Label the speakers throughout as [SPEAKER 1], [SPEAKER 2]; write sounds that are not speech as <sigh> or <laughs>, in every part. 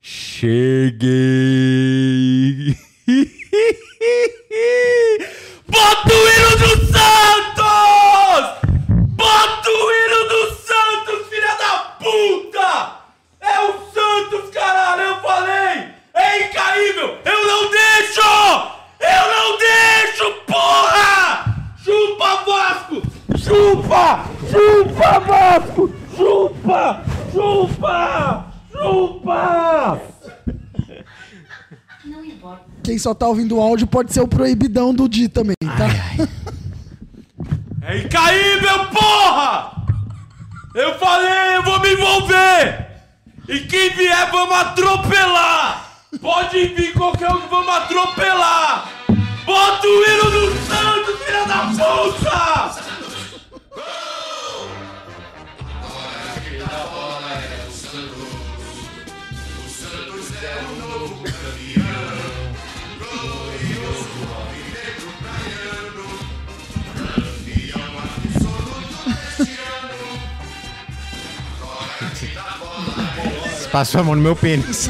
[SPEAKER 1] Cheguei! Cheguei! <laughs> Bota o hino do Santos! Bota o hino do Santos, filha da puta! É o Santos, caralho! Eu falei! É incaível! Eu não deixo! Eu não deixo, porra! Chupa, Vasco! Chupa! Chupa, Vasco! Chupa! Chupa! Chupa!
[SPEAKER 2] Não importa.
[SPEAKER 3] Quem só tá ouvindo o áudio pode ser o proibidão do Di também, tá?
[SPEAKER 1] É incaível, porra! Eu falei, eu vou me envolver! E quem vier, vamos atropelar! Pode vir qualquer um, vamos atropelar! Bota o hino do Santos, filha da puta!
[SPEAKER 4] Passou a mão no meu pênis.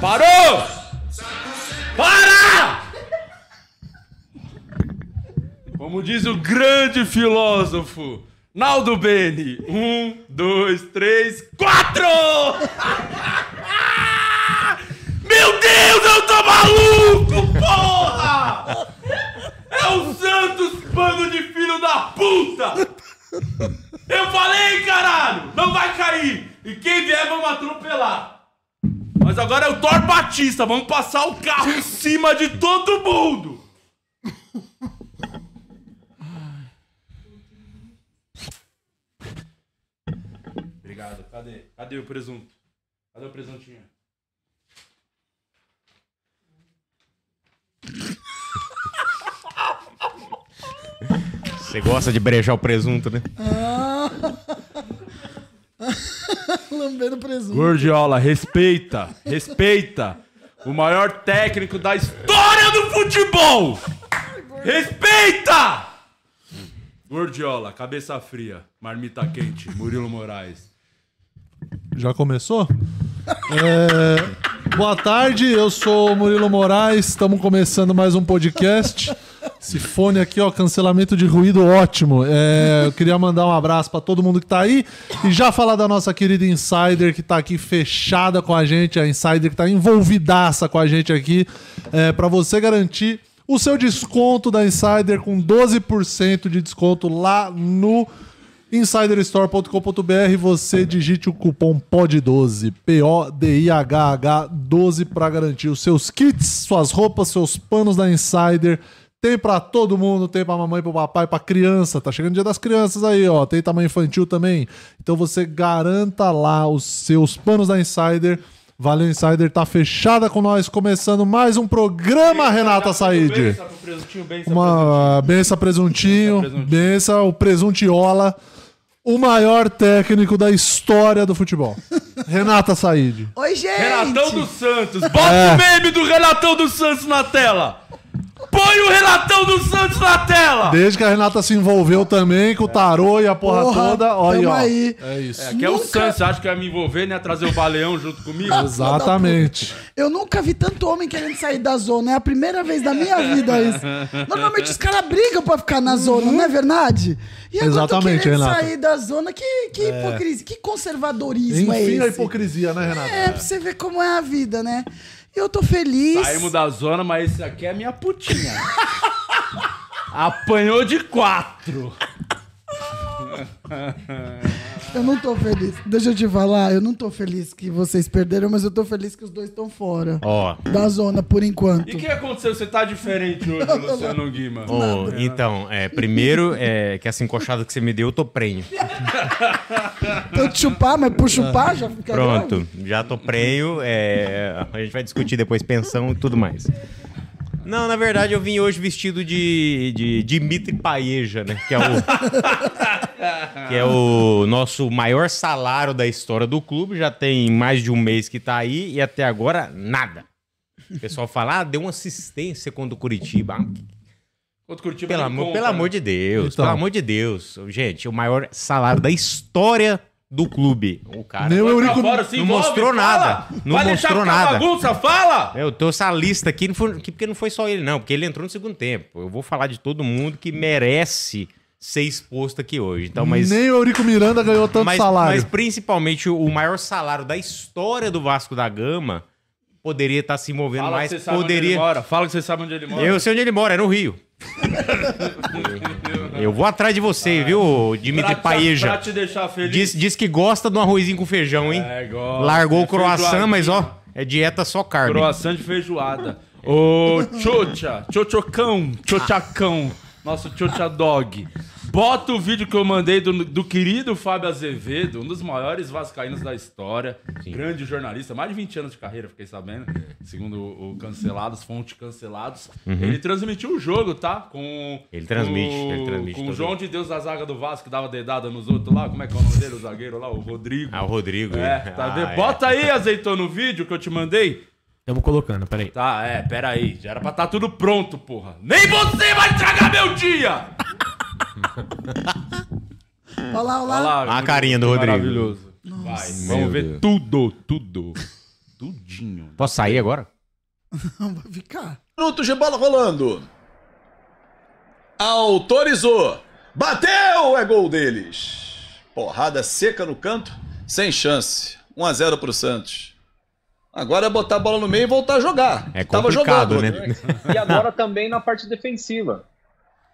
[SPEAKER 1] Parou! Para! Como diz o grande filósofo Naldo Bene. Um, dois, três, quatro! Meu Deus, eu tô maluco, porra! É o Santos, bando de filho da puta! Eu falei, caralho! Não vai cair! E quem vier, vamos atropelar! Mas agora é o Thor Batista, vamos passar o carro em cima de todo mundo! Obrigado, cadê? Cadê o presunto? Cadê o presuntinho?
[SPEAKER 4] Você gosta de brejar o presunto, né?
[SPEAKER 3] Lambendo presunto.
[SPEAKER 1] Gordiola, respeita, respeita o maior técnico da história do futebol! Respeita! Gordiola, cabeça fria, marmita quente, Murilo Moraes.
[SPEAKER 5] Já começou? É, Boa tarde, eu sou o Murilo Moraes, estamos começando mais um podcast. Esse fone aqui, ó, cancelamento de ruído ótimo. É, eu queria mandar um abraço para todo mundo que tá aí e já falar da nossa querida Insider que tá aqui fechada com a gente, a Insider que tá envolvidaça com a gente aqui, é, para você garantir o seu desconto da Insider com 12% de desconto lá no insiderstore.com.br. Você digite o cupom POD12, P-O-D-I-H-H-12 para garantir os seus kits, suas roupas, seus panos da Insider. Tem para todo mundo, tem para mamãe, para papai, para criança. Tá chegando o dia das crianças aí, ó. Tem tamanho infantil também. Então você garanta lá os seus panos da Insider. Valeu, Insider. Tá fechada com nós, começando mais um programa,
[SPEAKER 1] tá
[SPEAKER 5] Renata Said.
[SPEAKER 1] Bença pro presuntinho, bença
[SPEAKER 5] Uma benção presuntinho, benção o presuntiola, o maior técnico da história do futebol. Renata Said.
[SPEAKER 3] Oi, gente!
[SPEAKER 1] Renatão dos Santos. Bota
[SPEAKER 5] É.
[SPEAKER 1] o meme do Renatão dos Santos na tela. Põe o Renatão dos Santos na tela.
[SPEAKER 5] Desde que a Renata se envolveu também com o tarô e a porra,
[SPEAKER 3] Porra,
[SPEAKER 5] toda, olha aí,
[SPEAKER 3] tamo
[SPEAKER 5] ó.
[SPEAKER 3] aí.
[SPEAKER 5] É isso.
[SPEAKER 1] Que é o
[SPEAKER 3] Nunca-
[SPEAKER 1] Santos, você acha que ia me envolver, né? Trazer o Baleão junto comigo?
[SPEAKER 5] Exatamente.
[SPEAKER 3] Eu nunca vi tanto homem querendo sair da zona. É a primeira vez da minha vida isso. Normalmente os caras brigam pra ficar na zona, não é verdade? E agora
[SPEAKER 5] Exatamente,
[SPEAKER 3] tô querendo
[SPEAKER 5] Renato. É.
[SPEAKER 3] sair da zona. Que, que hipocrisia, que conservadorismo é
[SPEAKER 5] Enfim,
[SPEAKER 3] esse?
[SPEAKER 5] a hipocrisia, né, Renata?
[SPEAKER 3] É, pra você ver como é a vida, né? Eu tô feliz.
[SPEAKER 1] Saímos da zona, mas esse aqui é a minha putinha. <laughs> Apanhou de quatro.
[SPEAKER 3] Eu não tô feliz. Deixa eu te falar, eu não tô feliz que vocês perderam, mas eu tô feliz que os dois estão fora
[SPEAKER 4] Ó,
[SPEAKER 3] da zona por enquanto.
[SPEAKER 1] E o que aconteceu? Você tá diferente hoje, Luciano Guima.
[SPEAKER 4] ô, então, é, primeiro é que essa encoxada que você me deu, eu tô prenho.
[SPEAKER 3] Então te chupar, mas por chupar já fica grave.
[SPEAKER 4] Pronto, já tô prenho. é, a gente vai discutir depois pensão e tudo mais. Não, na verdade eu vim hoje vestido de, de Dimitri Paeja, né? Que é, o, que é o nosso maior salário da história do clube. Já tem mais de um mês que tá aí e até agora nada. O pessoal fala, ah, deu uma assistência contra o Curitiba. Ah,
[SPEAKER 1] Outro Curitiba
[SPEAKER 4] Pelo
[SPEAKER 1] não
[SPEAKER 4] amor,
[SPEAKER 1] conta,
[SPEAKER 4] pelo
[SPEAKER 1] né?
[SPEAKER 4] amor de Deus,
[SPEAKER 5] Então.
[SPEAKER 4] pelo amor de Deus. Gente, o maior salário da história do clube. O cara.
[SPEAKER 5] Nem o
[SPEAKER 1] Tá
[SPEAKER 5] Eurico.
[SPEAKER 1] fora, se
[SPEAKER 4] não
[SPEAKER 1] envolve,
[SPEAKER 4] mostrou
[SPEAKER 1] fala.
[SPEAKER 4] nada, não
[SPEAKER 1] Vai
[SPEAKER 4] mostrou
[SPEAKER 1] deixar ficar
[SPEAKER 4] nada.
[SPEAKER 1] bagunça, fala!
[SPEAKER 4] Eu tô essa lista aqui, não foi- que- porque não foi só ele, não, porque ele entrou no segundo tempo. Eu vou falar de todo mundo que merece ser exposto aqui hoje. Então, mas.
[SPEAKER 5] Nem o Eurico Miranda ganhou tanto
[SPEAKER 4] mas,
[SPEAKER 5] salário.
[SPEAKER 4] mas principalmente o maior salário da história do Vasco da Gama poderia estar se envolvendo
[SPEAKER 1] Fala
[SPEAKER 4] mais.
[SPEAKER 1] que você sabe onde ele
[SPEAKER 4] Poderia.
[SPEAKER 1] mora. Fala que você sabe onde ele mora.
[SPEAKER 4] Eu sei onde ele mora, é no Rio.
[SPEAKER 1] <laughs>
[SPEAKER 4] Eu vou atrás de você, viu,
[SPEAKER 1] Pra
[SPEAKER 4] Dimitri
[SPEAKER 1] te- Pra
[SPEAKER 4] Paeja?
[SPEAKER 1] te deixar feliz.
[SPEAKER 4] Diz, diz que gosta de um arrozinho com feijão, hein?
[SPEAKER 1] É, gosta.
[SPEAKER 4] Largou o
[SPEAKER 1] É feijoadinha.
[SPEAKER 4] croissant, mas ó, é dieta só carne.
[SPEAKER 1] Croissant de feijoada. Ô, Tchotcha, Tchotchocão, Tchotchacão, nosso Tchotcha Dog. Bota o vídeo que eu mandei do, do querido Fábio Azevedo, um dos maiores vascaínos da história, grande jornalista, mais de 20 anos de carreira, fiquei sabendo, segundo o, o Cancelados, fonte Cancelados. Ele transmitiu o jogo, tá? Com
[SPEAKER 4] Uhum. Ele transmite,
[SPEAKER 1] com-
[SPEAKER 4] ele transmite
[SPEAKER 1] Com o
[SPEAKER 4] todo.
[SPEAKER 1] João de Deus da zaga do Vasco, que dava dedada nos outros lá, como é que é o nome dele, o zagueiro lá, o Rodrigo.
[SPEAKER 4] Ah, o Rodrigo.
[SPEAKER 1] É, tá
[SPEAKER 4] Ah,
[SPEAKER 1] vendo?
[SPEAKER 4] é.
[SPEAKER 1] Bota aí, azeitou no vídeo que eu te mandei.
[SPEAKER 2] Estamos colocando, peraí.
[SPEAKER 1] Tá, é, pera aí. Já era pra tá tudo pronto, porra. Nem você vai estragar meu dia!
[SPEAKER 3] Olha lá, olha
[SPEAKER 1] Olha
[SPEAKER 3] lá.
[SPEAKER 1] lá,
[SPEAKER 4] a carinha do Rodrigo.
[SPEAKER 1] Maravilhoso. Vai, vamos ver
[SPEAKER 4] Deus.
[SPEAKER 1] tudo, tudo. Tudinho.
[SPEAKER 4] Posso sair agora?
[SPEAKER 3] Vai ficar.
[SPEAKER 6] Minutos de bola rolando. Autorizou. Bateu! É gol deles. Porrada seca no canto, sem chance. 1 a 0 pro Santos. Agora é botar a bola no meio e voltar a jogar.
[SPEAKER 4] É
[SPEAKER 6] Tava
[SPEAKER 4] complicado,
[SPEAKER 6] jogando,
[SPEAKER 4] né?
[SPEAKER 6] Rodrigo.
[SPEAKER 7] E agora também na parte defensiva.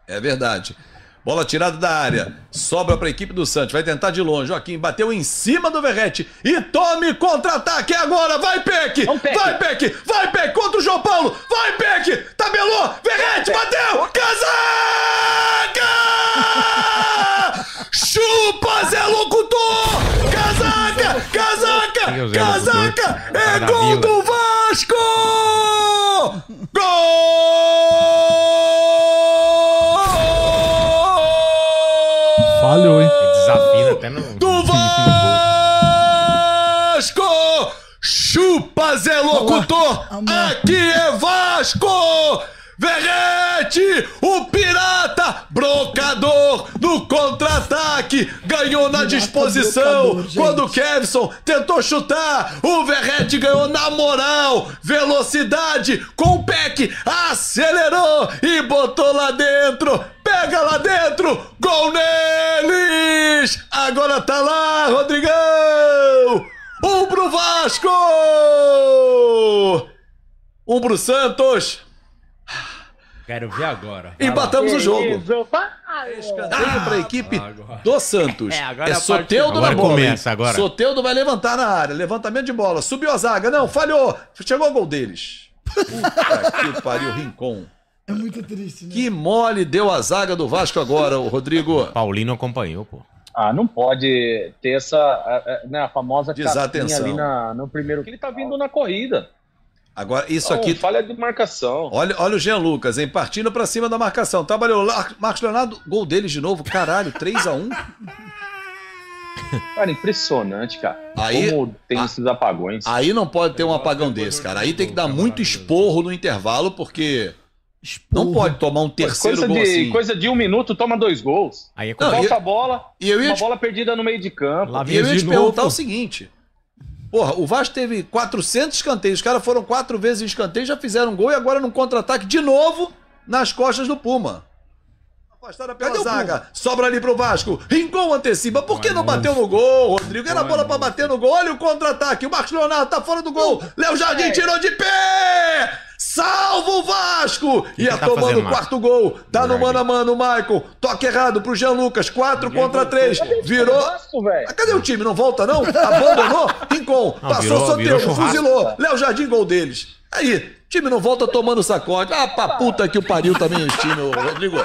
[SPEAKER 6] É verdade. Bola tirada da área. Sobra para a equipe do Santos. Vai tentar de longe. Joaquim bateu em cima do Verrete. E tome contra-ataque agora. Vai, Peck!
[SPEAKER 7] Vamos, Peck!
[SPEAKER 6] Vai, Peck! Vai, Peck! Contra o João Paulo! Vai, Peck! Tabelou! Verrete bateu! Casaca! Chupa, Zé Locutor! Casaca!
[SPEAKER 4] Quem é o Zé
[SPEAKER 6] Casaca!
[SPEAKER 4] Locutor?
[SPEAKER 6] Casaca!
[SPEAKER 4] Cara
[SPEAKER 6] É
[SPEAKER 4] da
[SPEAKER 6] gol
[SPEAKER 4] Vila.
[SPEAKER 6] do Vasco! Gol!
[SPEAKER 5] Falhou, hein?
[SPEAKER 4] <laughs> É Desafina até no.
[SPEAKER 6] Do Vasco! Chupa, Zé Locutor!
[SPEAKER 3] Vamos lá.
[SPEAKER 6] Aqui é Vasco! Verrete, o pirata, brocador do contra-ataque, ganhou na disposição.
[SPEAKER 3] brocador, gente.
[SPEAKER 6] Quando o Kevson tentou chutar, o Verrete ganhou na moral, velocidade, com o Peck, acelerou e botou lá dentro. Pega lá dentro, gol neles! Agora tá lá, Rodrigão! Um pro Vasco! Um pro Santos
[SPEAKER 1] Quero ver agora.
[SPEAKER 6] e
[SPEAKER 1] Vai lá.
[SPEAKER 6] batamos o jogo. Escanteio pra equipe do Santos.
[SPEAKER 1] É,
[SPEAKER 6] É,
[SPEAKER 1] agora é a
[SPEAKER 6] Soteudo
[SPEAKER 4] partida.
[SPEAKER 6] na
[SPEAKER 4] Agora
[SPEAKER 6] bola.
[SPEAKER 4] começa, agora.
[SPEAKER 6] Soteudo vai levantar na área. Levantamento de bola. Subiu a zaga. Não, falhou. Chegou o gol deles. Puta
[SPEAKER 1] <laughs>
[SPEAKER 6] que pariu, Rincon.
[SPEAKER 3] É muito triste, né?
[SPEAKER 6] Que mole deu a zaga do Vasco agora, o Rodrigo.
[SPEAKER 4] Paulinho acompanhou, pô.
[SPEAKER 7] Ah, não pode ter essa a- a- né, a famosa
[SPEAKER 6] Desatenção.
[SPEAKER 7] capinha ali na, no primeiro. Ele tá vindo na corrida.
[SPEAKER 6] Agora, isso
[SPEAKER 7] Então,
[SPEAKER 6] aqui.
[SPEAKER 7] falha de marcação.
[SPEAKER 6] Olha, olha o Jean Lucas, hein? Partindo pra cima da marcação. Trabalhou lá. Marcos Leonardo, gol deles de novo. Caralho, 3x1.
[SPEAKER 7] Cara, impressionante, cara.
[SPEAKER 6] Aí-
[SPEAKER 7] Como tem
[SPEAKER 6] ah,
[SPEAKER 7] esses apagões.
[SPEAKER 6] Aí não pode ter um apagão desse, cara. Aí tem que dar muito esporro no intervalo, porque não pode tomar um terceiro
[SPEAKER 7] coisa,
[SPEAKER 6] gol
[SPEAKER 7] de,
[SPEAKER 6] assim.
[SPEAKER 7] coisa de um minuto, toma dois gols.
[SPEAKER 4] Aí é
[SPEAKER 6] Não,
[SPEAKER 4] complicado.
[SPEAKER 6] e-
[SPEAKER 7] Falta a bola,
[SPEAKER 6] E eu ia
[SPEAKER 7] uma
[SPEAKER 6] te
[SPEAKER 7] bola perdida no meio de campo.
[SPEAKER 4] Lá
[SPEAKER 6] E eu ia te
[SPEAKER 4] de
[SPEAKER 6] perguntar
[SPEAKER 4] novo.
[SPEAKER 6] o seguinte. Porra, o Vasco teve 400 escanteios. Os caras foram quatro vezes em escanteio, já fizeram um gol e agora num contra-ataque de novo nas costas do Puma. Afastada pela zaga. Sobra ali pro Vasco. Rincon antecipa. Por que não bateu no gol, Rodrigo? Era a bola pra bater no gol. Olha o contra-ataque. O Marcos Leonardo tá fora do gol. Léo Jardim tirou de pé. Salva o Vasco!
[SPEAKER 4] que
[SPEAKER 6] Ia
[SPEAKER 4] tá
[SPEAKER 6] tomando
[SPEAKER 4] fazendo,
[SPEAKER 6] o
[SPEAKER 4] Marcos?
[SPEAKER 6] quarto gol. Tá no
[SPEAKER 4] Jardim.
[SPEAKER 6] mano a mano o Michael. Toque errado pro Jean Lucas. 4 contra 3. Virou.
[SPEAKER 7] Nossa, velho.
[SPEAKER 6] Ah, Cadê o time? Não volta, não? Abandonou? Rincon.
[SPEAKER 4] Não,
[SPEAKER 6] passou
[SPEAKER 4] virou- virou
[SPEAKER 6] Soteudo,
[SPEAKER 4] churrasco.
[SPEAKER 6] fuzilou. Léo Jardim, gol deles. Aí, time não volta tomando sacode. Ah, pra puta que o pariu também esse time, ô, Rodrigo.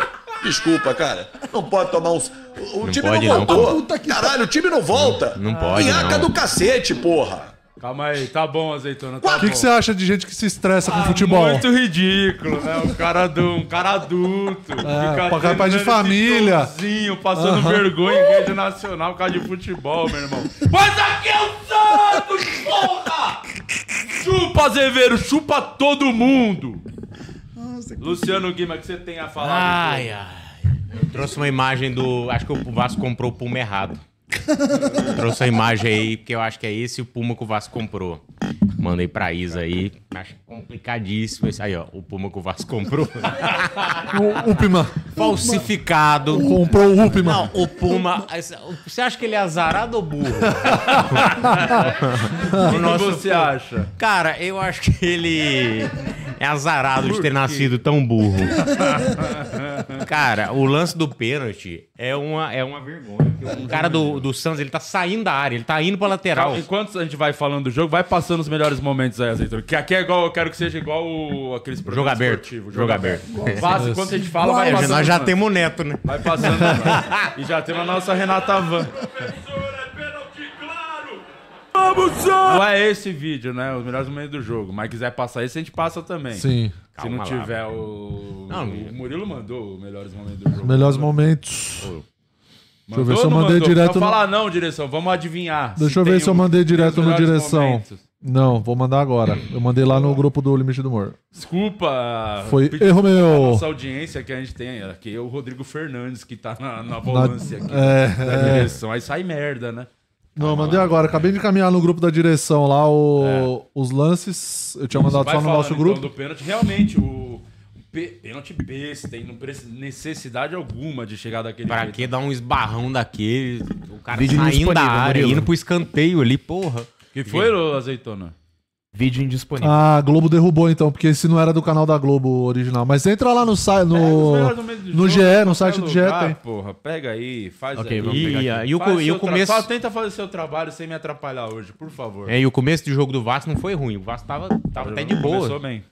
[SPEAKER 6] Desculpa, cara. Não pode tomar uns. O, o
[SPEAKER 4] Não
[SPEAKER 6] time
[SPEAKER 4] pode,
[SPEAKER 6] não
[SPEAKER 4] não,
[SPEAKER 6] voltou.
[SPEAKER 4] cara.
[SPEAKER 3] Puta que
[SPEAKER 6] Caralho, o time não volta.
[SPEAKER 4] Não pode,
[SPEAKER 6] Minhaca
[SPEAKER 4] não.
[SPEAKER 6] do cacete, porra.
[SPEAKER 1] Calma aí, tá bom, azeitona. Tá
[SPEAKER 5] O que,
[SPEAKER 1] bom.
[SPEAKER 5] que você acha de gente que se estressa com
[SPEAKER 1] Ah,
[SPEAKER 5] futebol?
[SPEAKER 1] Muito ridículo, né? Um cara, do, um cara adulto.
[SPEAKER 5] É, pra capaz de
[SPEAKER 1] treinando esse
[SPEAKER 5] família.
[SPEAKER 1] showzinho, passando vergonha em rede nacional por causa de futebol, meu irmão. Mas aqui é o Santos, porra! Chupa, Chupa, Azevedo, chupa todo mundo.
[SPEAKER 3] Nossa, que-
[SPEAKER 1] Luciano Guima, o que você tem a falar?
[SPEAKER 4] Ai, ai. Eu trouxe uma imagem do. Acho que o Vasco comprou o Puma errado. Eu trouxe a imagem aí, porque eu acho que é esse o Puma que o Vasco comprou. Mandei pra Isa aí. Acho complicadíssimo esse aí, ó. O Puma que o Vasco comprou.
[SPEAKER 5] O Upman.
[SPEAKER 4] Falsificado.
[SPEAKER 5] Comprou o Upman.
[SPEAKER 4] Não, o Puma. esse- Você acha que ele é azarado ou burro?
[SPEAKER 1] O que você acha?
[SPEAKER 4] Cara, eu acho que ele é azarado de ter nascido tão burro. Cara, o lance do pênalti é uma, é uma vergonha. O cara do, do Santos, ele tá saindo da área, ele tá indo pra lateral.
[SPEAKER 1] Calma, Enquanto a gente vai falando do jogo, vai passando os melhores momentos aí, Azeitona. Que aqui é igual, eu quero que seja igual o, aqueles
[SPEAKER 4] Jogo aberto.
[SPEAKER 1] esportivos.
[SPEAKER 4] Jogo aberto.
[SPEAKER 1] Passa, enquanto a gente fala, vai
[SPEAKER 4] É,
[SPEAKER 1] passando.
[SPEAKER 4] nós já
[SPEAKER 1] mano.
[SPEAKER 4] temos o neto, né?
[SPEAKER 1] Vai passando. mano. e já temos a nossa Renata Van. Não é esse vídeo, né? Os melhores momentos do jogo. Mas quiser passar esse, a gente passa também.
[SPEAKER 5] Sim.
[SPEAKER 1] Se não
[SPEAKER 4] Calma lá,
[SPEAKER 1] tiver o.
[SPEAKER 4] Não,
[SPEAKER 1] o Murilo mandou os melhores momentos do jogo.
[SPEAKER 5] Melhores momentos.
[SPEAKER 1] Mandou
[SPEAKER 5] eu ver se
[SPEAKER 1] ou
[SPEAKER 5] eu
[SPEAKER 1] não
[SPEAKER 5] mandei
[SPEAKER 1] mandou?
[SPEAKER 5] direto
[SPEAKER 1] Não
[SPEAKER 5] no-
[SPEAKER 1] falar não, direção. Vamos adivinhar.
[SPEAKER 5] Deixa eu
[SPEAKER 1] tem
[SPEAKER 5] ver se eu
[SPEAKER 1] um-
[SPEAKER 5] mandei
[SPEAKER 1] tem os
[SPEAKER 5] direto no
[SPEAKER 1] melhores
[SPEAKER 5] direção.
[SPEAKER 1] momentos.
[SPEAKER 5] Não, vou mandar agora. Eu mandei lá no grupo do Limite do Humor.
[SPEAKER 1] Desculpa.
[SPEAKER 5] Foi
[SPEAKER 1] pedir
[SPEAKER 5] erro
[SPEAKER 1] desculpa
[SPEAKER 5] meu.
[SPEAKER 1] à Nossa audiência que a gente tem aqui é o Rodrigo Fernandes que tá na, na volância aqui da
[SPEAKER 5] É, é.
[SPEAKER 1] direção. Aí sai merda, né?
[SPEAKER 5] Não, eu mandei agora. Acabei de caminhar no grupo da direção lá o- os lances. Eu tinha mandado
[SPEAKER 1] É. Vai
[SPEAKER 5] só no
[SPEAKER 1] falando,
[SPEAKER 5] nosso
[SPEAKER 1] então,
[SPEAKER 5] grupo.
[SPEAKER 1] do pênalti, realmente o o pê- pênalti besta, hein? Não precisa necessidade alguma de chegar daquele
[SPEAKER 4] Pra
[SPEAKER 1] jeito.
[SPEAKER 4] que dar um esbarrão daquele? O cara
[SPEAKER 2] Vídeo
[SPEAKER 4] saindo da
[SPEAKER 2] indisponível,
[SPEAKER 4] área,
[SPEAKER 2] Murilo.
[SPEAKER 4] indo pro escanteio ali, porra.
[SPEAKER 1] Que foi, ô, azeitona?
[SPEAKER 2] Vídeo indisponível.
[SPEAKER 5] Ah, a Globo derrubou então, porque esse não era do canal da Globo original. Mas entra lá no
[SPEAKER 1] É,
[SPEAKER 5] site. No, no GE, no site do GE tem.
[SPEAKER 1] Porra, pega aí, faz
[SPEAKER 2] Ok,
[SPEAKER 1] aí.
[SPEAKER 2] vamos
[SPEAKER 1] Ih,
[SPEAKER 2] pegar aqui.
[SPEAKER 4] E, e o,
[SPEAKER 1] faz
[SPEAKER 4] e
[SPEAKER 1] seu
[SPEAKER 4] o começo.
[SPEAKER 1] Tra... Só tenta fazer seu trabalho sem me atrapalhar hoje, por favor.
[SPEAKER 4] É, e o começo do jogo do Vasco não foi ruim. O Vasco tava, tava até de
[SPEAKER 1] Começou
[SPEAKER 4] boa.
[SPEAKER 1] bem.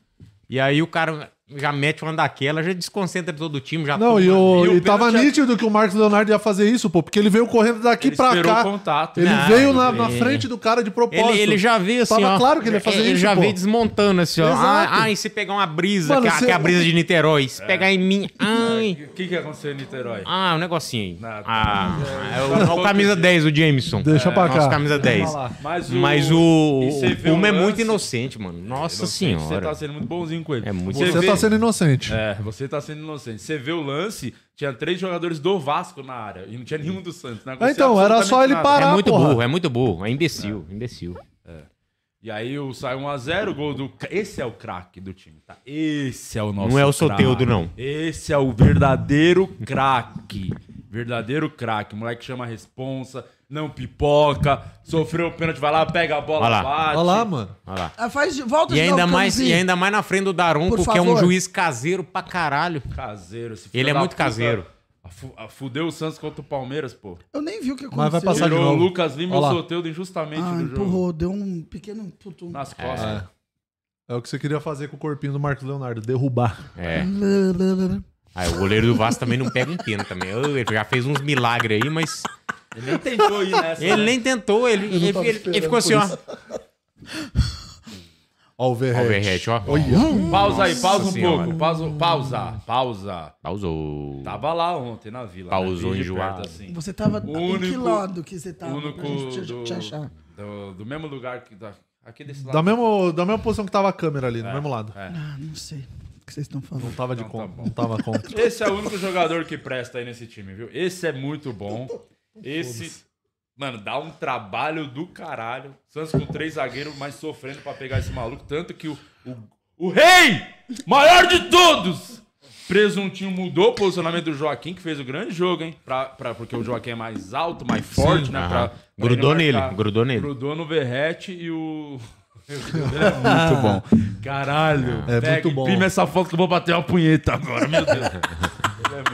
[SPEAKER 4] E aí o cara já mete uma daquela, já desconcentra todo o time, já
[SPEAKER 5] Não,
[SPEAKER 4] toma-
[SPEAKER 5] e, o-
[SPEAKER 1] E o
[SPEAKER 5] e tava
[SPEAKER 1] pênalti- é-
[SPEAKER 5] nítido que o Marcos Leonardo ia fazer isso, pô, porque ele veio correndo daqui
[SPEAKER 1] Ele
[SPEAKER 5] pra
[SPEAKER 1] esperou
[SPEAKER 5] cá.
[SPEAKER 1] o contato.
[SPEAKER 5] Ele
[SPEAKER 4] Não,
[SPEAKER 5] veio na,
[SPEAKER 4] ele-
[SPEAKER 5] na frente do cara de propósito.
[SPEAKER 4] Ele, ele já veio assim,
[SPEAKER 5] Tava
[SPEAKER 4] ó.
[SPEAKER 5] claro que ele ia fazer
[SPEAKER 4] ele
[SPEAKER 5] isso,
[SPEAKER 4] já
[SPEAKER 5] pô.
[SPEAKER 4] veio desmontando assim, ó.
[SPEAKER 5] Exato.
[SPEAKER 4] Ai, ai, se pegar uma brisa,
[SPEAKER 5] Mano,
[SPEAKER 4] que, é a-
[SPEAKER 5] você-
[SPEAKER 4] que é a brisa de Niterói.
[SPEAKER 1] É.
[SPEAKER 4] Se pegar em mim,
[SPEAKER 1] <laughs>
[SPEAKER 4] ai.
[SPEAKER 1] O que, que aconteceu em Niterói?
[SPEAKER 4] Ah, um negocinho.
[SPEAKER 1] Nada.
[SPEAKER 4] Ah, é o, é o camisa 10, o Jameson.
[SPEAKER 5] Deixa
[SPEAKER 4] é,
[SPEAKER 5] pra cá.
[SPEAKER 4] Nosso camisa 10.
[SPEAKER 1] Mas
[SPEAKER 4] Mas o,
[SPEAKER 1] e você
[SPEAKER 4] o
[SPEAKER 1] vê o
[SPEAKER 4] Puma é
[SPEAKER 1] lance-
[SPEAKER 4] muito inocente, mano. Nossa
[SPEAKER 1] Você
[SPEAKER 4] senhora.
[SPEAKER 1] tá sendo muito bonzinho com ele.
[SPEAKER 4] É muito
[SPEAKER 5] Você
[SPEAKER 1] vê-
[SPEAKER 5] tá sendo inocente.
[SPEAKER 1] É, você tá sendo inocente. Você vê o lance, tinha três jogadores do Vasco na área e não tinha nenhum do Santos. Não
[SPEAKER 5] Ah,
[SPEAKER 1] aconteceu
[SPEAKER 5] então, era só
[SPEAKER 1] absolutamente
[SPEAKER 5] ele
[SPEAKER 1] nada.
[SPEAKER 5] parar,
[SPEAKER 4] é muito
[SPEAKER 5] porra.
[SPEAKER 4] burro, é muito burro. É imbecil, imbecil.
[SPEAKER 1] E aí o- sai 1x0, gol do. Esse é o craque do time, tá? Esse é o nosso.
[SPEAKER 4] Não é o
[SPEAKER 1] craque.
[SPEAKER 4] Soteldo, não.
[SPEAKER 1] Esse é o verdadeiro craque. Verdadeiro craque. O moleque chama a responsa, não pipoca, sofreu o pênalti, vai lá, pega a bola,
[SPEAKER 4] Vai lá.
[SPEAKER 1] bate.
[SPEAKER 5] Olha lá, mano.
[SPEAKER 4] Olha lá.
[SPEAKER 3] Ah, faz, volta
[SPEAKER 4] E
[SPEAKER 3] de
[SPEAKER 4] ainda,
[SPEAKER 3] novo,
[SPEAKER 4] mais, e
[SPEAKER 3] Cãozinho.
[SPEAKER 4] ainda mais na frente do Daronco,
[SPEAKER 3] Por
[SPEAKER 4] que é um
[SPEAKER 3] favor.
[SPEAKER 4] juiz caseiro pra caralho.
[SPEAKER 1] Caseiro, esse
[SPEAKER 4] Ele
[SPEAKER 1] filho
[SPEAKER 4] é
[SPEAKER 1] da
[SPEAKER 4] muito
[SPEAKER 1] puta.
[SPEAKER 4] caseiro.
[SPEAKER 1] A fu- a Fudeu o Santos contra o Palmeiras, pô.
[SPEAKER 3] Eu nem vi o que aconteceu.
[SPEAKER 5] Mas vai passar de
[SPEAKER 1] Tirou o
[SPEAKER 5] novo.
[SPEAKER 1] Lucas Lima e o
[SPEAKER 5] Olha lá.
[SPEAKER 1] Soteldo injustamente
[SPEAKER 3] Ah,
[SPEAKER 1] do jogo.
[SPEAKER 3] empurrou, deu um pequeno tutum.
[SPEAKER 1] Nas costas.
[SPEAKER 5] É o que você queria fazer com o corpinho do Marcos Leonardo, derrubar.
[SPEAKER 4] É. Aí o goleiro do Vasco também não pega um pino também. Ô, Ele já fez uns milagres aí, mas.
[SPEAKER 1] Ele nem tentou ir nessa.
[SPEAKER 4] Ele nem tentou, ele, ele,
[SPEAKER 5] tava
[SPEAKER 4] ele- ele
[SPEAKER 5] esperando
[SPEAKER 4] ficou assim,
[SPEAKER 5] por
[SPEAKER 4] ó.
[SPEAKER 5] Ó o
[SPEAKER 4] Ó o
[SPEAKER 5] Verret.
[SPEAKER 4] Verrete, ó.
[SPEAKER 1] Pausa aí, pausa um
[SPEAKER 4] Nossa senhora.
[SPEAKER 1] pouco. Pausa, pausa, pausa.
[SPEAKER 4] Pausou.
[SPEAKER 1] Tava lá ontem na vila.
[SPEAKER 4] Pausou
[SPEAKER 1] né? Bem de
[SPEAKER 4] enjoado.
[SPEAKER 1] perto, assim.
[SPEAKER 3] Você tava
[SPEAKER 1] O
[SPEAKER 3] em que
[SPEAKER 1] único-
[SPEAKER 3] lado que você tava
[SPEAKER 1] Único
[SPEAKER 3] pra gente te,
[SPEAKER 1] do,
[SPEAKER 3] te achar?
[SPEAKER 1] do, do mesmo lugar que da, aqui desse lado.
[SPEAKER 5] Da, mesmo, da mesma posição que tava a câmera ali, do mesmo lado.
[SPEAKER 3] Ah, não sei o que vocês estão
[SPEAKER 5] Não <laughs>
[SPEAKER 3] falando.
[SPEAKER 5] tava de
[SPEAKER 1] Não, tá
[SPEAKER 5] conta.
[SPEAKER 1] bom.
[SPEAKER 5] não tava contra.
[SPEAKER 1] <laughs> Esse é o único jogador que presta aí nesse time, viu? Esse é muito bom. Esse. Mano, dá um trabalho do caralho. Santos com três zagueiros, mas sofrendo pra pegar esse maluco. Tanto que o, o, o rei, maior de todos, presuntinho mudou o posicionamento do Joaquim, que fez o grande jogo, hein? Pra, pra, porque o Joaquim é mais alto, mais forte, né?
[SPEAKER 4] aham.
[SPEAKER 1] Pra, pra
[SPEAKER 4] Grudou
[SPEAKER 1] ele
[SPEAKER 4] nele, grudou nele.
[SPEAKER 1] Grudou no Verrete e o. <laughs> Ele é muito bom. Caralho.
[SPEAKER 5] É
[SPEAKER 1] Pega,
[SPEAKER 5] muito bom.
[SPEAKER 1] imprime essa foto que eu vou bater uma punheta agora, meu Deus.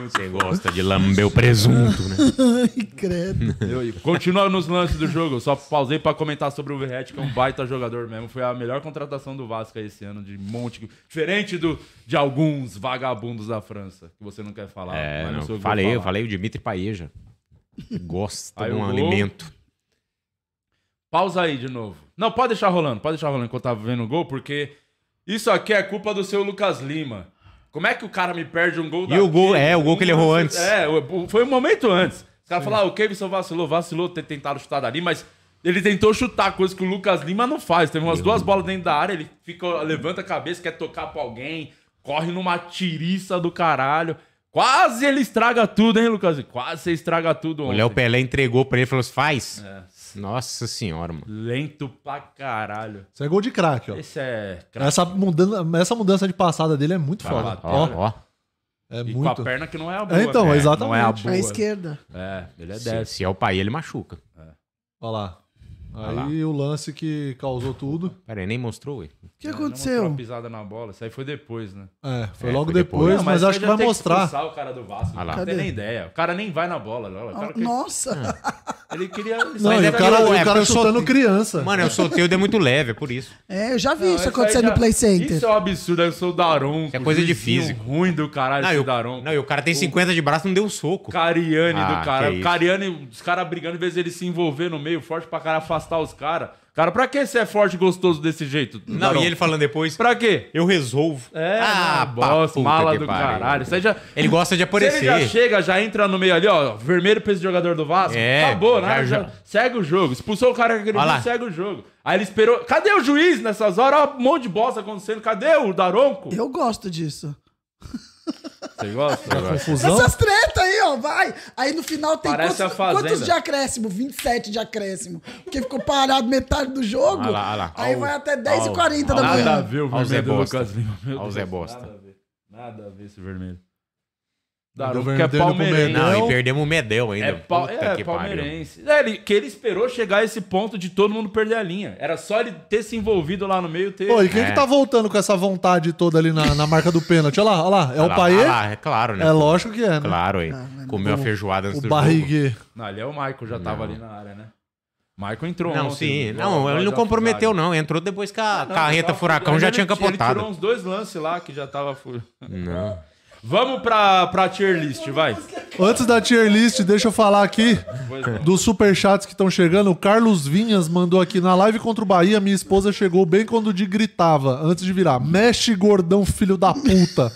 [SPEAKER 4] Você gosta de lamber o presunto,
[SPEAKER 1] <laughs>
[SPEAKER 4] né?
[SPEAKER 3] Ai, credo.
[SPEAKER 1] Continua nos lances do jogo. Eu só pausei pra comentar sobre o Verret, que é um baita jogador mesmo. Foi a melhor contratação do Vasco aí esse ano, de monte. Diferente do, de alguns vagabundos da França, que você não quer falar.
[SPEAKER 4] É,
[SPEAKER 1] mas
[SPEAKER 4] não,
[SPEAKER 1] sou eu que vou
[SPEAKER 4] falei, eu
[SPEAKER 1] falar.
[SPEAKER 4] falei o Dimitri Paeja. Gosta
[SPEAKER 1] Aí
[SPEAKER 4] de um
[SPEAKER 1] o gol.
[SPEAKER 4] alimento.
[SPEAKER 1] Pausa aí de novo. Não, pode deixar rolando, pode deixar rolando enquanto eu tava vendo o gol, porque isso aqui é culpa do seu Lucas Lima. Como é que o cara me perde um gol
[SPEAKER 4] E o gol- é, o gol que ele errou antes.
[SPEAKER 1] É, o- foi um momento antes. Os caras falaram, ah, o Kevin só vacilou, vacilou ter tentado chutar dali, mas Ele tentou chutar, coisa que o Lucas Lima não faz. Teve umas duas bolas dentro da área, ele fica, levanta a cabeça, quer tocar pra alguém, corre numa tiriça do caralho. Quase ele estraga tudo, hein, Lucas? Quase você estraga tudo
[SPEAKER 4] O
[SPEAKER 1] ontem. É,
[SPEAKER 4] Léo Pelé entregou pra ele e falou assim, faz. Nossa senhora, mano.
[SPEAKER 1] Lento pra caralho.
[SPEAKER 5] Isso é gol de craque, ó.
[SPEAKER 1] Esse é... craque.
[SPEAKER 5] Essa mudança, essa mudança de passada dele é muito
[SPEAKER 1] Caralho.
[SPEAKER 5] foda.
[SPEAKER 4] Ó, ó.
[SPEAKER 5] É
[SPEAKER 1] E com
[SPEAKER 5] muito.
[SPEAKER 1] a perna que não é a boa.
[SPEAKER 5] É, então,
[SPEAKER 1] né?
[SPEAKER 5] exatamente.
[SPEAKER 1] Não é a
[SPEAKER 3] É a
[SPEAKER 1] boa.
[SPEAKER 3] esquerda.
[SPEAKER 1] É, ele é
[SPEAKER 4] Se,
[SPEAKER 1] 10.
[SPEAKER 4] se é o pai, ele machuca.
[SPEAKER 5] Olha lá. Aí
[SPEAKER 4] lá.
[SPEAKER 5] o lance que causou tudo.
[SPEAKER 4] Pera aí, nem mostrou, ué.
[SPEAKER 3] O que
[SPEAKER 1] Não, não mostrou a
[SPEAKER 3] aconteceu?
[SPEAKER 1] pisada na bola. Isso aí foi depois, né?
[SPEAKER 5] É, foi
[SPEAKER 4] É,
[SPEAKER 5] logo
[SPEAKER 4] foi
[SPEAKER 5] depois,
[SPEAKER 4] depois.
[SPEAKER 1] Não,
[SPEAKER 5] mas, acho que
[SPEAKER 1] já
[SPEAKER 5] vai
[SPEAKER 1] tem
[SPEAKER 5] mostrar.
[SPEAKER 1] expulsar o cara do Vasco.
[SPEAKER 4] Ah lá.
[SPEAKER 1] Não tem
[SPEAKER 3] Cadê?
[SPEAKER 1] nem ideia. O cara nem vai na bola. olha lá. O cara quer-
[SPEAKER 3] Nossa,
[SPEAKER 1] Ele queria...
[SPEAKER 5] Não,
[SPEAKER 4] Mas
[SPEAKER 5] e
[SPEAKER 4] é
[SPEAKER 5] o cara,
[SPEAKER 4] porque eu-
[SPEAKER 5] o
[SPEAKER 4] é
[SPEAKER 5] cara
[SPEAKER 4] porque eu sou-
[SPEAKER 5] chutando criança.
[SPEAKER 4] Mano, é o sorteio é muito leve, é por isso.
[SPEAKER 3] é, eu já vi
[SPEAKER 1] Não,
[SPEAKER 3] isso
[SPEAKER 1] aí
[SPEAKER 3] acontecer no
[SPEAKER 1] já-
[SPEAKER 3] Play Center.
[SPEAKER 1] Isso é um absurdo, eu sou o Daron.
[SPEAKER 4] É coisa de
[SPEAKER 1] vizinho
[SPEAKER 4] físico.
[SPEAKER 1] ruim do caralho,
[SPEAKER 4] Não, e
[SPEAKER 1] esse
[SPEAKER 4] o,
[SPEAKER 1] Daron.
[SPEAKER 4] não, e o cara tem 50 de braço e não deu um soco.
[SPEAKER 1] Cariani
[SPEAKER 4] Ah,
[SPEAKER 1] do
[SPEAKER 4] que
[SPEAKER 1] cara.
[SPEAKER 4] isso.
[SPEAKER 1] Cariani, os caras brigando, em vez de ele se envolver no meio, forte pra cara afastar os caras. Cara, pra que você é forte e gostoso desse jeito?
[SPEAKER 4] Não,
[SPEAKER 1] Daron?
[SPEAKER 4] e ele falando depois,
[SPEAKER 1] Pra quê?
[SPEAKER 4] eu resolvo.
[SPEAKER 1] É,
[SPEAKER 4] ah,
[SPEAKER 1] mano,
[SPEAKER 4] pá,
[SPEAKER 1] bosta,
[SPEAKER 4] puta
[SPEAKER 1] mala
[SPEAKER 4] que
[SPEAKER 1] do
[SPEAKER 4] pariu.
[SPEAKER 1] caralho. Isso aí já-
[SPEAKER 4] Ele gosta de
[SPEAKER 1] Se ele já
[SPEAKER 4] aparecer.
[SPEAKER 1] chega, já entra no meio ali, ó, vermelho pra esse jogador do Vasco,
[SPEAKER 4] É,
[SPEAKER 1] acabou,
[SPEAKER 4] já-
[SPEAKER 1] né? Já,
[SPEAKER 4] já-
[SPEAKER 1] Segue o jogo. Expulsou o cara que
[SPEAKER 4] Olha lá.
[SPEAKER 1] acreditou, segue o jogo. Aí ele esperou. Cadê o juiz nessas horas? Ó, um monte de bosta acontecendo. Cadê o Daronco?
[SPEAKER 3] Eu gosto disso.
[SPEAKER 1] Você gosta?
[SPEAKER 5] Confusão.
[SPEAKER 3] Essas tretas aí, ó, vai. Aí no final tem
[SPEAKER 1] Parece a
[SPEAKER 3] quantos,
[SPEAKER 1] Fazenda.
[SPEAKER 3] quantos de acréscimo? 27 de acréscimo. Porque ficou parado metade do jogo.
[SPEAKER 4] Olha lá, olha lá.
[SPEAKER 3] Aí
[SPEAKER 4] Ó o-
[SPEAKER 3] vai até 10
[SPEAKER 4] ó
[SPEAKER 3] e
[SPEAKER 4] o-
[SPEAKER 3] 40 da
[SPEAKER 4] Nada
[SPEAKER 1] Nada a
[SPEAKER 3] manhã.
[SPEAKER 1] ver o
[SPEAKER 4] Olha o Zé
[SPEAKER 1] vermelho do
[SPEAKER 4] Bosta.
[SPEAKER 1] Lucas Lima. Meu
[SPEAKER 4] Olha o
[SPEAKER 1] Deus,
[SPEAKER 4] Zé Bosta.
[SPEAKER 1] Nada a ver. Nada a ver esse vermelho.
[SPEAKER 5] Mandou
[SPEAKER 1] Daronco que é
[SPEAKER 5] vermelho pro
[SPEAKER 1] palmeirense.
[SPEAKER 5] Mengão.
[SPEAKER 4] Não, e perdemos o Medel ainda.
[SPEAKER 1] então- É, pau,
[SPEAKER 4] Puta
[SPEAKER 1] é
[SPEAKER 4] que pariu.
[SPEAKER 1] palmeirense. É, ele- que ele esperou chegar a esse ponto de todo mundo perder a linha. Era só ele ter se envolvido lá no meio, ter...
[SPEAKER 5] Pô, e quem
[SPEAKER 4] É.
[SPEAKER 5] que tá voltando com essa vontade toda ali na, na marca do pênalti? Olha lá, olha lá. É
[SPEAKER 4] Olha
[SPEAKER 5] o
[SPEAKER 4] lá,
[SPEAKER 5] Paê?
[SPEAKER 4] olha lá, É claro, né?
[SPEAKER 5] É lógico que é, né?
[SPEAKER 4] Claro, aí. Comeu a feijoada antes
[SPEAKER 5] O
[SPEAKER 4] do jogo.
[SPEAKER 5] barrigue.
[SPEAKER 1] Não, ali é o Michael, já tava ali na área, né? Michael entrou
[SPEAKER 4] Não,
[SPEAKER 1] ontem,
[SPEAKER 4] sim.
[SPEAKER 1] no-
[SPEAKER 4] Não,
[SPEAKER 1] no-
[SPEAKER 4] ele
[SPEAKER 1] no-
[SPEAKER 4] não
[SPEAKER 1] no-
[SPEAKER 4] comprometeu,
[SPEAKER 1] no-
[SPEAKER 4] não. Entrou depois que a
[SPEAKER 1] Não,
[SPEAKER 4] carreta
[SPEAKER 1] tava-
[SPEAKER 4] Furacão já
[SPEAKER 1] ele-
[SPEAKER 4] tinha
[SPEAKER 1] Ele tirou
[SPEAKER 4] capotado.
[SPEAKER 1] uns dois lances lá que já tava... fu-
[SPEAKER 4] Não.
[SPEAKER 1] Vamos pra, pra tier list, vai.
[SPEAKER 5] Antes da tier list, deixa eu falar aqui
[SPEAKER 1] Pois não.
[SPEAKER 5] dos superchats que estão chegando. O Carlos Vinhas mandou aqui na live contra o Bahia. Minha esposa chegou bem quando o Di gritava, antes de virar. Mexe, gordão, filho da puta.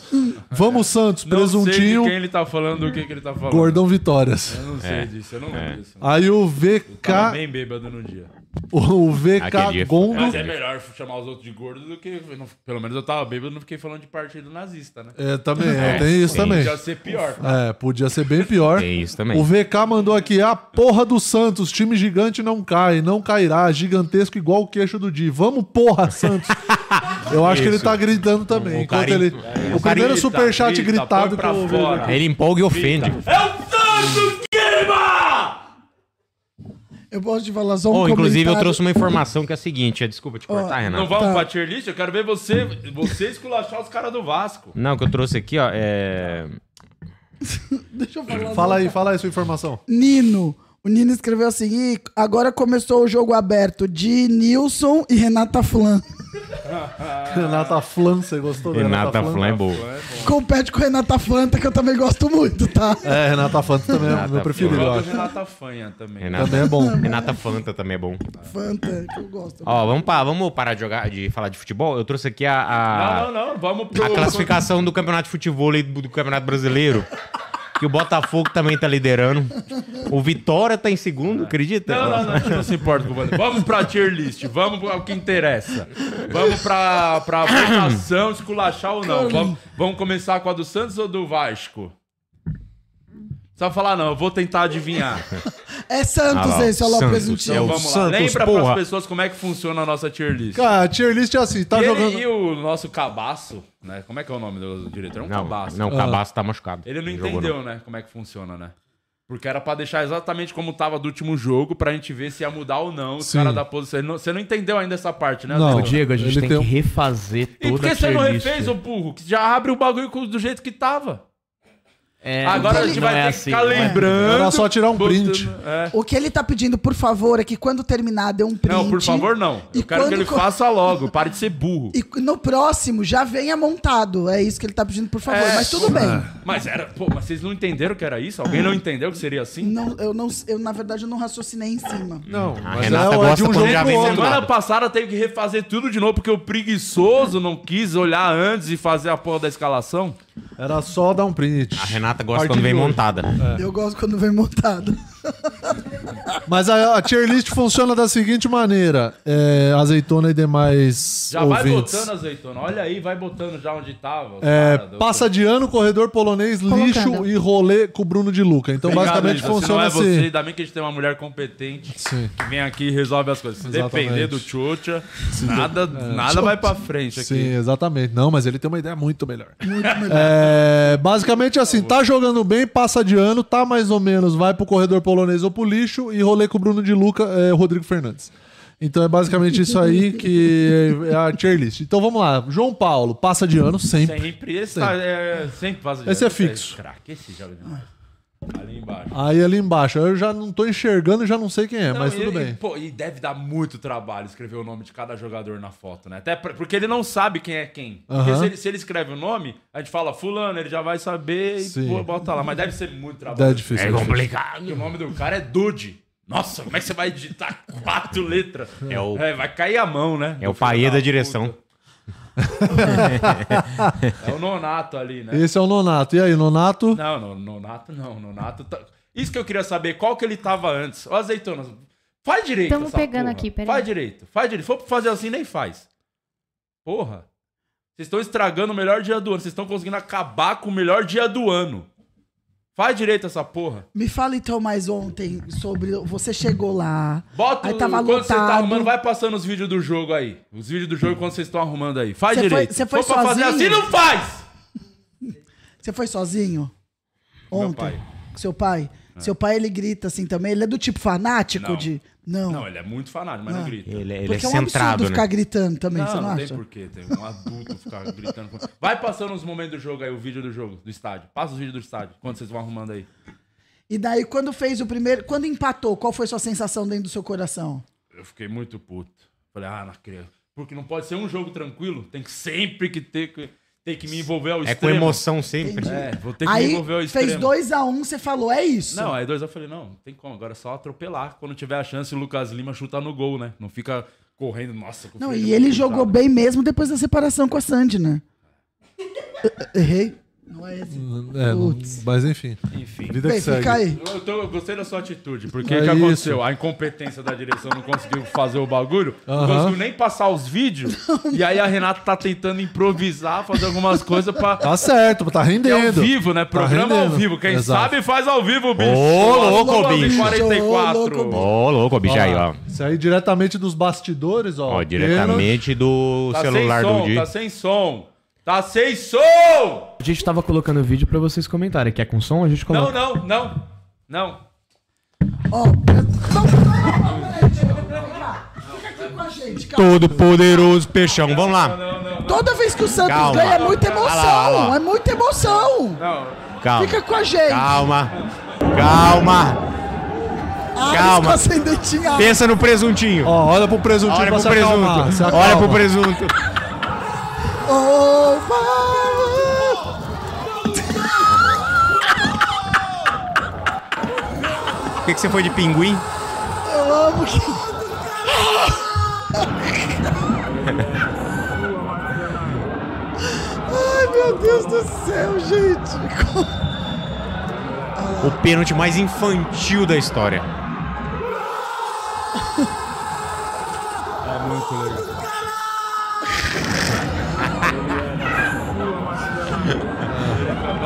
[SPEAKER 5] Vamos, Santos,
[SPEAKER 1] Não sei de
[SPEAKER 5] presuntinho,
[SPEAKER 1] quem ele tá falando, do que, que ele tá falando.
[SPEAKER 5] gordão vitórias.
[SPEAKER 1] Eu não sei
[SPEAKER 4] É,
[SPEAKER 1] disso, eu não lembro disso.
[SPEAKER 5] Aí o
[SPEAKER 1] Tava
[SPEAKER 5] VK,
[SPEAKER 1] bem bêbado no dia.
[SPEAKER 5] o
[SPEAKER 4] Aquele
[SPEAKER 5] VK
[SPEAKER 4] dia foi-
[SPEAKER 5] Gondo
[SPEAKER 1] Mas é melhor chamar os outros de gordo do que. eu não- pelo menos eu tava bêbado e não fiquei falando de partido nazista, né?
[SPEAKER 5] É, também, é,
[SPEAKER 4] É,
[SPEAKER 5] tem isso
[SPEAKER 4] sim.
[SPEAKER 5] também.
[SPEAKER 1] Já ser pior. tá?
[SPEAKER 5] É, podia ser bem pior.
[SPEAKER 4] Tem É isso também.
[SPEAKER 5] O VK mandou aqui, a porra do Santos, time gigante não cai, não cairá, gigantesco igual o queixo do Di. Vamos, porra, Santos!
[SPEAKER 4] <laughs>
[SPEAKER 5] Eu acho que ele
[SPEAKER 4] Isso.
[SPEAKER 5] tá gritando também.
[SPEAKER 4] O
[SPEAKER 5] enquanto
[SPEAKER 4] carinho-
[SPEAKER 5] ele,
[SPEAKER 4] é,
[SPEAKER 5] o
[SPEAKER 4] o carinho-
[SPEAKER 5] primeiro superchat
[SPEAKER 1] grita,
[SPEAKER 5] gritado
[SPEAKER 1] põe
[SPEAKER 5] que
[SPEAKER 1] pra
[SPEAKER 5] eu
[SPEAKER 1] fora.
[SPEAKER 5] vejo.
[SPEAKER 4] Ele empolga e ofende.
[SPEAKER 1] É o Santos Guima!
[SPEAKER 3] Eu posso te falar só um
[SPEAKER 4] Ou, inclusive, eu
[SPEAKER 3] comentário.
[SPEAKER 4] trouxe uma informação que é a seguinte. é- Desculpa te cortar, Renato.
[SPEAKER 1] Não vamos pra tier list? Eu quero ver você, você esculachar os caras do Vasco.
[SPEAKER 4] Não, o que eu trouxe aqui, ó, é...
[SPEAKER 3] Deixa eu falar.
[SPEAKER 5] Fala aí, fala aí sua informação.
[SPEAKER 3] Nino. O Nino escreveu assim: "Ih, agora começou o jogo aberto de Nilson e Renata Flan. <laughs>
[SPEAKER 5] Renata Flan, você gostou da
[SPEAKER 4] Renata Flan
[SPEAKER 1] né?
[SPEAKER 4] é boa.
[SPEAKER 3] Compete com Renata Flanta, que eu também gosto muito, tá?
[SPEAKER 5] É, Renata Flan também é o meu
[SPEAKER 4] Renata
[SPEAKER 5] preferido,
[SPEAKER 4] Flan.
[SPEAKER 5] eu
[SPEAKER 1] Joga o
[SPEAKER 5] acho.
[SPEAKER 1] Renata Fanha também.
[SPEAKER 4] Renata,
[SPEAKER 5] Também é bom.
[SPEAKER 4] Renata Fanta também é bom.
[SPEAKER 3] Fanta, que eu gosto.
[SPEAKER 4] Ó, vamos, pa, vamos parar de, jogar, de falar de futebol? Eu trouxe aqui a, a,
[SPEAKER 1] Não, não, não. Vamos pro.
[SPEAKER 4] a classificação do Campeonato de Futebol e do Campeonato Brasileiro. Que o Botafogo também tá liderando. O Vitória tá em segundo, acredita?
[SPEAKER 1] Não, não, não, a gente não se importa com o Vander. Vamos pra tier list, vamos para o que interessa. Vamos pra, pra votação, esculachar ou não. Vamos, vamos começar com a do Santos ou do Vasco? Só falar não, eu vou tentar adivinhar. Então
[SPEAKER 3] É
[SPEAKER 4] Ah
[SPEAKER 3] Santos
[SPEAKER 4] lá,
[SPEAKER 3] esse, olha lá o
[SPEAKER 4] Santos, é
[SPEAKER 3] presuntinho.
[SPEAKER 4] o
[SPEAKER 1] Vamos lá,
[SPEAKER 4] Santos,
[SPEAKER 1] lembra
[SPEAKER 4] porra.
[SPEAKER 1] pras pessoas como é que funciona a nossa tier list.
[SPEAKER 5] Cara, a tier list é assim, tá
[SPEAKER 1] Ele
[SPEAKER 5] jogando...
[SPEAKER 1] e o nosso cabaço, né? Como é que é o nome do diretor? É um
[SPEAKER 4] Não,
[SPEAKER 1] cabaço.
[SPEAKER 4] não, o Cabaço tá machucado.
[SPEAKER 1] Ele não
[SPEAKER 4] jogou,
[SPEAKER 1] entendeu, né? Como é que funciona, né? Porque era pra deixar exatamente como tava do último jogo, pra gente ver se ia mudar ou não os
[SPEAKER 5] Sim.
[SPEAKER 1] caras da posição. Ele não- Você não entendeu ainda essa parte, né?
[SPEAKER 5] Não.
[SPEAKER 1] Adriano?
[SPEAKER 2] Ô, Diego, a gente
[SPEAKER 5] Ele
[SPEAKER 2] tem,
[SPEAKER 5] tem um-
[SPEAKER 2] que refazer
[SPEAKER 1] E por
[SPEAKER 2] toda
[SPEAKER 1] que
[SPEAKER 2] a
[SPEAKER 1] você não
[SPEAKER 2] tier list.
[SPEAKER 1] refez, ô burro? Que já abre o bagulho com- do jeito que tava.
[SPEAKER 2] É,
[SPEAKER 1] Agora a gente
[SPEAKER 2] não
[SPEAKER 1] vai
[SPEAKER 2] é
[SPEAKER 1] ter
[SPEAKER 2] assim,
[SPEAKER 1] que ficar
[SPEAKER 2] não é.
[SPEAKER 1] lembrando.
[SPEAKER 5] Era só tirar um
[SPEAKER 1] botando-
[SPEAKER 5] print.
[SPEAKER 1] É.
[SPEAKER 3] O que ele tá pedindo, por favor, é que quando terminar, dê um print.
[SPEAKER 1] Não, por favor, não.
[SPEAKER 3] E
[SPEAKER 1] Eu quero que
[SPEAKER 3] quando
[SPEAKER 1] ele
[SPEAKER 3] co-
[SPEAKER 1] faça logo. Pare de ser burro.
[SPEAKER 3] E no próximo já venha montado. É isso que ele tá pedindo, por favor.
[SPEAKER 1] É,
[SPEAKER 3] Mas tudo
[SPEAKER 1] pô,
[SPEAKER 3] bem.
[SPEAKER 1] Mas era. Pô, mas vocês não entenderam que era isso? Alguém não entendeu que seria assim?
[SPEAKER 3] Não, eu não, eu, na verdade, eu não raciocinei em cima.
[SPEAKER 5] Não,
[SPEAKER 4] A
[SPEAKER 5] mas
[SPEAKER 4] Renata
[SPEAKER 5] é, é de
[SPEAKER 4] gosta
[SPEAKER 5] um
[SPEAKER 4] quando
[SPEAKER 5] jogo
[SPEAKER 4] já
[SPEAKER 5] pro
[SPEAKER 4] vem sendo
[SPEAKER 5] outro.
[SPEAKER 4] nada.
[SPEAKER 1] Semana passada teve que refazer tudo de novo porque o preguiçoso não quis olhar antes e fazer a porra da escalação.
[SPEAKER 5] Era só dar um print.
[SPEAKER 4] A Renata gosta
[SPEAKER 5] Partiu
[SPEAKER 4] quando vem
[SPEAKER 5] de hoje.
[SPEAKER 4] montada.
[SPEAKER 3] Eu gosto quando vem montado.
[SPEAKER 5] Mas a, a tier list funciona da seguinte maneira: é, azeitona e demais.
[SPEAKER 1] Já vai
[SPEAKER 5] ouvintes.
[SPEAKER 1] botando azeitona. Olha aí, vai botando já onde tava.
[SPEAKER 5] É,
[SPEAKER 1] cara, do-
[SPEAKER 5] passa de ano, corredor polonês,
[SPEAKER 3] Colocando.
[SPEAKER 5] lixo e rolê com o Bruno de Luca. Então,
[SPEAKER 1] Obrigado,
[SPEAKER 5] basicamente,
[SPEAKER 1] Isa.
[SPEAKER 5] funciona
[SPEAKER 1] Se não é você,
[SPEAKER 5] assim.
[SPEAKER 1] ainda bem que a gente tem uma mulher competente
[SPEAKER 5] Sim.
[SPEAKER 1] que vem aqui e resolve as coisas. Se
[SPEAKER 5] Exatamente. É.
[SPEAKER 1] depender do Tchutcha, nada, nada vai pra frente aqui.
[SPEAKER 5] Sim, exatamente. Não, mas ele tem uma ideia muito melhor. É, basicamente assim, tá jogando bem, passa de ano, tá mais ou menos, vai pro corredor polonês ou pro lixo e rolê com o Bruno de Luca, é, Rodrigo Fernandes. Então é basicamente isso aí que é a tier list. Então vamos lá, João Paulo, passa de ano sempre.
[SPEAKER 1] Sempre, esse tá, é, sempre faz
[SPEAKER 5] Esse é fixo.
[SPEAKER 1] Craque, esse joga demais. Ali embaixo.
[SPEAKER 5] Aí ali embaixo, eu já não tô enxergando e já não sei quem é,
[SPEAKER 1] Não,
[SPEAKER 5] mas
[SPEAKER 1] e-
[SPEAKER 5] tudo
[SPEAKER 1] e,
[SPEAKER 5] bem.
[SPEAKER 1] pô, e deve dar muito trabalho escrever o nome de cada jogador na foto, né? Até pra- porque ele não sabe quem é quem. Porque
[SPEAKER 5] Aham.
[SPEAKER 1] se ele, se ele escreve o nome, a gente fala fulano, ele já vai saber e
[SPEAKER 5] Sim.
[SPEAKER 1] pô, bota lá. Mas deve ser muito trabalho.
[SPEAKER 5] É difícil. É
[SPEAKER 1] E o nome do cara é Dude. Nossa, como é que você vai digitar quatro letras?
[SPEAKER 4] É o-
[SPEAKER 1] É, vai cair a mão, né?
[SPEAKER 4] É
[SPEAKER 1] Do
[SPEAKER 4] o
[SPEAKER 1] filho
[SPEAKER 4] paê da
[SPEAKER 1] puta.
[SPEAKER 4] direção.
[SPEAKER 1] É o Nonato ali, né?
[SPEAKER 5] Esse é o Nonato. E aí, Nonato?
[SPEAKER 1] Não, no, Nonato não. Nonato tá... Isso que eu queria saber, qual que ele tava antes? Ó, azeitonas, faz direito.
[SPEAKER 8] Tamo
[SPEAKER 1] essa
[SPEAKER 8] pegando
[SPEAKER 1] porra.
[SPEAKER 8] aqui, peraí.
[SPEAKER 1] Faz direito, faz direito. Se for fazer assim, nem faz. Porra. Vocês estão estragando o melhor dia do ano. Vocês estão conseguindo acabar com o melhor dia do ano. Faz direito essa porra.
[SPEAKER 3] Me fala então mais ontem sobre. Você chegou lá.
[SPEAKER 1] Bota
[SPEAKER 3] aí
[SPEAKER 1] o-
[SPEAKER 3] tava
[SPEAKER 1] quando você tá
[SPEAKER 3] lotado.
[SPEAKER 1] arrumando, vai passando os vídeos do jogo aí. Os vídeos do jogo quando vocês estão arrumando aí. Faz
[SPEAKER 3] Você foi-
[SPEAKER 1] direito.
[SPEAKER 3] você foi
[SPEAKER 1] Se for pra fazer assim,
[SPEAKER 3] sozinho?
[SPEAKER 1] não faz!
[SPEAKER 3] Você foi sozinho?
[SPEAKER 1] Meu
[SPEAKER 3] Ontem?
[SPEAKER 1] pai.
[SPEAKER 3] Com seu pai? Seu pai, ele grita assim também. Ele é do tipo fanático
[SPEAKER 1] Não.
[SPEAKER 3] de. Não.
[SPEAKER 1] Não, ele é muito fanático, mas não, grita.
[SPEAKER 4] Ele, ele é
[SPEAKER 3] Porque é, um
[SPEAKER 4] centrado,
[SPEAKER 3] absurdo
[SPEAKER 4] né?
[SPEAKER 3] ficar gritando também,
[SPEAKER 1] não,
[SPEAKER 3] você não,
[SPEAKER 1] não tem
[SPEAKER 3] acha?
[SPEAKER 1] porquê. Tem um adulto ficar gritando. com- Vai passando os momentos do jogo aí, o vídeo do jogo, do estádio. Passa os vídeos do estádio, quando vocês vão arrumando aí.
[SPEAKER 3] E daí, quando fez o primeiro. Quando empatou, qual foi sua sensação dentro do seu coração?
[SPEAKER 1] Eu fiquei muito puto. Falei, ah, não acredito. Porque não pode ser um jogo tranquilo. Tem que sempre que ter que, ter que me envolver ao
[SPEAKER 4] É com
[SPEAKER 1] extremo.
[SPEAKER 4] emoção sempre.
[SPEAKER 1] É, vou ter que me
[SPEAKER 3] Aí
[SPEAKER 1] envolver ao extremo.
[SPEAKER 3] fez 2x1, um, você falou, é isso.
[SPEAKER 1] Não, aí dois eu falei, não, não tem como, agora é só atropelar. Quando tiver a chance, o Lucas Lima chuta no gol, né? Não fica correndo, nossa. com o
[SPEAKER 3] Não,
[SPEAKER 1] freio
[SPEAKER 3] e
[SPEAKER 1] muito
[SPEAKER 3] ele
[SPEAKER 1] puxado.
[SPEAKER 3] jogou bem mesmo depois da separação com a Sandy, né? Errei. Não é esse.
[SPEAKER 4] Hum,
[SPEAKER 5] É, não-
[SPEAKER 3] Putz.
[SPEAKER 5] mas enfim.
[SPEAKER 1] Enfim.
[SPEAKER 5] Vida
[SPEAKER 3] Bem,
[SPEAKER 5] que segue.
[SPEAKER 3] fica aí.
[SPEAKER 1] Eu, tô- eu gostei da sua atitude, porque o
[SPEAKER 5] É
[SPEAKER 1] que aconteceu?
[SPEAKER 5] isso.
[SPEAKER 1] A incompetência da direção não conseguiu fazer o bagulho, não
[SPEAKER 5] Aham.
[SPEAKER 1] conseguiu nem passar os
[SPEAKER 3] <laughs>
[SPEAKER 1] vídeos, e aí a Renata tá tentando improvisar, fazer algumas coisas pra.
[SPEAKER 5] Tá certo, tá
[SPEAKER 1] É ao
[SPEAKER 5] rendendo.
[SPEAKER 1] vivo, né? Programa ao
[SPEAKER 5] rendendo.
[SPEAKER 1] vivo. Quem
[SPEAKER 5] Exato.
[SPEAKER 1] sabe faz ao vivo, bicho.
[SPEAKER 4] Ô, louco,
[SPEAKER 1] Nove e
[SPEAKER 4] bicho.
[SPEAKER 1] 44.
[SPEAKER 3] Ô, louco, bicho.
[SPEAKER 4] Ô, louco, bicho aí, ó.
[SPEAKER 5] Isso aí diretamente dos bastidores, ó.
[SPEAKER 4] tá. Ó, diretamente do
[SPEAKER 1] Tá
[SPEAKER 4] celular
[SPEAKER 1] sem som,
[SPEAKER 4] do Di.
[SPEAKER 1] Tá sem som. Tá sem som!
[SPEAKER 2] A gente tava colocando o vídeo pra vocês comentarem. Quer é com som? A gente
[SPEAKER 1] Não,
[SPEAKER 2] coloca.
[SPEAKER 1] não, não. Não.
[SPEAKER 3] Ó, não, não, não, peraí, tio. Vem cá. Fica aqui com a gente, calma.
[SPEAKER 4] Todo poderoso peixão, vamos lá.
[SPEAKER 3] Toda vez que o Santos
[SPEAKER 4] Calma.
[SPEAKER 3] ganha, é muita emoção.
[SPEAKER 4] Olha lá, olha lá.
[SPEAKER 3] É muita emoção.
[SPEAKER 4] Calma.
[SPEAKER 3] Fica com a gente.
[SPEAKER 4] Calma. Calma.
[SPEAKER 3] Ah,
[SPEAKER 4] calma.
[SPEAKER 3] Com ascendente em alta.
[SPEAKER 4] Pensa no presuntinho.
[SPEAKER 5] Ó, olha pro presuntinho
[SPEAKER 4] Olha
[SPEAKER 5] pra
[SPEAKER 4] pro
[SPEAKER 5] se acalmar. se
[SPEAKER 4] presunto.
[SPEAKER 5] acalma.
[SPEAKER 4] Olha pro presunto.
[SPEAKER 3] Oh, vai.
[SPEAKER 4] Por que, que você foi de pinguim?
[SPEAKER 3] Eu amo que... Ai, meu Deus do céu, gente.
[SPEAKER 4] O pênalti mais infantil da história.
[SPEAKER 2] É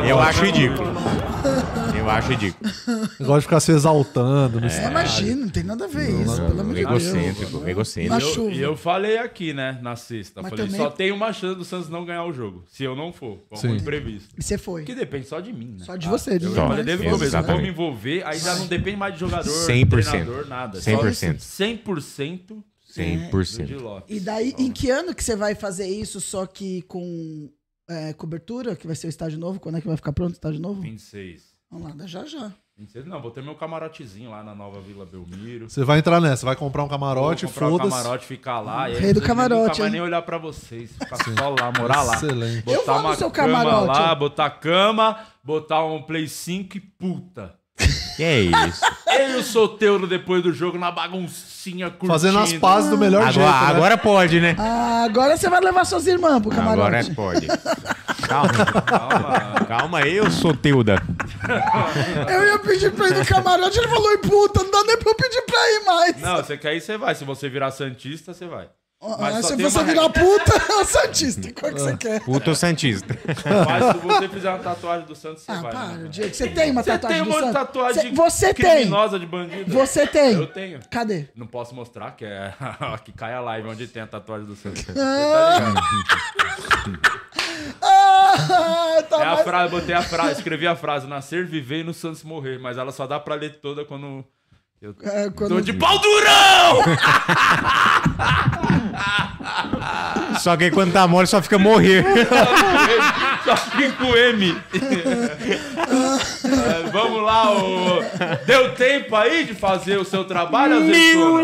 [SPEAKER 4] Eu acho ridículo. Eu acho ridículo.
[SPEAKER 5] Gosta de ficar se exaltando. não sei.
[SPEAKER 3] É, imagina, não tem nada a ver isso, pelo
[SPEAKER 5] Tá
[SPEAKER 3] amor de Deus.
[SPEAKER 4] Egocêntrico, egocêntrico.
[SPEAKER 3] Na
[SPEAKER 1] Eu-
[SPEAKER 3] chuva.
[SPEAKER 1] e eu falei aqui, né, na sexta.
[SPEAKER 3] Mas
[SPEAKER 1] falei,
[SPEAKER 3] também-
[SPEAKER 1] só tem uma chance do Santos não ganhar o jogo. Se eu não for, com
[SPEAKER 5] Sim.
[SPEAKER 1] algum imprevisto.
[SPEAKER 3] E você foi.
[SPEAKER 1] Que depende só de mim, né?
[SPEAKER 3] Só de né? você, de
[SPEAKER 1] Eu
[SPEAKER 3] ninguém
[SPEAKER 1] já
[SPEAKER 4] Só,
[SPEAKER 1] falei
[SPEAKER 3] mais.
[SPEAKER 1] desde o começo, vou me
[SPEAKER 4] exatamente.
[SPEAKER 1] envolver, aí já não depende mais de jogador,
[SPEAKER 4] 100%.
[SPEAKER 1] treinador, nada. Só
[SPEAKER 4] 100%.
[SPEAKER 1] 100%
[SPEAKER 5] é.
[SPEAKER 1] do
[SPEAKER 4] 100%.
[SPEAKER 1] Dilop.
[SPEAKER 3] E daí, em que ano que você vai fazer isso, só que com é, cobertura, que vai ser o estádio novo? Quando é que vai ficar pronto o estádio novo?
[SPEAKER 1] 26.
[SPEAKER 3] Vamos lá, dá já já.
[SPEAKER 1] 26 não, vou ter meu camarotezinho lá na Nova Vila Belmiro.
[SPEAKER 5] Você vai entrar nessa, vai comprar um camarote,
[SPEAKER 1] Vou comprar o
[SPEAKER 5] foda-se.
[SPEAKER 1] camarote, ficar lá. é e aí
[SPEAKER 3] Rei do
[SPEAKER 1] vocês
[SPEAKER 3] camarote,
[SPEAKER 1] Nunca mais
[SPEAKER 3] hein?
[SPEAKER 1] nem olhar pra vocês. Ficar só lá, morar lá.
[SPEAKER 5] Excelente.
[SPEAKER 3] Eu vou no seu
[SPEAKER 1] cama
[SPEAKER 3] camarote.
[SPEAKER 1] lá, botar cama, botar um Play 5 e puta.
[SPEAKER 5] Tá
[SPEAKER 4] Que é
[SPEAKER 5] né?
[SPEAKER 4] isso?
[SPEAKER 1] Eu sou teuro depois do jogo na baguncinha curtindo.
[SPEAKER 5] Fazendo as pazes do melhor Tá jeito.
[SPEAKER 4] Agora,
[SPEAKER 5] né?
[SPEAKER 4] agora pode, né?
[SPEAKER 5] Tá
[SPEAKER 3] Ah, agora você vai levar suas irmãs pro camarote.
[SPEAKER 4] Agora pode. Calma,
[SPEAKER 1] Calma.
[SPEAKER 4] calma aí, eu sou Tilda.
[SPEAKER 3] Eu ia pedir pra ir no camarote, ele falou, "Ih, puta, não dá nem pra eu pedir pra ir mais.
[SPEAKER 1] Não, você quer ir, você vai. Se você virar Santista, você vai.
[SPEAKER 3] Ah,
[SPEAKER 1] só
[SPEAKER 3] se
[SPEAKER 1] tem
[SPEAKER 3] você
[SPEAKER 1] uma
[SPEAKER 3] virar puta, <laughs> é o Santista. Qual que
[SPEAKER 5] Ah.
[SPEAKER 3] você quer?
[SPEAKER 4] Puto Santista.
[SPEAKER 1] Mas se você fizer uma tatuagem do Santos, você
[SPEAKER 3] Ah,
[SPEAKER 1] vai.
[SPEAKER 3] para,
[SPEAKER 1] né?
[SPEAKER 3] Diego. Você tem uma
[SPEAKER 1] Você tem
[SPEAKER 3] tatuagem
[SPEAKER 1] um
[SPEAKER 3] do
[SPEAKER 1] monte de
[SPEAKER 3] Santos?
[SPEAKER 1] tatuagem
[SPEAKER 3] Você- Você tem.
[SPEAKER 1] criminosa É de bandido.
[SPEAKER 3] Você tem.
[SPEAKER 1] Eu tenho.
[SPEAKER 3] Cadê?
[SPEAKER 1] Não posso mostrar, que é <laughs> que cai a live onde tem a tatuagem do Santos.
[SPEAKER 3] Ah, tá
[SPEAKER 1] É a
[SPEAKER 3] mais-
[SPEAKER 1] frase, eu botei a frase, escrevi a frase, nascer, viver e no Santos morrer, mas ela só dá pra ler toda quando eu
[SPEAKER 3] É,
[SPEAKER 1] tô
[SPEAKER 3] quando...
[SPEAKER 1] de pau durão! <laughs>
[SPEAKER 4] Só que quando tá mole só fica morrer.
[SPEAKER 1] Só fica com M. <laughs> É, vamos lá, ô. deu tempo aí de fazer o seu trabalho, Azeitona?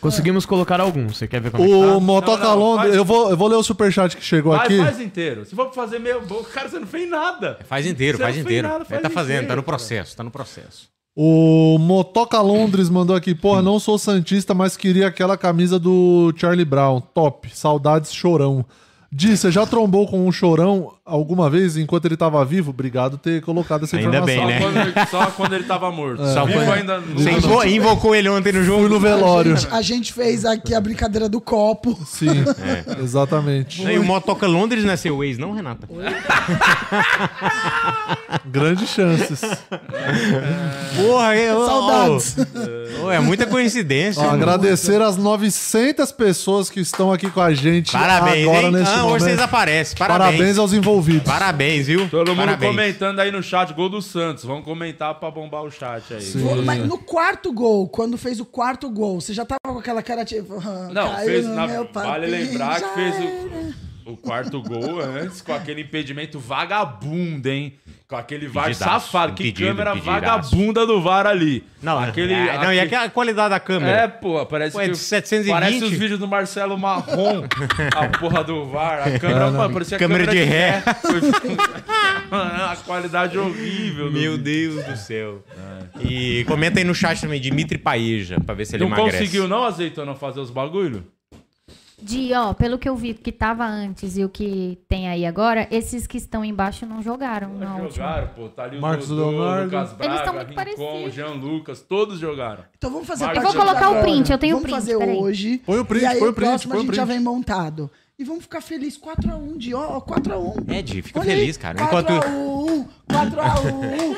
[SPEAKER 2] Conseguimos colocar algum. Você quer ver como é que
[SPEAKER 5] O
[SPEAKER 2] tá?
[SPEAKER 5] Motoca
[SPEAKER 1] Não, não,
[SPEAKER 5] Londres.
[SPEAKER 1] faz-
[SPEAKER 5] Eu vou, eu vou ler o superchat que chegou
[SPEAKER 1] Vai,
[SPEAKER 5] aqui.
[SPEAKER 1] faz inteiro. Se for fazer meio bom, cara, você não fez nada.
[SPEAKER 4] É, Faz inteiro,
[SPEAKER 1] Você
[SPEAKER 4] faz
[SPEAKER 1] não fez
[SPEAKER 4] inteiro.
[SPEAKER 1] nada,
[SPEAKER 4] Ele
[SPEAKER 1] faz
[SPEAKER 4] tá fazendo,
[SPEAKER 1] inteiro,
[SPEAKER 4] tá no
[SPEAKER 1] cara.
[SPEAKER 4] processo, tá no processo.
[SPEAKER 5] O Motoca Londres mandou aqui, porra, não sou santista, mas queria aquela camisa do Charlie Brown. Top. Saudades chorão. Di, você já trombou com um chorão alguma vez enquanto ele tava vivo? Obrigado por ter colocado essa
[SPEAKER 4] Ainda
[SPEAKER 5] informação.
[SPEAKER 1] Só,
[SPEAKER 4] bem, né?
[SPEAKER 1] quando ele, só quando ele tava morto.
[SPEAKER 4] Só
[SPEAKER 1] Vivo
[SPEAKER 4] quando-
[SPEAKER 1] ainda não-
[SPEAKER 4] Você invo- invocou ele ontem no jogo.
[SPEAKER 5] Fui no <laughs> velório.
[SPEAKER 3] A gente fez aqui a brincadeira do copo.
[SPEAKER 5] Sim,
[SPEAKER 4] É.
[SPEAKER 5] exatamente.
[SPEAKER 4] E o Motoca Londres não é seu ex, não, Renata?
[SPEAKER 5] Grandes chances.
[SPEAKER 1] é.
[SPEAKER 4] Porra,
[SPEAKER 1] Oh,
[SPEAKER 4] eu,
[SPEAKER 3] Saudades.
[SPEAKER 4] Ô, é muita coincidência.
[SPEAKER 5] Ó,
[SPEAKER 4] mano.
[SPEAKER 5] agradecer as 900 pessoas que estão aqui com a gente
[SPEAKER 4] Parabéns,
[SPEAKER 5] agora
[SPEAKER 4] hein?
[SPEAKER 5] neste
[SPEAKER 4] Ah,
[SPEAKER 5] momento.
[SPEAKER 4] hoje vocês aparecem. Parabéns.
[SPEAKER 5] Parabéns
[SPEAKER 4] Parabéns,
[SPEAKER 5] aos envolvidos.
[SPEAKER 4] viu?
[SPEAKER 1] Todo mundo
[SPEAKER 4] Parabéns.
[SPEAKER 1] comentando aí no chat, gol do Santos. Vamos comentar pra bombar o chat aí.
[SPEAKER 5] Sim.
[SPEAKER 3] Pô, Mas no quarto gol, quando fez o quarto gol, você já tava com aquela cara tipo. "Ah,
[SPEAKER 1] Não,
[SPEAKER 3] caiu
[SPEAKER 1] fez
[SPEAKER 3] no
[SPEAKER 1] na-
[SPEAKER 3] meu
[SPEAKER 1] vale
[SPEAKER 3] papinho,
[SPEAKER 1] lembrar que
[SPEAKER 3] já é."
[SPEAKER 1] fez
[SPEAKER 3] era."
[SPEAKER 1] o, o quarto gol né? antes com aquele impedimento vagabundo, hein? Com aquele VAR
[SPEAKER 4] Pedidaço,
[SPEAKER 1] safado, que
[SPEAKER 4] impedido,
[SPEAKER 1] câmera
[SPEAKER 4] pedidaço.
[SPEAKER 1] vagabunda do VAR ali.
[SPEAKER 4] Não,
[SPEAKER 1] aquele,
[SPEAKER 4] é, não, e aqui a qualidade da câmera?
[SPEAKER 1] É, pô, parece
[SPEAKER 4] Pô, é
[SPEAKER 1] que-
[SPEAKER 4] de 720?
[SPEAKER 1] Parece os vídeos do Marcelo Marrom, a porra do VAR. A
[SPEAKER 4] <laughs>
[SPEAKER 1] câmera, mano, parecia
[SPEAKER 4] Câmera de ré.
[SPEAKER 1] Foi- Mano, <laughs> a qualidade horrível. do
[SPEAKER 4] Meu
[SPEAKER 1] vídeo.
[SPEAKER 4] Deus do céu. E comenta aí no chat também, Dimitri Paeja, pra ver se ele
[SPEAKER 1] É. Não
[SPEAKER 4] emagrece.
[SPEAKER 1] conseguiu não, Azeitona, fazer os bagulho?
[SPEAKER 8] De, ó, pelo que eu vi que tava antes e o que tem aí agora, esses que estão embaixo não jogaram. na última.
[SPEAKER 1] Jogaram, pô. Tá ali o
[SPEAKER 5] Marcos
[SPEAKER 1] Dodô,
[SPEAKER 5] Leonardo.
[SPEAKER 1] Lucas Braga,
[SPEAKER 8] Eles tão muito
[SPEAKER 1] Rincon,
[SPEAKER 8] parecidos.
[SPEAKER 1] Jean Lucas, todos jogaram.
[SPEAKER 3] Então vamos fazer a
[SPEAKER 1] Eu
[SPEAKER 3] partir
[SPEAKER 1] vou colocar
[SPEAKER 3] de
[SPEAKER 1] o
[SPEAKER 3] agora.
[SPEAKER 8] print, eu tenho o
[SPEAKER 3] Vamos
[SPEAKER 8] print,
[SPEAKER 3] fazer
[SPEAKER 8] peraí.
[SPEAKER 3] hoje.
[SPEAKER 5] Põe o print,
[SPEAKER 3] e aí,
[SPEAKER 5] põe o print,
[SPEAKER 3] próximo
[SPEAKER 5] põe
[SPEAKER 3] a
[SPEAKER 5] o
[SPEAKER 3] gente já
[SPEAKER 5] print.
[SPEAKER 3] vem montado. E vamos ficar felizes. 4x1, de ó, 4x1.
[SPEAKER 4] É, Di, fica feliz, cara. Enquanto-
[SPEAKER 3] 4x1, 4x1.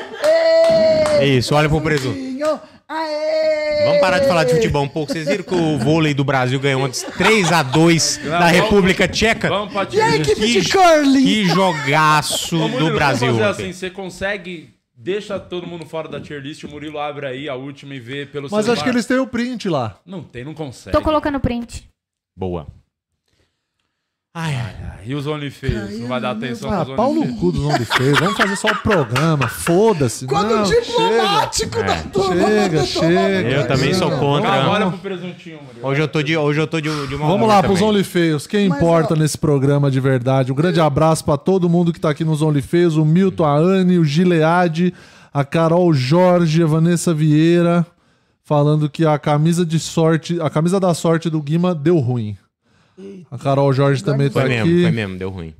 [SPEAKER 4] É <laughs> isso, olha pro presunto.
[SPEAKER 3] Aê!
[SPEAKER 4] Vamos parar de falar de futebol um pouco. Vocês viram que o vôlei do Brasil ganhou antes 3x2 da
[SPEAKER 1] vamos-
[SPEAKER 4] República Tcheca?
[SPEAKER 1] Vamos pra
[SPEAKER 3] E a
[SPEAKER 1] direita.
[SPEAKER 3] equipe
[SPEAKER 4] Que-
[SPEAKER 3] de curling?
[SPEAKER 4] Que jogaço
[SPEAKER 1] Ô, Murilo,
[SPEAKER 4] do Brasil
[SPEAKER 1] Vamos fazer
[SPEAKER 4] ontem.
[SPEAKER 1] assim, você consegue... Deixa todo mundo fora da tier list, o Murilo abre aí a última e vê pelo
[SPEAKER 5] Mas
[SPEAKER 1] celular.
[SPEAKER 5] acho que eles têm o print lá.
[SPEAKER 1] Não tem, não consegue.
[SPEAKER 8] Tô colocando o print.
[SPEAKER 4] Boa. Ai, ai.
[SPEAKER 1] Ah, E os OnlyFans? Não vai dar atenção
[SPEAKER 5] Ah,
[SPEAKER 1] pros
[SPEAKER 5] pau no cu do nome feio. Vamos fazer só o programa. Foda-se.
[SPEAKER 3] Quando
[SPEAKER 5] Não,
[SPEAKER 3] o diplomático
[SPEAKER 4] chega. É.
[SPEAKER 3] da turma
[SPEAKER 5] Chega,
[SPEAKER 3] mandou
[SPEAKER 5] chega.
[SPEAKER 4] Eu também sou
[SPEAKER 1] Agora
[SPEAKER 4] contra.
[SPEAKER 1] Agora é pro presuntinho, Murilo.
[SPEAKER 4] Hoje eu tô de, hoje eu tô de, de uma
[SPEAKER 5] Vamos
[SPEAKER 4] hora
[SPEAKER 5] lá pros
[SPEAKER 4] também.
[SPEAKER 5] OnlyFeios. Quem
[SPEAKER 3] Mas,
[SPEAKER 5] importa
[SPEAKER 3] ó-
[SPEAKER 5] nesse programa de verdade? Um grande abraço pra todo mundo que tá aqui nos OnlyFeios: o Milton, a Anne, o Gileade, a Carol Jorge, a Vanessa Vieira, falando que a camisa de sorte, a camisa da sorte do Guima deu ruim. A Carol Jorge também tá
[SPEAKER 4] Foi
[SPEAKER 5] aqui.
[SPEAKER 4] mesmo, foi mesmo, deu ruim.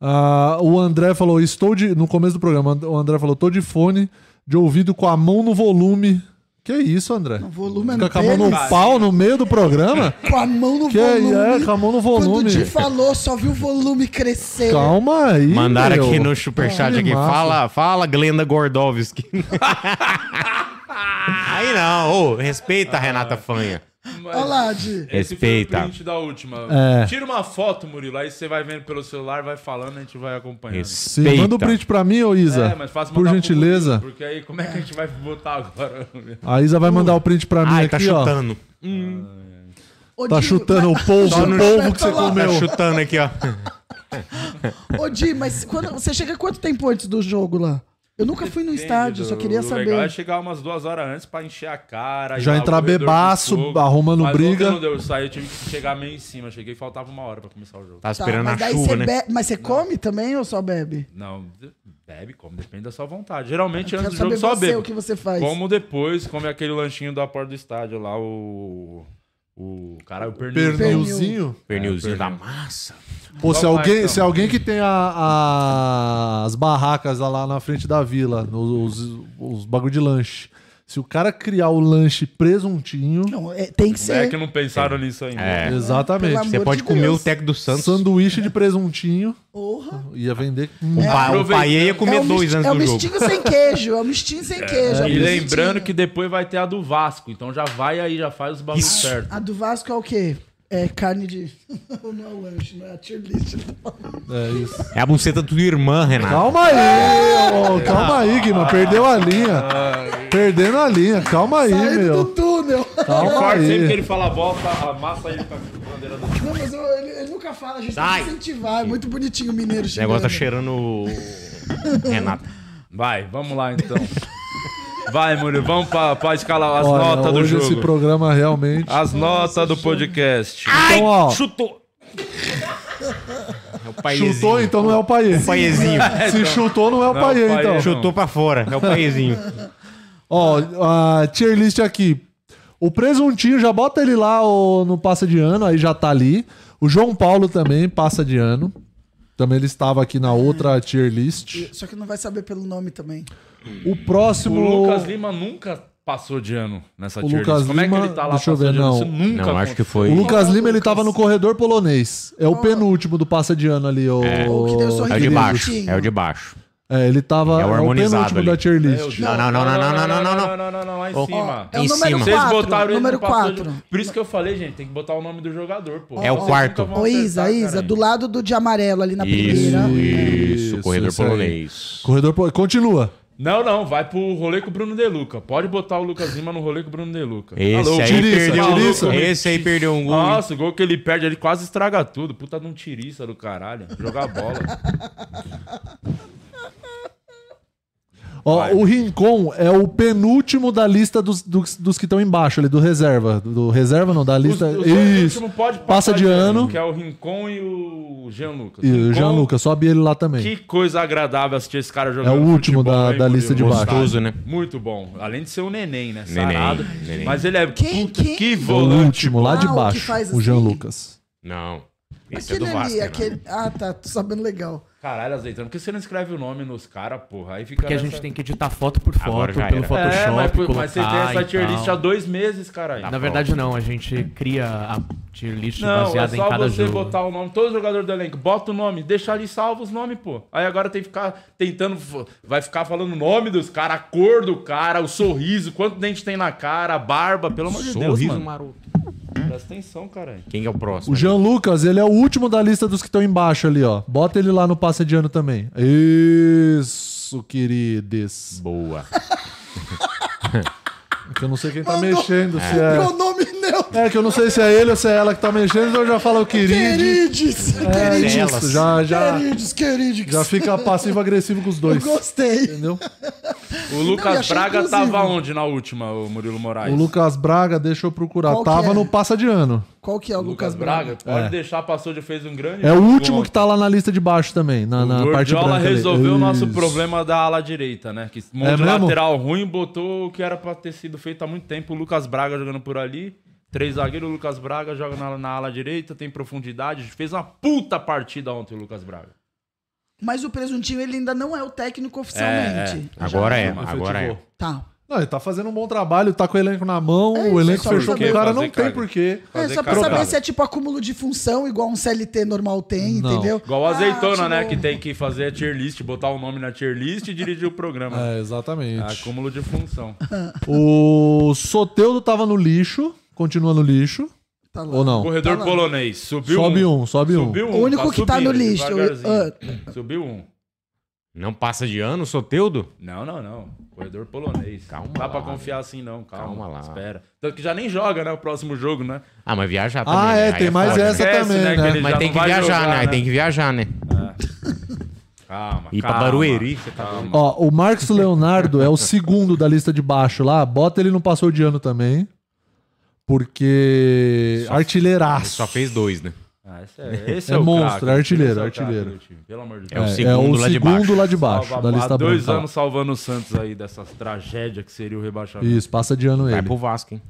[SPEAKER 5] Ah, o And- André falou, estou de. No começo do programa, o André falou, tô de fone, de ouvido com a mão no volume. Que isso, André?
[SPEAKER 3] O volume
[SPEAKER 5] Fica
[SPEAKER 3] no
[SPEAKER 5] com a mão no
[SPEAKER 3] tênis,
[SPEAKER 5] pau no meio do programa?
[SPEAKER 3] <laughs> com a mão no
[SPEAKER 5] Que
[SPEAKER 3] volume.
[SPEAKER 5] é, com a mão no
[SPEAKER 3] Quando o
[SPEAKER 5] volume.
[SPEAKER 3] Di falou, só viu o volume crescer.
[SPEAKER 5] Calma aí.
[SPEAKER 4] Mandaram
[SPEAKER 5] meu.
[SPEAKER 4] aqui no superchat
[SPEAKER 5] Que
[SPEAKER 4] aqui.
[SPEAKER 5] massa.
[SPEAKER 4] Fala, fala,
[SPEAKER 1] <laughs>
[SPEAKER 4] Glenda Gordovski. Aí não, ô, respeita a Renata
[SPEAKER 1] Ah.
[SPEAKER 4] Fanha.
[SPEAKER 1] Mas-
[SPEAKER 3] Olha lá, Di.
[SPEAKER 1] Esse
[SPEAKER 4] Respeita.
[SPEAKER 1] foi o print da última.
[SPEAKER 5] É.
[SPEAKER 1] Tira uma foto, Murilo, aí você vai vendo pelo celular, vai falando, a gente vai acompanhando.
[SPEAKER 5] Sim,
[SPEAKER 4] Respeita.
[SPEAKER 5] manda um print pra mim, ô Isa.
[SPEAKER 1] É, mas faça
[SPEAKER 5] por
[SPEAKER 1] mandar pro
[SPEAKER 5] gentileza.
[SPEAKER 1] Murilo, porque aí como é que a gente vai botar agora?
[SPEAKER 5] A Isa vai mandar o print pra mim
[SPEAKER 4] Ai,
[SPEAKER 5] aqui,
[SPEAKER 4] tá
[SPEAKER 5] ó.
[SPEAKER 4] chutando.
[SPEAKER 3] Ô,
[SPEAKER 5] Tá
[SPEAKER 3] Di,
[SPEAKER 5] chutando o polvo,
[SPEAKER 4] Só
[SPEAKER 5] o
[SPEAKER 4] no
[SPEAKER 5] polvo que você
[SPEAKER 3] chutão lá.
[SPEAKER 5] comeu.
[SPEAKER 4] Tá chutando aqui, ó.
[SPEAKER 3] mas- Ô, Di, mas quando, você chega quanto tempo antes do jogo lá? Eu nunca fui no estádio, só queria
[SPEAKER 1] O legal é
[SPEAKER 3] saber.
[SPEAKER 1] chegar umas duas horas antes pra encher a cara.
[SPEAKER 5] Já
[SPEAKER 1] ir lá,
[SPEAKER 5] entrar
[SPEAKER 1] o bebedor
[SPEAKER 5] bebaço,
[SPEAKER 1] com fogo.
[SPEAKER 5] arrumando
[SPEAKER 1] Mas
[SPEAKER 5] briga.
[SPEAKER 1] ontem Não deu, eu saí, eu tive que chegar meio em cima. Cheguei faltava uma hora pra começar o jogo.
[SPEAKER 4] Tá
[SPEAKER 3] Tá,
[SPEAKER 4] esperando
[SPEAKER 3] mas
[SPEAKER 4] a
[SPEAKER 3] daí
[SPEAKER 4] chuva,
[SPEAKER 3] você
[SPEAKER 4] né?
[SPEAKER 3] bebe- mas você come também ou só bebe?
[SPEAKER 1] Não, bebe, come, depende da sua vontade. Geralmente
[SPEAKER 3] Eu
[SPEAKER 1] antes
[SPEAKER 3] quero
[SPEAKER 1] do
[SPEAKER 3] saber
[SPEAKER 1] jogo só
[SPEAKER 3] você,
[SPEAKER 1] bebe.
[SPEAKER 3] o que você faz.
[SPEAKER 1] Como depois, come aquele lanchinho da porta do estádio lá, o. O. Caralho, o pernil.
[SPEAKER 5] Pernilzinho.
[SPEAKER 4] Pernilzinho
[SPEAKER 1] É,
[SPEAKER 4] da massa.
[SPEAKER 5] Pô, se
[SPEAKER 1] Qual
[SPEAKER 5] alguém,
[SPEAKER 1] parte,
[SPEAKER 5] se alguém que tem a- a- as barracas lá na frente da vila, os, os bagulho de lanche, se o cara criar o lanche presuntinho,
[SPEAKER 3] Não, é, tem que
[SPEAKER 1] É
[SPEAKER 3] ser.
[SPEAKER 1] que não pensaram nisso ainda.
[SPEAKER 4] É.
[SPEAKER 3] Pelo
[SPEAKER 5] exatamente.
[SPEAKER 3] amor
[SPEAKER 4] Você pode
[SPEAKER 3] de
[SPEAKER 4] comer
[SPEAKER 3] Deus.
[SPEAKER 4] o Teco do Santos.
[SPEAKER 5] Sanduíche de presuntinho,
[SPEAKER 3] Porra.
[SPEAKER 5] ia vender
[SPEAKER 4] O, Um pa, o
[SPEAKER 1] Aproveitando.
[SPEAKER 4] Paê ia comer
[SPEAKER 3] é o
[SPEAKER 4] dois
[SPEAKER 3] misti-
[SPEAKER 4] antes
[SPEAKER 3] é o
[SPEAKER 4] do jogo.
[SPEAKER 3] mistinho sem queijo, é o mistinho sem queijo. é o
[SPEAKER 1] E lembrando
[SPEAKER 3] mistinho.
[SPEAKER 1] que depois vai ter a do Vasco, então já vai aí, já faz os bagulhos certos.
[SPEAKER 3] A do Vasco é o quê? É carne de. <laughs> não é o lanche, não é a tier list.
[SPEAKER 5] É isso.
[SPEAKER 4] É a buceta da tua irmã, Renato.
[SPEAKER 5] Calma aí, ô, calma aí, Guima. Perdeu a linha. Perdendo a linha, calma aí,
[SPEAKER 3] Saindo do
[SPEAKER 5] meu.
[SPEAKER 3] túnel.
[SPEAKER 5] Calma
[SPEAKER 1] Corta sempre que
[SPEAKER 5] aí.
[SPEAKER 1] ele fala volta, amassa ele com a bandeira do
[SPEAKER 3] Não, mas eu- ele, ele nunca fala, a gente
[SPEAKER 4] Sai.
[SPEAKER 3] tem que incentivar. É muito bonitinho o mineiro
[SPEAKER 4] O
[SPEAKER 3] chegando.
[SPEAKER 4] negócio tá cheirando o Renato. É
[SPEAKER 1] Vai, vamos lá então. <laughs> Vai, Murilo, vamos pra, pra escalar as
[SPEAKER 5] Olha,
[SPEAKER 1] notas do
[SPEAKER 5] hoje esse
[SPEAKER 1] jogo.
[SPEAKER 5] programa realmente.
[SPEAKER 1] As notas do podcast.
[SPEAKER 5] Então, ó,
[SPEAKER 1] Chutou.
[SPEAKER 4] É o paezinho.
[SPEAKER 5] chutou, então não é o Paê.
[SPEAKER 4] Paezinho.
[SPEAKER 5] Se chutou, não é o
[SPEAKER 1] Não, o
[SPEAKER 5] Paê,
[SPEAKER 1] Paê.
[SPEAKER 5] então.
[SPEAKER 4] Chutou pra fora. É o paezinho.
[SPEAKER 5] Ó, a tier list aqui. O presuntinho, já bota ele lá ô, no passa de ano, aí já tá ali. O João Paulo também, passa de ano. Também ele estava aqui na outra tier list.
[SPEAKER 3] Só que não vai saber pelo nome também.
[SPEAKER 5] O
[SPEAKER 1] O
[SPEAKER 5] próximo.
[SPEAKER 1] Lucas Lima nunca passou de ano nessa
[SPEAKER 5] O
[SPEAKER 1] tier
[SPEAKER 5] Lucas
[SPEAKER 1] list. Como é que
[SPEAKER 5] Lima-
[SPEAKER 1] ele tá lá
[SPEAKER 5] deixa eu
[SPEAKER 1] passando
[SPEAKER 5] ver,
[SPEAKER 1] de ano?
[SPEAKER 5] não.
[SPEAKER 1] Isso nunca
[SPEAKER 4] Não, acho que
[SPEAKER 1] aconteceu.
[SPEAKER 4] foi.
[SPEAKER 5] O Lucas
[SPEAKER 3] Olá,
[SPEAKER 5] Lima, ele
[SPEAKER 3] Lucas.
[SPEAKER 5] tava no corredor polonês. É o penúltimo do passa de ano ali, o...
[SPEAKER 3] O que deu sorriso.
[SPEAKER 4] É o de
[SPEAKER 3] Querido.
[SPEAKER 4] baixo. É o de baixo.
[SPEAKER 5] É, ele tava...
[SPEAKER 4] É o
[SPEAKER 5] é
[SPEAKER 4] harmonizado
[SPEAKER 5] penúltimo
[SPEAKER 4] ali.
[SPEAKER 5] da tier
[SPEAKER 1] Meu Deus.
[SPEAKER 5] list.
[SPEAKER 4] Não, não, não, não, não, não, não, não,
[SPEAKER 1] não,
[SPEAKER 4] não.
[SPEAKER 1] não, não, lá em
[SPEAKER 4] Ó,
[SPEAKER 1] cima.
[SPEAKER 3] É o
[SPEAKER 4] Em
[SPEAKER 3] número 4.
[SPEAKER 4] cima.
[SPEAKER 1] Vocês botaram ele
[SPEAKER 3] número
[SPEAKER 1] no passou de-
[SPEAKER 3] 4.
[SPEAKER 1] Por isso que eu falei, gente, tem que botar o nome do jogador, pô.
[SPEAKER 4] É o
[SPEAKER 1] Vocês
[SPEAKER 4] quarto.
[SPEAKER 1] nunca vão
[SPEAKER 3] Ô, Isa,
[SPEAKER 1] acertar,
[SPEAKER 3] Isa,
[SPEAKER 1] caralho.
[SPEAKER 3] do lado do de amarelo ali na primeira.
[SPEAKER 4] Isso, isso.
[SPEAKER 5] Isso,
[SPEAKER 4] Corredor
[SPEAKER 5] isso aí.
[SPEAKER 4] polonês.
[SPEAKER 5] Corredor polonês. Continua.
[SPEAKER 1] Não, não, vai pro rolê com o Bruno Deluca. Pode botar o Lucas Lima no rolê com o Bruno Deluca.
[SPEAKER 4] Esse aí
[SPEAKER 5] Tiriça, Tiriça.
[SPEAKER 4] perdeu. Esse aí perdeu um gol.
[SPEAKER 1] Nossa, o gol que ele perde, ele quase estraga tudo. Puta de um tirista do caralho. Jogar <laughs> bola.
[SPEAKER 5] Ó,
[SPEAKER 1] Vai.
[SPEAKER 5] o Rincon é o penúltimo da lista dos, dos, dos que estão embaixo ali, do reserva. Do, do reserva não, da lista... isso.
[SPEAKER 1] não pode
[SPEAKER 5] Passa de ano.
[SPEAKER 1] Que é o Rincon e o Jean Lucas.
[SPEAKER 5] E o
[SPEAKER 1] Rincon,
[SPEAKER 5] Jean Lucas, sobe ele lá também.
[SPEAKER 1] Que coisa agradável assistir esse cara jogando.
[SPEAKER 5] É o último
[SPEAKER 1] futebol,
[SPEAKER 5] da-
[SPEAKER 1] hein,
[SPEAKER 5] da
[SPEAKER 1] Murilo?
[SPEAKER 5] lista de baixo.
[SPEAKER 4] Gostoso, né?
[SPEAKER 1] Muito bom. Além de ser um neném, né?
[SPEAKER 4] Neném,
[SPEAKER 1] Sarado.
[SPEAKER 4] neném.
[SPEAKER 1] Mas ele é.
[SPEAKER 3] Quem-
[SPEAKER 1] puta,
[SPEAKER 3] quem-
[SPEAKER 1] Que
[SPEAKER 5] É o
[SPEAKER 1] volante.
[SPEAKER 5] último, lá de
[SPEAKER 3] Ah, o que
[SPEAKER 5] baixo.
[SPEAKER 3] faz
[SPEAKER 5] O Jean
[SPEAKER 3] assim?
[SPEAKER 5] Lucas.
[SPEAKER 4] Não. Esse é
[SPEAKER 3] Aquele
[SPEAKER 4] do Vasco.
[SPEAKER 3] ali,
[SPEAKER 4] né?
[SPEAKER 3] aquele. Ah, tá, tô sabendo legal.
[SPEAKER 1] Caralho, azeitando. Por que você não escreve o nome nos caras, porra? Aí fica.
[SPEAKER 2] Porque a
[SPEAKER 1] nessa-
[SPEAKER 2] gente tem que editar foto por foto,
[SPEAKER 4] Agora já
[SPEAKER 2] pelo
[SPEAKER 4] era.
[SPEAKER 2] Photoshop,
[SPEAKER 1] É, mas, pô,
[SPEAKER 2] colocar
[SPEAKER 1] mas você tem essa
[SPEAKER 2] e
[SPEAKER 1] tier
[SPEAKER 2] tal.
[SPEAKER 1] list há dois meses, caralho.
[SPEAKER 2] Na verdade não, a gente cria a tier list
[SPEAKER 1] Não, é
[SPEAKER 2] baseada em
[SPEAKER 1] só
[SPEAKER 2] cada
[SPEAKER 1] você
[SPEAKER 2] jogo.
[SPEAKER 1] botar o nome, todo jogador do elenco, bota o nome, deixa ali salvo os nomes, pô. Aí agora tem que ficar tentando, f- vai ficar falando o nome dos caras, a cor do cara, o sorriso, quanto dente tem na cara, a barba, pelo amor de Deus,
[SPEAKER 4] Sorriso
[SPEAKER 1] mano.
[SPEAKER 4] maroto.
[SPEAKER 1] Presta atenção, caralho.
[SPEAKER 4] Quem é o próximo?
[SPEAKER 5] O Jean Lucas, ele é o último da lista dos que estão embaixo ali, ó. Bota ele lá no passa de ano também. Isso, queridos.
[SPEAKER 4] Boa.
[SPEAKER 5] É que eu não sei quem tá mexendo, se
[SPEAKER 3] Meu
[SPEAKER 5] é.
[SPEAKER 3] nome neutro.
[SPEAKER 5] É que eu não sei se é ele ou se é ela que tá mexendo, então eu já falo querido.
[SPEAKER 3] Querides.
[SPEAKER 5] É
[SPEAKER 3] Querides.
[SPEAKER 5] isso, já, já,
[SPEAKER 3] Querides, querides.
[SPEAKER 5] já fica passivo-agressivo com os
[SPEAKER 3] Eu
[SPEAKER 5] dois.
[SPEAKER 3] gostei.
[SPEAKER 5] Entendeu?
[SPEAKER 1] O
[SPEAKER 3] e
[SPEAKER 1] Lucas
[SPEAKER 3] achei
[SPEAKER 1] Braga
[SPEAKER 3] inclusivo.
[SPEAKER 1] tava onde na última, o Murilo Moraes?
[SPEAKER 5] O Lucas Braga, deixa eu procurar.
[SPEAKER 3] Qual que
[SPEAKER 5] Tava
[SPEAKER 3] é?
[SPEAKER 5] no passa de ano.
[SPEAKER 3] Qual que é o
[SPEAKER 1] Lucas
[SPEAKER 3] Lucas,
[SPEAKER 1] Braga, pode
[SPEAKER 5] É.
[SPEAKER 1] deixar, passou de fez um grande.
[SPEAKER 5] É o
[SPEAKER 1] jogo
[SPEAKER 5] último
[SPEAKER 1] ontem.
[SPEAKER 5] que tá lá na lista de baixo também, na, na
[SPEAKER 1] o
[SPEAKER 5] parte branca.
[SPEAKER 1] Gordiola
[SPEAKER 5] ali.
[SPEAKER 1] resolveu o nosso
[SPEAKER 5] Isso.
[SPEAKER 1] problema da ala direita, né? Que monte
[SPEAKER 5] É
[SPEAKER 1] de
[SPEAKER 5] mesmo?
[SPEAKER 1] lateral ruim, botou o que era pra ter sido feito há muito tempo. O Lucas Braga jogando por ali. Três zagueiros, o Lucas Braga joga na, na ala direita, tem profundidade. Fez uma puta partida ontem o Lucas Braga.
[SPEAKER 3] Mas o presuntinho ele ainda não é o técnico oficialmente.
[SPEAKER 4] Agora é,
[SPEAKER 1] Mas
[SPEAKER 4] agora é.
[SPEAKER 1] efetivou.
[SPEAKER 3] Tá.
[SPEAKER 5] Não, ele tá fazendo um bom trabalho, tá com o elenco na mão,
[SPEAKER 3] É
[SPEAKER 5] o
[SPEAKER 3] isso,
[SPEAKER 5] elenco
[SPEAKER 3] só pra
[SPEAKER 5] fechou com
[SPEAKER 3] saber
[SPEAKER 5] o cara,
[SPEAKER 1] fazer
[SPEAKER 5] não tem
[SPEAKER 1] carga.
[SPEAKER 5] porquê.
[SPEAKER 3] É
[SPEAKER 1] Fazer
[SPEAKER 3] só pra
[SPEAKER 1] carocada.
[SPEAKER 3] saber se é tipo acúmulo de função, igual um CLT normal tem,
[SPEAKER 5] Não.
[SPEAKER 3] entendeu?
[SPEAKER 1] Igual o
[SPEAKER 3] Ah,
[SPEAKER 1] Azeitona,
[SPEAKER 3] tipo,
[SPEAKER 1] né? Que tem que fazer a tier list, botar o nome na tier list e dirigir o programa.
[SPEAKER 5] <laughs> É,
[SPEAKER 4] Ah,
[SPEAKER 5] exatamente.
[SPEAKER 1] Acúmulo de função.
[SPEAKER 5] O Soteudo tava no lixo, continua no lixo,
[SPEAKER 3] Tá lá.
[SPEAKER 5] ou não?
[SPEAKER 1] Corredor
[SPEAKER 3] Tá lá.
[SPEAKER 1] polonês. Subiu
[SPEAKER 5] Sobe um, sobe um.
[SPEAKER 1] Subiu um.
[SPEAKER 3] O Ah. único que tá
[SPEAKER 1] subindo,
[SPEAKER 3] no lixo.
[SPEAKER 1] devagarzinho. Subiu um.
[SPEAKER 4] Não passa de ano, Soteudo?
[SPEAKER 1] Não, não, não. Corredor polonês.
[SPEAKER 4] Calma
[SPEAKER 1] Dá pra
[SPEAKER 4] lá,
[SPEAKER 1] confiar assim, não. Calma,
[SPEAKER 4] Calma lá.
[SPEAKER 1] Espera. Tanto que já nem joga, né? O próximo jogo, né?
[SPEAKER 4] Ah, mas viajar também.
[SPEAKER 5] Ah,
[SPEAKER 4] né? Aí
[SPEAKER 5] é, tem mais
[SPEAKER 4] foda, né?
[SPEAKER 5] essa
[SPEAKER 1] Esquece, né,
[SPEAKER 5] também,
[SPEAKER 1] que
[SPEAKER 5] né?
[SPEAKER 1] ele-
[SPEAKER 4] Mas
[SPEAKER 1] Já
[SPEAKER 4] tem
[SPEAKER 1] não
[SPEAKER 4] que
[SPEAKER 1] vai
[SPEAKER 4] viajar,
[SPEAKER 1] jogar,
[SPEAKER 4] né?
[SPEAKER 1] né?
[SPEAKER 4] Tem que viajar, né?
[SPEAKER 1] Calma.
[SPEAKER 4] Ir pra
[SPEAKER 1] calma.
[SPEAKER 4] Barueri, você tá
[SPEAKER 1] Calma.
[SPEAKER 5] Ó, o Marcos Leonardo é o segundo da lista de baixo lá, bota ele no passou de ano também, porque artilheiraço.
[SPEAKER 4] Só fez dois, né?
[SPEAKER 1] Ah, esse é, esse
[SPEAKER 5] É
[SPEAKER 1] é, o
[SPEAKER 5] monstro,
[SPEAKER 1] craque,
[SPEAKER 5] é artilheiro,
[SPEAKER 1] esse o
[SPEAKER 5] artilheiro.
[SPEAKER 1] craque do time, Pelo amor de
[SPEAKER 4] É o
[SPEAKER 1] Deus.
[SPEAKER 5] é o
[SPEAKER 4] segundo lá de
[SPEAKER 5] segundo
[SPEAKER 4] baixo.
[SPEAKER 5] lá de baixo,
[SPEAKER 1] Salva-
[SPEAKER 5] da lista
[SPEAKER 1] há dois
[SPEAKER 5] branca.
[SPEAKER 1] anos salvando o Santos aí dessas tragédias que seria o rebaixamento.
[SPEAKER 5] Isso, passa de ano
[SPEAKER 4] Vai
[SPEAKER 5] ele.
[SPEAKER 1] <laughs>
[SPEAKER 4] pro Vasco, hein?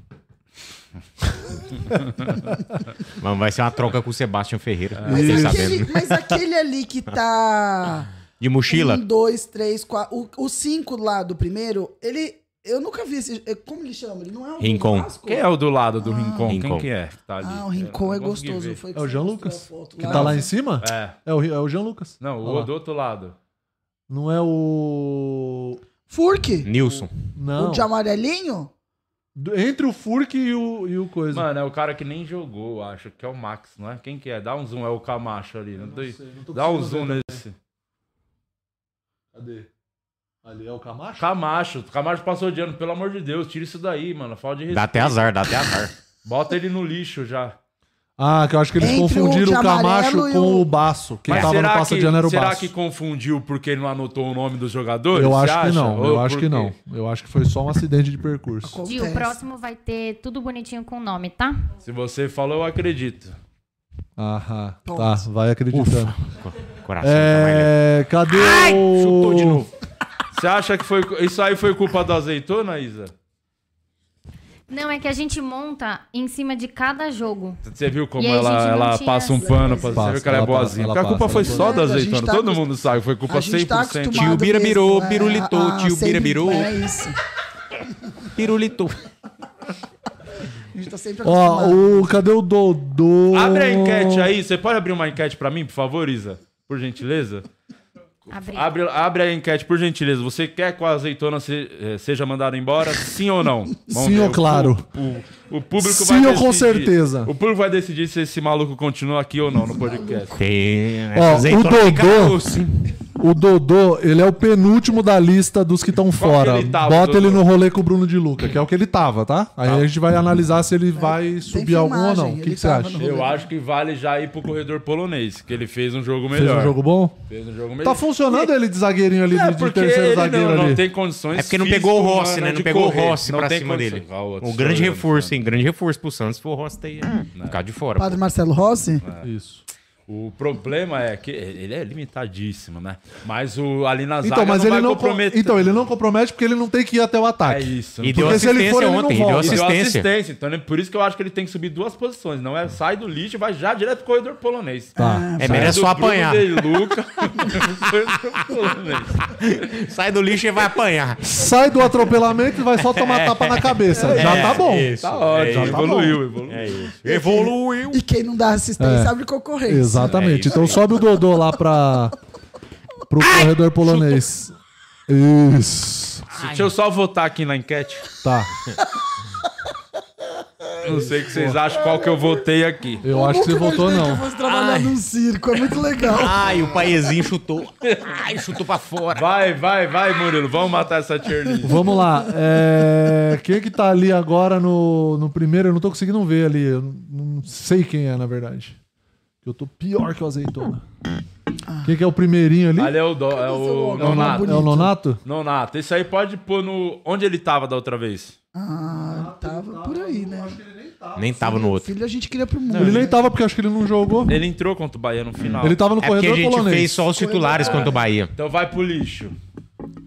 [SPEAKER 4] Mas vai ser uma troca com o Sebastião Ferreira.
[SPEAKER 5] É.
[SPEAKER 3] Mas,
[SPEAKER 4] Fiquei sabendo.
[SPEAKER 3] aquele, mas aquele ali que tá.
[SPEAKER 4] <laughs> De mochila?
[SPEAKER 3] Um, dois, três, quatro. O, o cinco lá do primeiro, ele. Eu nunca vi esse. é, Como ele chama? Ele não é o do
[SPEAKER 4] Rincon.
[SPEAKER 3] Vasco?
[SPEAKER 1] Quem é o do lado
[SPEAKER 5] Ah.
[SPEAKER 1] do Rincon? Quem
[SPEAKER 4] Rincon.
[SPEAKER 1] que é? que tá ali?
[SPEAKER 3] Ah, o Rincon é
[SPEAKER 1] Eu não consegui
[SPEAKER 3] gostoso.
[SPEAKER 1] ver.
[SPEAKER 3] Foi
[SPEAKER 5] É o
[SPEAKER 3] você
[SPEAKER 5] Jean
[SPEAKER 3] mostrou
[SPEAKER 5] Lucas?
[SPEAKER 3] a foto
[SPEAKER 5] Que tá lá em cima?
[SPEAKER 1] É.
[SPEAKER 5] É o, é o Jean Lucas.
[SPEAKER 1] Não,
[SPEAKER 5] Olha
[SPEAKER 1] o
[SPEAKER 5] lá.
[SPEAKER 1] do outro lado.
[SPEAKER 5] Não é o.
[SPEAKER 3] Furk?
[SPEAKER 4] Nilson.
[SPEAKER 5] Não.
[SPEAKER 3] O de amarelinho?
[SPEAKER 5] Do- Entre o Furk e o, e o coisa.
[SPEAKER 1] Mano, é o cara que nem jogou, acho que é o Max, não é? Quem que é? Dá um zoom, é o Camacho ali. Não tem-
[SPEAKER 5] sei, não tô
[SPEAKER 1] Dá um zoom
[SPEAKER 5] conseguindo ver
[SPEAKER 1] nesse.
[SPEAKER 5] Cadê? Ali é o Camacho?
[SPEAKER 1] Camacho, Camacho passou de ano, pelo amor de Deus, tira isso daí, mano. Falta de
[SPEAKER 4] Dá
[SPEAKER 1] respeito.
[SPEAKER 4] até azar, dá até azar.
[SPEAKER 1] Bota ele no lixo já.
[SPEAKER 5] Ah, que eu acho que eles
[SPEAKER 3] Entre o
[SPEAKER 5] confundiram o,
[SPEAKER 3] de
[SPEAKER 5] Camacho
[SPEAKER 3] amarelo e
[SPEAKER 5] com
[SPEAKER 3] o-
[SPEAKER 5] o Baço. Quem
[SPEAKER 1] Mas
[SPEAKER 5] tava no
[SPEAKER 1] será, que,
[SPEAKER 5] Passadiano era o
[SPEAKER 1] será
[SPEAKER 5] Baço.
[SPEAKER 1] que confundiu porque ele não anotou o nome dos jogadores?
[SPEAKER 5] Eu
[SPEAKER 1] Você
[SPEAKER 5] acho que
[SPEAKER 1] acha?
[SPEAKER 5] não, eu
[SPEAKER 1] Ou
[SPEAKER 5] acho que
[SPEAKER 1] por quê?
[SPEAKER 5] não. Eu acho que foi só um acidente de
[SPEAKER 3] <laughs>
[SPEAKER 5] percurso.
[SPEAKER 8] Di, o
[SPEAKER 3] Acontece.
[SPEAKER 8] próximo vai ter tudo bonitinho com o nome, tá?
[SPEAKER 1] Se você falou, eu acredito.
[SPEAKER 5] Aham, tá,
[SPEAKER 3] Pronto.
[SPEAKER 5] vai acreditando.
[SPEAKER 4] Co- Coração. tá
[SPEAKER 5] É, cadê o...
[SPEAKER 4] chutou de novo.
[SPEAKER 1] Você acha que foi isso aí foi culpa do azeitona, Isa?
[SPEAKER 8] Não, é que a gente monta em cima de cada jogo.
[SPEAKER 1] Você viu como
[SPEAKER 8] E aí, gente,
[SPEAKER 1] ela,
[SPEAKER 8] não
[SPEAKER 1] ela
[SPEAKER 8] tinha
[SPEAKER 1] passa um
[SPEAKER 8] essa
[SPEAKER 1] pano pra
[SPEAKER 8] coisa.
[SPEAKER 1] você
[SPEAKER 5] Passa,
[SPEAKER 1] ver que ela é
[SPEAKER 5] ela passa,
[SPEAKER 1] boazinha.
[SPEAKER 5] ela
[SPEAKER 1] Porque a culpa
[SPEAKER 5] passa,
[SPEAKER 1] foi
[SPEAKER 5] ela
[SPEAKER 1] só
[SPEAKER 3] passa.
[SPEAKER 1] da
[SPEAKER 3] É, a gente
[SPEAKER 1] azeitona.
[SPEAKER 3] tá
[SPEAKER 1] Todo
[SPEAKER 3] acostum-
[SPEAKER 1] mundo sabe, foi culpa
[SPEAKER 3] A gente tá
[SPEAKER 1] 100%.
[SPEAKER 3] acostumado.
[SPEAKER 4] Tio Bira
[SPEAKER 3] mesmo,
[SPEAKER 4] birou,
[SPEAKER 3] é.
[SPEAKER 4] pirulitou,
[SPEAKER 3] Ah,
[SPEAKER 4] tio Bira
[SPEAKER 3] sempre-
[SPEAKER 4] birou.
[SPEAKER 3] É isso.
[SPEAKER 4] mais leve. Pirulitou.
[SPEAKER 3] A gente tá sempre acostumado.
[SPEAKER 5] Ó, o... cadê o Dodô?
[SPEAKER 1] Abre a enquete aí. Você pode abrir uma enquete pra mim, por favor, Isa? Por gentileza?
[SPEAKER 8] Abre.
[SPEAKER 1] Abre, abre a enquete, por gentileza. Você quer que a azeitona se- eh, seja mandada embora? Sim ou
[SPEAKER 5] <laughs>
[SPEAKER 1] não? Vamos
[SPEAKER 5] Sim
[SPEAKER 1] ver.
[SPEAKER 5] ou
[SPEAKER 1] O
[SPEAKER 5] claro.
[SPEAKER 1] pu- O, o público
[SPEAKER 5] Sim
[SPEAKER 1] vai
[SPEAKER 5] ou com
[SPEAKER 1] decidir.
[SPEAKER 5] certeza.
[SPEAKER 1] O público vai decidir se esse maluco continua aqui ou não no podcast.
[SPEAKER 4] Tem.
[SPEAKER 5] Ó,
[SPEAKER 4] essa
[SPEAKER 5] o
[SPEAKER 4] azeitona fica
[SPEAKER 5] Dodô,
[SPEAKER 4] doce.
[SPEAKER 5] o Dodô, ele é o penúltimo da lista dos que estão fora.
[SPEAKER 1] que ele tava,
[SPEAKER 5] Bota ele
[SPEAKER 1] Dodô?
[SPEAKER 5] no rolê com o Bruno de Luca, que é o que ele tava, tá? Aí a gente vai analisar se ele vai subir algum ou não.
[SPEAKER 3] É, filmagem,
[SPEAKER 5] O que,
[SPEAKER 3] ele
[SPEAKER 5] que você
[SPEAKER 3] tava
[SPEAKER 5] acha?
[SPEAKER 3] no-
[SPEAKER 1] Eu acho que vale já ir pro corredor polonês, que ele fez um jogo
[SPEAKER 5] Fez
[SPEAKER 1] melhor.
[SPEAKER 5] um jogo bom?
[SPEAKER 1] Fez um jogo melhor.
[SPEAKER 5] Tá funcionando ele de zagueirinho ali,
[SPEAKER 1] É,
[SPEAKER 5] de- de,
[SPEAKER 1] porque
[SPEAKER 5] terceiro
[SPEAKER 1] ele
[SPEAKER 5] zagueiro
[SPEAKER 1] não, não
[SPEAKER 5] ali.
[SPEAKER 1] tem condições.
[SPEAKER 4] É porque não pegou o Rossi, né? Não pegou o Rossi
[SPEAKER 1] não
[SPEAKER 4] pra
[SPEAKER 1] tem
[SPEAKER 4] cima
[SPEAKER 1] condições.
[SPEAKER 4] dele.
[SPEAKER 1] Ah, outro
[SPEAKER 4] Um grande
[SPEAKER 1] chorando,
[SPEAKER 4] reforço,
[SPEAKER 1] né?
[SPEAKER 4] hein? Grande reforço pro Santos foi o Rossi daí. Hum. Ficar de fora.
[SPEAKER 3] Padre Marcelo Rossi?
[SPEAKER 5] Isso.
[SPEAKER 1] O problema é que ele é limitadíssimo, né? Mas o, ali na zaga
[SPEAKER 5] Então, mas
[SPEAKER 1] não
[SPEAKER 5] ele
[SPEAKER 1] vai
[SPEAKER 5] não,
[SPEAKER 1] comprometer.
[SPEAKER 5] com- então, ele não compromete porque ele não tem que ir até o
[SPEAKER 1] É
[SPEAKER 5] ataque.
[SPEAKER 1] isso.
[SPEAKER 4] E
[SPEAKER 1] não
[SPEAKER 4] deu
[SPEAKER 5] Porque se ele
[SPEAKER 4] assistência
[SPEAKER 5] for, ele não
[SPEAKER 4] ontem.
[SPEAKER 5] volta.
[SPEAKER 4] deu
[SPEAKER 1] E deu
[SPEAKER 4] assistência.
[SPEAKER 1] assistência. Então, né, por isso que eu acho que ele tem que subir duas posições. Não é sai do lixo e vai já direto pro corredor polonês.
[SPEAKER 5] Tá.
[SPEAKER 4] É melhor só apanhar.
[SPEAKER 1] De Luca, <laughs> corredor polonês.
[SPEAKER 4] Sai do lixo e vai
[SPEAKER 5] <laughs>
[SPEAKER 4] apanhar.
[SPEAKER 5] Sai do atropelamento e vai só
[SPEAKER 1] É.
[SPEAKER 5] tomar tapa na cabeça. Já tá bom.
[SPEAKER 4] É, Isso.
[SPEAKER 1] Tá ótimo,
[SPEAKER 4] isso.
[SPEAKER 1] evoluiu, evoluiu.
[SPEAKER 4] É isso. Evoluiu.
[SPEAKER 3] E quem não dá assistência
[SPEAKER 5] É.
[SPEAKER 3] abre concorrência.
[SPEAKER 5] Exatamente.
[SPEAKER 4] É isso
[SPEAKER 5] então sobe o Dodô lá pra. pro corredor polonês. Isso.
[SPEAKER 1] Deixa eu só votar aqui na enquete.
[SPEAKER 5] Tá.
[SPEAKER 1] Não sei o que vocês acham, qual que eu votei aqui.
[SPEAKER 5] Eu acho que você
[SPEAKER 3] nunca
[SPEAKER 5] votou,
[SPEAKER 3] imaginei
[SPEAKER 5] não.
[SPEAKER 3] Que eu fosse trabalhar num circo, é muito legal. <laughs>
[SPEAKER 4] Ai, o paezinho chutou. Ai, chutou pra fora.
[SPEAKER 1] Vai, vai, vai, Murilo. Vamos matar essa tier list.
[SPEAKER 5] Vamos lá. É... Quem é que tá ali agora no, no primeiro? Eu não tô conseguindo ver ali. Eu não não sei quem é, na verdade. Eu tô pior que o azeitona. Quem que é o primeirinho ali?
[SPEAKER 1] Ali é o, do, é o
[SPEAKER 3] logo?
[SPEAKER 1] Nonato.
[SPEAKER 5] É o Nonato?
[SPEAKER 1] Nonato. Esse aí pode pôr no... Onde ele tava da outra vez?
[SPEAKER 3] Ah, tava por aí, né?
[SPEAKER 4] Nem tava no outro.
[SPEAKER 3] Filho, a gente queria pro mundo. né?
[SPEAKER 5] Ele nem tava porque eu acho que ele não jogou.
[SPEAKER 1] Ele entrou contra o Bahia no final.
[SPEAKER 5] Ele tá- tava no
[SPEAKER 4] É porque a
[SPEAKER 5] corredor
[SPEAKER 4] gente
[SPEAKER 5] polonês.
[SPEAKER 4] fez só os titulares contra o Bahia.
[SPEAKER 1] Então vai pro lixo.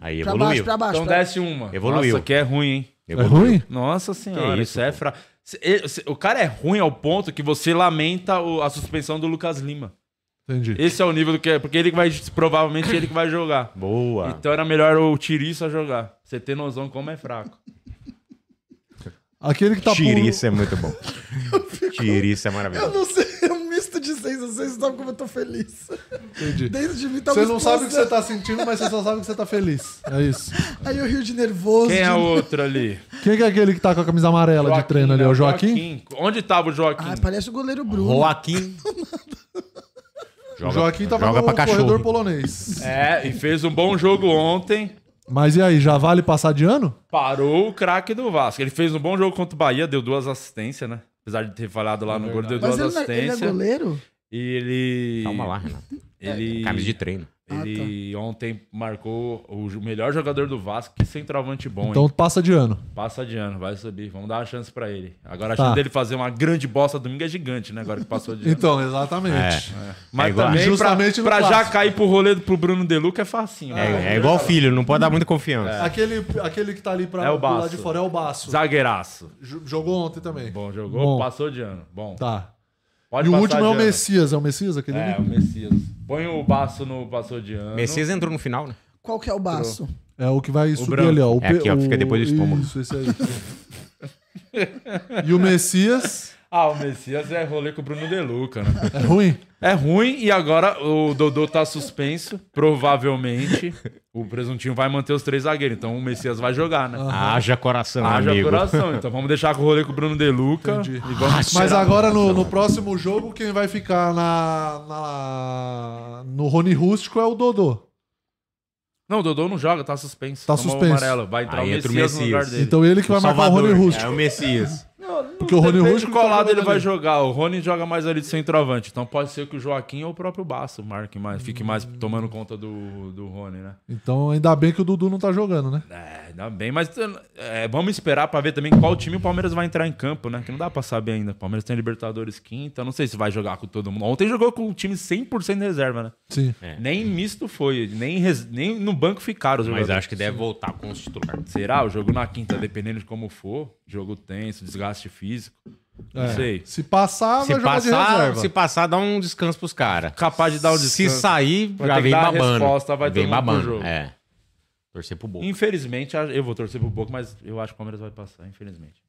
[SPEAKER 4] Aí
[SPEAKER 3] pra baixo,
[SPEAKER 4] evoluiu.
[SPEAKER 3] pra baixo.
[SPEAKER 1] Então
[SPEAKER 5] tá-
[SPEAKER 3] pra-
[SPEAKER 1] desce uma.
[SPEAKER 4] Evoluiu.
[SPEAKER 1] Nossa, que é ruim, hein?
[SPEAKER 5] É
[SPEAKER 4] Evoluiu.
[SPEAKER 5] ruim?
[SPEAKER 1] Nossa senhora,
[SPEAKER 4] Que isso,
[SPEAKER 1] isso, é fra... Se- ele- se- O cara é ruim ao ponto que você lamenta o- a suspensão do Lucas Lima.
[SPEAKER 5] Entendi.
[SPEAKER 1] Esse é o nível do que é, porque ele que vai provavelmente ele que vai jogar.
[SPEAKER 4] Boa.
[SPEAKER 1] Então era melhor o Tiriça jogar. Você ter noção como é fraco.
[SPEAKER 5] Aquele que tá por-
[SPEAKER 4] Tiriça é muito
[SPEAKER 5] <laughs>
[SPEAKER 4] bom. Tiriça é
[SPEAKER 3] Eu
[SPEAKER 4] maravilhoso.
[SPEAKER 3] não sei, é um misto de sensações, vocês não sabem como eu tô feliz.
[SPEAKER 5] Entendi.
[SPEAKER 3] Dentro de mim tá uma
[SPEAKER 5] Você não sabe o que você
[SPEAKER 3] explosão.
[SPEAKER 5] tá sentindo, mas você só sabe que você tá feliz. É isso.
[SPEAKER 3] Aí eu rio de nervoso.
[SPEAKER 1] Quem
[SPEAKER 5] <laughs>
[SPEAKER 3] de...
[SPEAKER 1] é o outro ali?
[SPEAKER 5] Quem que é aquele que tá com a camisa amarela de treino
[SPEAKER 1] né?
[SPEAKER 5] ali? É o Joaquim?
[SPEAKER 1] Onde tava o Joaquim?
[SPEAKER 3] Ah, parece o goleiro Bruno.
[SPEAKER 4] Joaquim.
[SPEAKER 5] O Joaquim tava
[SPEAKER 4] joga
[SPEAKER 5] no
[SPEAKER 4] pra cachorro.
[SPEAKER 5] corredor polonês.
[SPEAKER 1] É, e fez um bom jogo ontem.
[SPEAKER 5] Mas e aí, já vale passar de ano?
[SPEAKER 1] Parou o craque do Vasco. Ele fez um bom jogo contra o Bahia, deu duas assistências, né? Apesar de ter falhado
[SPEAKER 5] É
[SPEAKER 1] lá no gordo, deu
[SPEAKER 3] Mas
[SPEAKER 1] duas
[SPEAKER 3] ele, não é- ele é
[SPEAKER 1] assistências.
[SPEAKER 3] goleiro?
[SPEAKER 1] E ele.
[SPEAKER 4] Calma lá, Renato.
[SPEAKER 1] Ele.
[SPEAKER 4] Camisa de treino.
[SPEAKER 5] Ah, tá.
[SPEAKER 1] Ele ontem marcou o jo- melhor jogador do Vasco, que centroavante bom, hein?
[SPEAKER 5] Então passa de ano.
[SPEAKER 1] Passa de ano, vai subir. Vamos dar uma chance pra ele. Agora a
[SPEAKER 5] Tá.
[SPEAKER 1] chance dele fazer uma grande bosta domingo é gigante, né? Agora que passou
[SPEAKER 5] <laughs>
[SPEAKER 1] de ano.
[SPEAKER 5] Então, exatamente.
[SPEAKER 1] Mas
[SPEAKER 4] igual-
[SPEAKER 1] também,
[SPEAKER 5] É Justamente no
[SPEAKER 1] pra, pra já
[SPEAKER 5] clássico.
[SPEAKER 1] cair pro rolê do- pro Bruno Deluca é
[SPEAKER 5] Ah,
[SPEAKER 1] facinho, né?
[SPEAKER 4] É, é igual filho, não pode dar muita confiança.
[SPEAKER 5] É. Aquele, aquele que tá ali pra,
[SPEAKER 1] É o
[SPEAKER 5] do lado
[SPEAKER 1] Basso.
[SPEAKER 5] de fora é o Baço.
[SPEAKER 1] Zagueiraço.
[SPEAKER 5] Jogou ontem também.
[SPEAKER 1] Bom, jogou,
[SPEAKER 5] Bom.
[SPEAKER 1] passou de ano. Bom,
[SPEAKER 5] Tá.
[SPEAKER 1] pode
[SPEAKER 5] e o
[SPEAKER 1] passar
[SPEAKER 5] último é o
[SPEAKER 1] de ano.
[SPEAKER 5] Messias. É o Messias aquele
[SPEAKER 1] É, o
[SPEAKER 5] ali?
[SPEAKER 1] Messias. Põe o baço no passou de ano.
[SPEAKER 4] Messias entrou no final, né?
[SPEAKER 3] Qual que é o baço?
[SPEAKER 5] É o que vai subir
[SPEAKER 1] branco.
[SPEAKER 5] ali, ó. O
[SPEAKER 4] É aqui, ó, fica depois do estômago.
[SPEAKER 5] Isso, esse aí. e o Messias
[SPEAKER 1] Ah, o Messias é rolê com o Bruno Deluca, né?
[SPEAKER 5] é ruim?
[SPEAKER 1] É ruim e agora o Dodô tá suspenso. Provavelmente o presuntinho vai manter os três zagueiros. Então o Messias vai jogar, né?
[SPEAKER 4] Haja coração,
[SPEAKER 1] Haja
[SPEAKER 4] amigo.
[SPEAKER 1] coração. Então vamos deixar com o rolê com o Bruno Deluca.
[SPEAKER 5] Ah, Entendi.
[SPEAKER 1] E vamos...
[SPEAKER 5] Mas agora no, no próximo jogo, quem vai ficar na, na- no Rony Rústico é o Dodô.
[SPEAKER 1] Não, o Dodô não joga, tá suspenso.
[SPEAKER 5] Tá
[SPEAKER 1] Tomou o
[SPEAKER 5] suspenso.
[SPEAKER 1] Amarelo. Vai entrar
[SPEAKER 4] Aí
[SPEAKER 1] o,
[SPEAKER 4] entra o
[SPEAKER 1] Messias no
[SPEAKER 4] Messias.
[SPEAKER 1] lugar dele.
[SPEAKER 5] Então ele que vai marcar o Rony
[SPEAKER 4] Salvador,
[SPEAKER 5] Rústico.
[SPEAKER 4] É o Messias.
[SPEAKER 5] Porque o Rony
[SPEAKER 1] Depende
[SPEAKER 5] Rústico.
[SPEAKER 1] de qual lado
[SPEAKER 5] tá
[SPEAKER 1] ele vai
[SPEAKER 5] jogando
[SPEAKER 1] jogar. O Rony joga mais ali de centroavante. Então pode ser que o Joaquim ou o próprio Baço marque mais, fique mais tomando conta do, do Rony, né?
[SPEAKER 5] ali. Então ainda bem que o Dudu não tá jogando, né?
[SPEAKER 1] É, ainda bem, mas é, vamos esperar pra ver também qual time o Palmeiras vai entrar em campo, né? Que não dá pra saber ainda. O Palmeiras tem Libertadores quinta, não sei se vai jogar com todo mundo. Ontem jogou com o time 100% reserva, né?
[SPEAKER 5] Sim.
[SPEAKER 1] Nem misto foi, nem, res- nem no banco ficaram os
[SPEAKER 4] É. Mas
[SPEAKER 1] jogadores.
[SPEAKER 4] acho que deve voltar com os titulares.
[SPEAKER 1] Será? O jogo na quinta, dependendo de como for. Jogo tenso, desgaste físico. Não
[SPEAKER 5] É.
[SPEAKER 1] sei.
[SPEAKER 5] Se passar, vai
[SPEAKER 4] Se
[SPEAKER 5] jogar de
[SPEAKER 4] passar,
[SPEAKER 5] reserva.
[SPEAKER 4] se passar, dá um descanso pros caras.
[SPEAKER 1] Capaz de dar o
[SPEAKER 4] Se
[SPEAKER 1] um descanso.
[SPEAKER 4] sair,
[SPEAKER 1] Vai ter
[SPEAKER 4] já
[SPEAKER 1] que
[SPEAKER 4] vem
[SPEAKER 1] dar a
[SPEAKER 4] babando.
[SPEAKER 1] resposta, vai
[SPEAKER 4] vem
[SPEAKER 1] todo mundo pro
[SPEAKER 4] babando.
[SPEAKER 1] jogo.
[SPEAKER 4] É. Torcer pro Boca.
[SPEAKER 1] Infelizmente, eu vou torcer pro Boca, mas eu acho que o Palmeiras vai passar, infelizmente.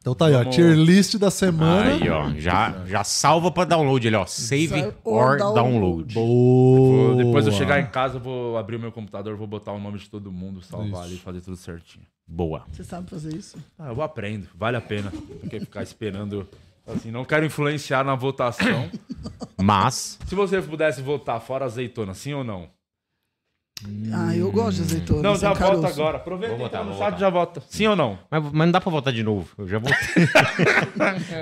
[SPEAKER 5] Então tá aí, ó.
[SPEAKER 1] Vamos-
[SPEAKER 5] Tier list da semana.
[SPEAKER 4] Aí, ó. Já, já salva pra download ali, ó. Save
[SPEAKER 3] Save
[SPEAKER 4] or
[SPEAKER 3] or
[SPEAKER 4] download.
[SPEAKER 5] Boa.
[SPEAKER 1] Vou- depois eu chegar em casa, eu vou abrir o meu computador, vou botar o nome de todo mundo, salvar ali, fazer tudo certinho.
[SPEAKER 4] Boa.
[SPEAKER 3] Você sabe fazer isso?
[SPEAKER 1] Ah, eu aprendo, vale a pena. Não quero ficar esperando. Assim, não quero influenciar na votação. tá
[SPEAKER 4] Mas,
[SPEAKER 1] Se você pudesse votar fora azeitona, sim ou não?
[SPEAKER 3] Ah, eu gosto de azeitona.
[SPEAKER 1] Não, já
[SPEAKER 3] são caroço.
[SPEAKER 1] vota agora. Aproveita
[SPEAKER 4] Vou votar,
[SPEAKER 1] entra no
[SPEAKER 4] vou
[SPEAKER 1] chat
[SPEAKER 4] votar.
[SPEAKER 1] já vota. Sim ou não?
[SPEAKER 4] mas, mas não dá pra votar de novo. Eu
[SPEAKER 1] <laughs>
[SPEAKER 4] já votei.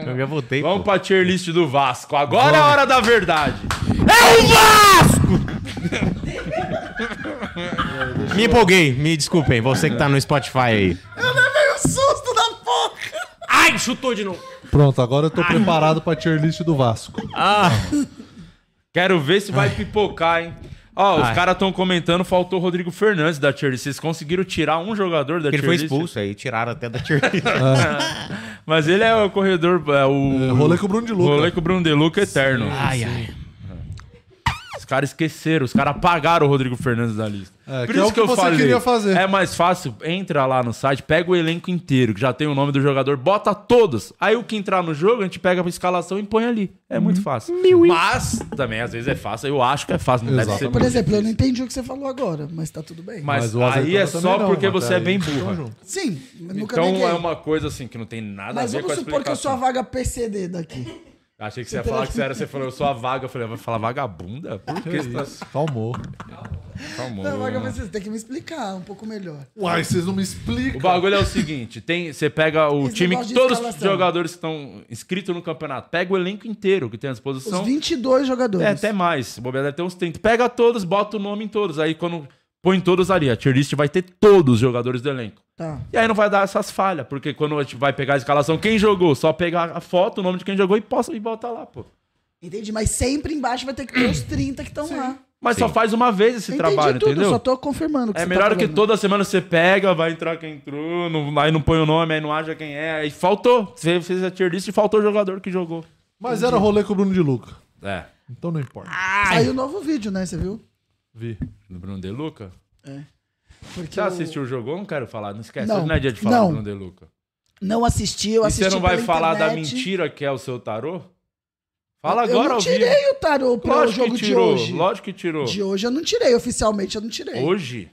[SPEAKER 4] eu já votei.
[SPEAKER 1] Vamos
[SPEAKER 4] pô.
[SPEAKER 1] pra tier list do Vasco. Agora é a hora da verdade.
[SPEAKER 4] Me empolguei. Me desculpem. Você que tá no Spotify aí.
[SPEAKER 3] Veio o susto da porra!
[SPEAKER 4] Ai, chutou de novo.
[SPEAKER 5] Pronto, agora eu tô preparado pra tier list do Vasco.
[SPEAKER 1] Quero ver se vai pipocar, hein? Ó, os
[SPEAKER 4] Ai.
[SPEAKER 1] caras estão comentando, faltou o Rodrigo Fernandes da tier list. Vocês conseguiram tirar um jogador da
[SPEAKER 4] Ele
[SPEAKER 1] tier
[SPEAKER 4] foi
[SPEAKER 1] list?
[SPEAKER 4] expulso aí. Tiraram até da tier list.
[SPEAKER 1] Mas ele é o corredor, é o...
[SPEAKER 5] É, rolê com o Bruno de Luca.
[SPEAKER 1] Rolê com o Bruno De Luca eterno.
[SPEAKER 4] Ai, ai.
[SPEAKER 1] Os caras esqueceram, os caras apagaram o Rodrigo Fernandes da lista.
[SPEAKER 5] É, que é o que você queria fazer.
[SPEAKER 1] É mais fácil, entra lá no site, pega o elenco inteiro, que já tem o nome do jogador, bota todos. Aí o que entrar no jogo, a gente pega a escalação e põe ali. É muito fácil.
[SPEAKER 3] um.
[SPEAKER 1] Mas também às vezes é fácil, eu acho que é fácil, não deve
[SPEAKER 5] Exato.
[SPEAKER 1] ser
[SPEAKER 3] Por
[SPEAKER 1] muito
[SPEAKER 3] exemplo, eu não
[SPEAKER 1] difícil.
[SPEAKER 3] entendi o que você falou agora, mas tá tudo bem.
[SPEAKER 1] Mas,
[SPEAKER 5] Mas o
[SPEAKER 1] aí
[SPEAKER 5] Azeitona
[SPEAKER 1] é
[SPEAKER 5] também
[SPEAKER 1] só
[SPEAKER 5] não,
[SPEAKER 1] porque
[SPEAKER 5] mas
[SPEAKER 1] você
[SPEAKER 5] aí
[SPEAKER 1] é bem
[SPEAKER 5] eles estão
[SPEAKER 1] burra.
[SPEAKER 5] junto.
[SPEAKER 3] Sim, nunca
[SPEAKER 1] Então
[SPEAKER 3] neguei.
[SPEAKER 1] é uma coisa assim que não tem nada
[SPEAKER 3] Mas
[SPEAKER 1] a ver com
[SPEAKER 3] vamos
[SPEAKER 1] a
[SPEAKER 3] supor que eu sou a
[SPEAKER 1] explicação.
[SPEAKER 3] vaga PCD daqui.
[SPEAKER 1] Achei que você ia falar que você era, você falou, eu sou a vaga. Eu falei, vai falar vagabunda? Por que você tá
[SPEAKER 3] <laughs>
[SPEAKER 5] Calmou.
[SPEAKER 1] calmo?
[SPEAKER 3] Não, vaga PCD, você tem que me explicar um pouco melhor.
[SPEAKER 5] Uai, vocês não me explicam.
[SPEAKER 1] O bagulho é o seguinte: tem, você pega o
[SPEAKER 3] Esse
[SPEAKER 1] time
[SPEAKER 3] negócio
[SPEAKER 1] que
[SPEAKER 3] de
[SPEAKER 1] todos os
[SPEAKER 3] escalação.
[SPEAKER 1] jogadores que estão inscritos no campeonato, pega o elenco inteiro que tem à
[SPEAKER 3] Os
[SPEAKER 1] disposição.
[SPEAKER 3] 22
[SPEAKER 1] É,
[SPEAKER 3] jogadores.
[SPEAKER 1] até mais. Se bobear deve ter uns 30. Pega todos, bota o nome em todos. Aí quando põe todos ali, a tier list vai ter todos os jogadores do elenco.
[SPEAKER 3] Tá.
[SPEAKER 1] E aí não vai dar essas falhas, porque quando a gente vai pegar a escalação, quem jogou, só pegar a foto, o nome de quem jogou e posta e bota lá, pô.
[SPEAKER 3] Entendi, mas sempre embaixo vai ter que ter os 30 que estão lá.
[SPEAKER 1] Mas só faz uma vez esse
[SPEAKER 3] Entendi
[SPEAKER 1] trabalho,
[SPEAKER 3] tudo,
[SPEAKER 1] entendeu?
[SPEAKER 3] só tô confirmando. o
[SPEAKER 1] É
[SPEAKER 3] você
[SPEAKER 1] melhor
[SPEAKER 3] tá
[SPEAKER 1] que
[SPEAKER 3] falando.
[SPEAKER 1] toda semana você pega, vai entrar quem entrou, não- aí não põe o nome, aí não acha quem é. Aí faltou. Você fez a tier list e faltou o jogador que jogou.
[SPEAKER 5] Mas era rolê com o Bruno de Luca.
[SPEAKER 1] É.
[SPEAKER 5] Então não importa.
[SPEAKER 3] Saiu um novo vídeo, né? Você viu?
[SPEAKER 5] Vi.
[SPEAKER 1] Do Bruno De Luca?
[SPEAKER 3] Porque
[SPEAKER 1] Você
[SPEAKER 3] eu
[SPEAKER 1] assistiu o jogo? Eu não quero falar, não esquece.
[SPEAKER 3] Não,
[SPEAKER 1] Hoje não é dia de falar
[SPEAKER 3] não.
[SPEAKER 1] do Bruno De Luca.
[SPEAKER 3] não assisti, eu
[SPEAKER 1] e
[SPEAKER 3] assisti
[SPEAKER 1] você não vai
[SPEAKER 3] pela
[SPEAKER 1] falar da
[SPEAKER 3] internet.
[SPEAKER 1] mentira que é o seu tarô? Fala
[SPEAKER 3] eu
[SPEAKER 1] agora
[SPEAKER 3] não
[SPEAKER 1] ao vivo.
[SPEAKER 3] tirei o tarô pro
[SPEAKER 1] Lógico
[SPEAKER 3] jogo
[SPEAKER 1] que tirou,
[SPEAKER 3] de hoje.
[SPEAKER 1] lógico que tirou.
[SPEAKER 3] De hoje eu não tirei, oficialmente eu não tirei.
[SPEAKER 1] Hoje?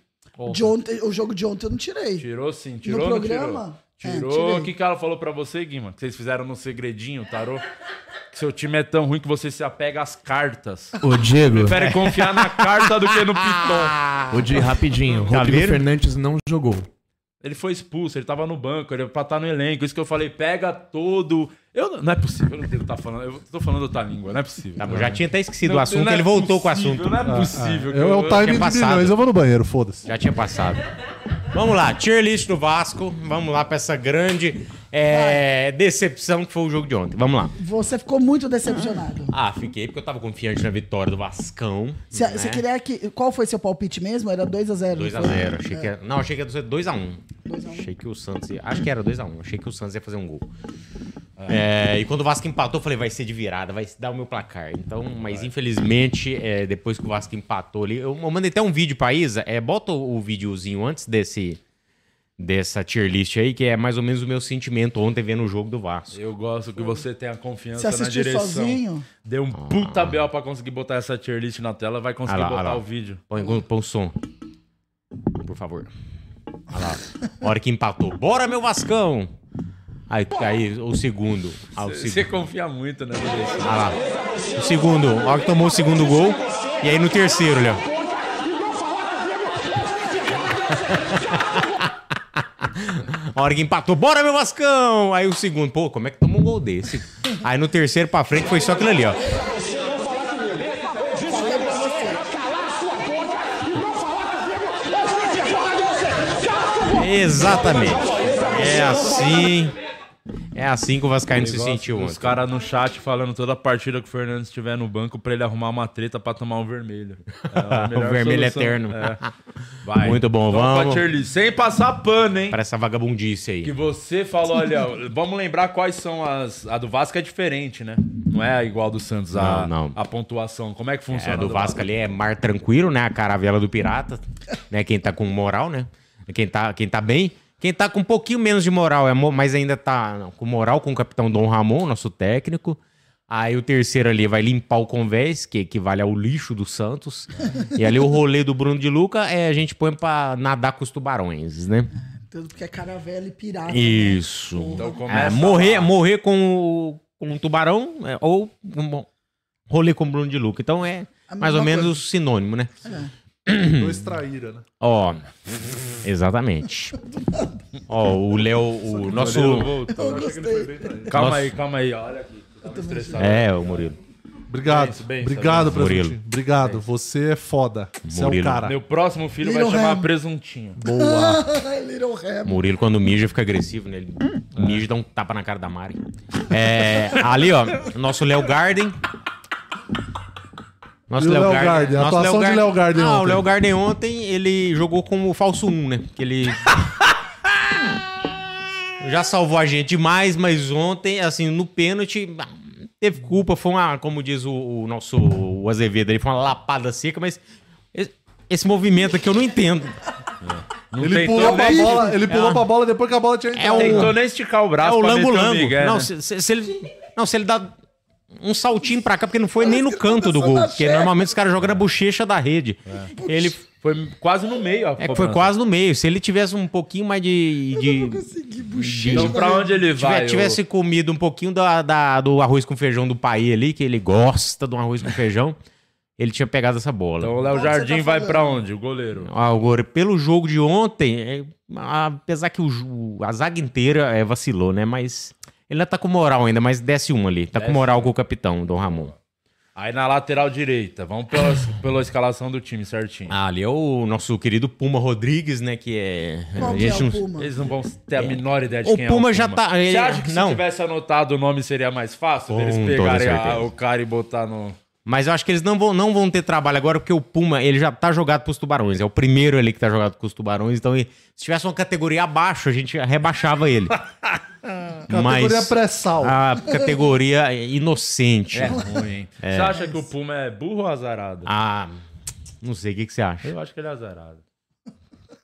[SPEAKER 3] De ontem, o jogo de ontem eu não tirei.
[SPEAKER 1] Tirou sim, tirou
[SPEAKER 3] no
[SPEAKER 1] ou
[SPEAKER 3] programa?
[SPEAKER 1] não
[SPEAKER 3] É,
[SPEAKER 1] tirou? Tirou.
[SPEAKER 3] tirei.
[SPEAKER 1] o que que ela falou pra você, Guima? Que vocês fizeram no segredinho, tarô? Que seu time é tão ruim que você se apega às cartas.
[SPEAKER 2] Ô,
[SPEAKER 4] É.
[SPEAKER 2] Diego,
[SPEAKER 1] Prefere confiar na carta do
[SPEAKER 4] <laughs>
[SPEAKER 1] que no Piton.
[SPEAKER 2] ô, Di, rapidinho.
[SPEAKER 4] Tá
[SPEAKER 2] Rodrigo
[SPEAKER 4] vendo?
[SPEAKER 2] Fernandes não jogou.
[SPEAKER 1] tá Ele foi expulso, ele tava no banco, ele era pra estar no elenco. Isso que eu falei, pega todo Eu, não- não é possível, eu não devo estar falando. Eu tô falando outra língua, não é possível.
[SPEAKER 4] Tá bom, já tinha até esquecido
[SPEAKER 1] Não,
[SPEAKER 4] o assunto,
[SPEAKER 1] não é
[SPEAKER 4] ele
[SPEAKER 1] possível,
[SPEAKER 4] voltou com o assunto. Ah,
[SPEAKER 1] Não é possível. que
[SPEAKER 5] Eu, é o
[SPEAKER 4] tinha
[SPEAKER 5] time de
[SPEAKER 4] passado.
[SPEAKER 5] milhões, eu vou no banheiro, foda-se.
[SPEAKER 4] Já tinha passado. Vamos lá, tier list do Vasco. Vamos lá pra essa grande é, decepção que foi o jogo de ontem. Vamos lá.
[SPEAKER 3] Você ficou muito decepcionado.
[SPEAKER 4] Ah, fiquei porque eu tava confiante na vitória do Vascão. né?
[SPEAKER 3] Você você queria que. Qual foi seu palpite mesmo? Era 2x0.
[SPEAKER 4] 2x0. Achei
[SPEAKER 3] É.
[SPEAKER 4] que era... Não, achei que era 2x1. Achei que o Santos ia... Acho que era 2x1. Achei que o Santos ia fazer um gol. É, e quando o Vasco empatou, eu falei, vai ser de virada, vai dar o meu placar. Então, mas infelizmente, é, depois que o Vasco empatou ali, eu, eu mandei até um vídeo pra Isa. É, bota o o videozinho antes desse dessa tier list aí, que é mais ou menos o meu sentimento ontem vendo o jogo do Vasco.
[SPEAKER 1] Eu gosto que você tenha confiança
[SPEAKER 3] Você
[SPEAKER 1] na
[SPEAKER 3] assistiu
[SPEAKER 1] direção.
[SPEAKER 3] sozinho?
[SPEAKER 1] Deu um puta B.O. pra conseguir botar essa tier list na tela, vai conseguir
[SPEAKER 4] Ah lá,
[SPEAKER 1] botar
[SPEAKER 4] ah lá.
[SPEAKER 1] o vídeo.
[SPEAKER 4] Põe, põe o som. Por favor. Olha lá. A hora que empatou. Bora, meu Vascão! Aí, aí o segundo. Ah, o
[SPEAKER 1] Você
[SPEAKER 4] segundo.
[SPEAKER 1] confia muito né, na direção.
[SPEAKER 4] Ah lá. O segundo. A hora que tomou o segundo gol. E aí no terceiro, Léo. <laughs> A hora que empatou. Bora, meu Vascão! Aí o segundo. Pô, como é que tomou um gol desse? Aí no terceiro pra frente foi só aquilo ali, ó. Exatamente. É assim. É assim que o Vascaíno se sentiu
[SPEAKER 1] Os
[SPEAKER 4] ontem.
[SPEAKER 1] caras no chat falando toda a partida que o Fernandes estiver no banco pra ele arrumar uma treta pra tomar um vermelho. É
[SPEAKER 4] <laughs>
[SPEAKER 1] a melhor
[SPEAKER 4] O vermelho
[SPEAKER 1] solução.
[SPEAKER 4] eterno. <laughs>
[SPEAKER 1] É. Vai.
[SPEAKER 4] Muito bom,
[SPEAKER 1] Então, pra
[SPEAKER 4] vamos.
[SPEAKER 1] tier list. Sem passar pano, hein?
[SPEAKER 4] Para essa vagabundice aí. É,
[SPEAKER 1] Que você falou, olha,
[SPEAKER 4] <laughs>
[SPEAKER 1] vamos lembrar quais são as. A do Vasco é diferente, né? Não é igual a do Santos, a,
[SPEAKER 4] Não, não.
[SPEAKER 1] a pontuação. Como é que funciona?
[SPEAKER 4] É,
[SPEAKER 1] a
[SPEAKER 4] do Vasco ali é mar tranquilo, né? A caravela do pirata, né? Quem tá com moral, né? Quem tá, quem tá bem. Quem tá com um pouquinho menos de moral, é, mo- mas ainda tá não, com moral com o capitão Dom Ramon, nosso técnico. Aí o terceiro ali vai limpar o convés, que equivale ao lixo do Santos. E ali o rolê do Bruno de Luca é a gente põe pra nadar com os tubarões, né?
[SPEAKER 3] Tudo porque é caravela e pirata. né?
[SPEAKER 4] Isso.
[SPEAKER 1] Então
[SPEAKER 4] É,
[SPEAKER 1] começa.
[SPEAKER 4] morrer, morrer com, o, com um tubarão é, ou um bom- rolê com o Bruno de Luca. Então é
[SPEAKER 3] A
[SPEAKER 4] mais ou
[SPEAKER 3] mesma
[SPEAKER 4] menos
[SPEAKER 3] coisa.
[SPEAKER 4] o sinônimo, né?
[SPEAKER 1] Uhum.
[SPEAKER 5] Dois traíra, né?
[SPEAKER 4] Ó, exatamente. Ó, o Léo, o nosso... um.
[SPEAKER 3] Eu gostei.
[SPEAKER 1] Calma
[SPEAKER 4] Nossa.
[SPEAKER 1] aí, calma aí. Olha aqui. Tava estressado.
[SPEAKER 4] É, o Murilo.
[SPEAKER 5] Obrigado.
[SPEAKER 1] Bem, isso, bem, isso,
[SPEAKER 5] Obrigado,
[SPEAKER 4] Murilo.
[SPEAKER 5] presuntinho. Obrigado. Você é foda. Você é o
[SPEAKER 4] Murilo.
[SPEAKER 5] cara.
[SPEAKER 1] Meu próximo filho vai
[SPEAKER 3] Little
[SPEAKER 5] é.
[SPEAKER 1] chamar
[SPEAKER 3] Ham.
[SPEAKER 1] Presuntinho.
[SPEAKER 5] Boa.
[SPEAKER 3] Little
[SPEAKER 5] É.
[SPEAKER 3] Rap.
[SPEAKER 4] Murilo, quando mija, fica agressivo, né? Ele
[SPEAKER 5] Hum.
[SPEAKER 4] mija, dá um tapa na cara da Mari. É, ali, ó, nosso Léo Garden. Nosso
[SPEAKER 5] E o
[SPEAKER 4] Léo
[SPEAKER 5] Léo
[SPEAKER 4] Garden.
[SPEAKER 5] Garden, a
[SPEAKER 4] nosso
[SPEAKER 5] atuação de Léo Garden
[SPEAKER 4] Ah, o
[SPEAKER 5] ontem.
[SPEAKER 4] Léo Garden ontem, ele jogou como falso 1, né? Que ele... <laughs> Já salvou a gente demais, mas ontem, assim, no pênalti, ah, teve culpa. Foi uma, como diz o, o nosso o Azevedo, ele foi uma lapada seca, mas... Esse, esse movimento aqui eu não entendo.
[SPEAKER 1] Não
[SPEAKER 5] Ele
[SPEAKER 1] tentou
[SPEAKER 5] pulou, pra
[SPEAKER 1] nem-
[SPEAKER 5] bola, ele
[SPEAKER 1] um
[SPEAKER 5] pulou pra bola depois que a bola tinha entrado.
[SPEAKER 4] um-
[SPEAKER 1] Tentou nem esticar o braço
[SPEAKER 4] É o
[SPEAKER 1] pra meter
[SPEAKER 4] lango-lango.
[SPEAKER 1] Miguel,
[SPEAKER 4] não,
[SPEAKER 1] né?
[SPEAKER 4] se, se- se ele, não, se ele dá um saltinho pra cá, porque não foi nem no canto do gol. Porque normalmente os caras jogam na bochecha da rede. Ele
[SPEAKER 1] Foi quase no meio, ó.
[SPEAKER 4] é que foi quase no meio. Se ele tivesse um pouquinho mais de. de-
[SPEAKER 3] Consegui buchinha.
[SPEAKER 1] Então pra onde ele
[SPEAKER 4] tiver-
[SPEAKER 1] vai?
[SPEAKER 4] tivesse comido um pouquinho da, da- do arroz com feijão do pai ali, que ele gosta do arroz com feijão, ele tinha pegado essa bola.
[SPEAKER 1] Então o Léo
[SPEAKER 3] Onde você tá
[SPEAKER 1] Jardim vai
[SPEAKER 3] falando?
[SPEAKER 1] pra onde? O goleiro.
[SPEAKER 4] Agora, pelo jogo de ontem, é, apesar que o ju- a zaga inteira é, vacilou, né? Mas ele ainda tá com moral ainda, mas desce uma ali. Tá com moral com o capitão, Dom Ramon.
[SPEAKER 1] Aí na lateral direita. Vamos pela, pela escalação do time certinho.
[SPEAKER 4] Ah, ali é o nosso querido Puma Rodrigues, né? Que é.
[SPEAKER 3] Qual
[SPEAKER 4] a
[SPEAKER 3] que é
[SPEAKER 4] gente
[SPEAKER 3] o
[SPEAKER 4] não-
[SPEAKER 3] Puma?
[SPEAKER 1] Eles não vão ter a menor ideia de
[SPEAKER 4] O
[SPEAKER 1] quem é
[SPEAKER 4] Puma já tá-
[SPEAKER 1] Você
[SPEAKER 4] ele-
[SPEAKER 1] acha que
[SPEAKER 4] não.
[SPEAKER 1] se tivesse anotado o nome seria mais fácil
[SPEAKER 4] Com
[SPEAKER 1] deles
[SPEAKER 4] toda
[SPEAKER 1] pegarem a-
[SPEAKER 4] certeza.
[SPEAKER 1] o cara e botar no.
[SPEAKER 4] Mas eu acho que eles não vão, não vão ter trabalho agora, porque o Puma, ele já tá jogado pros tubarões. É o primeiro ali que tá jogado com os tubarões. Então, ele- se tivesse uma categoria abaixo, a gente
[SPEAKER 3] <laughs>
[SPEAKER 4] rebaixava ele.
[SPEAKER 5] Categoria
[SPEAKER 4] Mas
[SPEAKER 5] pré-sal.
[SPEAKER 4] a categoria inocente.
[SPEAKER 1] É ruim, hein? Você acha que o Puma é burro ou azarado?
[SPEAKER 4] Ah, não sei, o que, que você acha?
[SPEAKER 1] Eu acho que ele é azarado.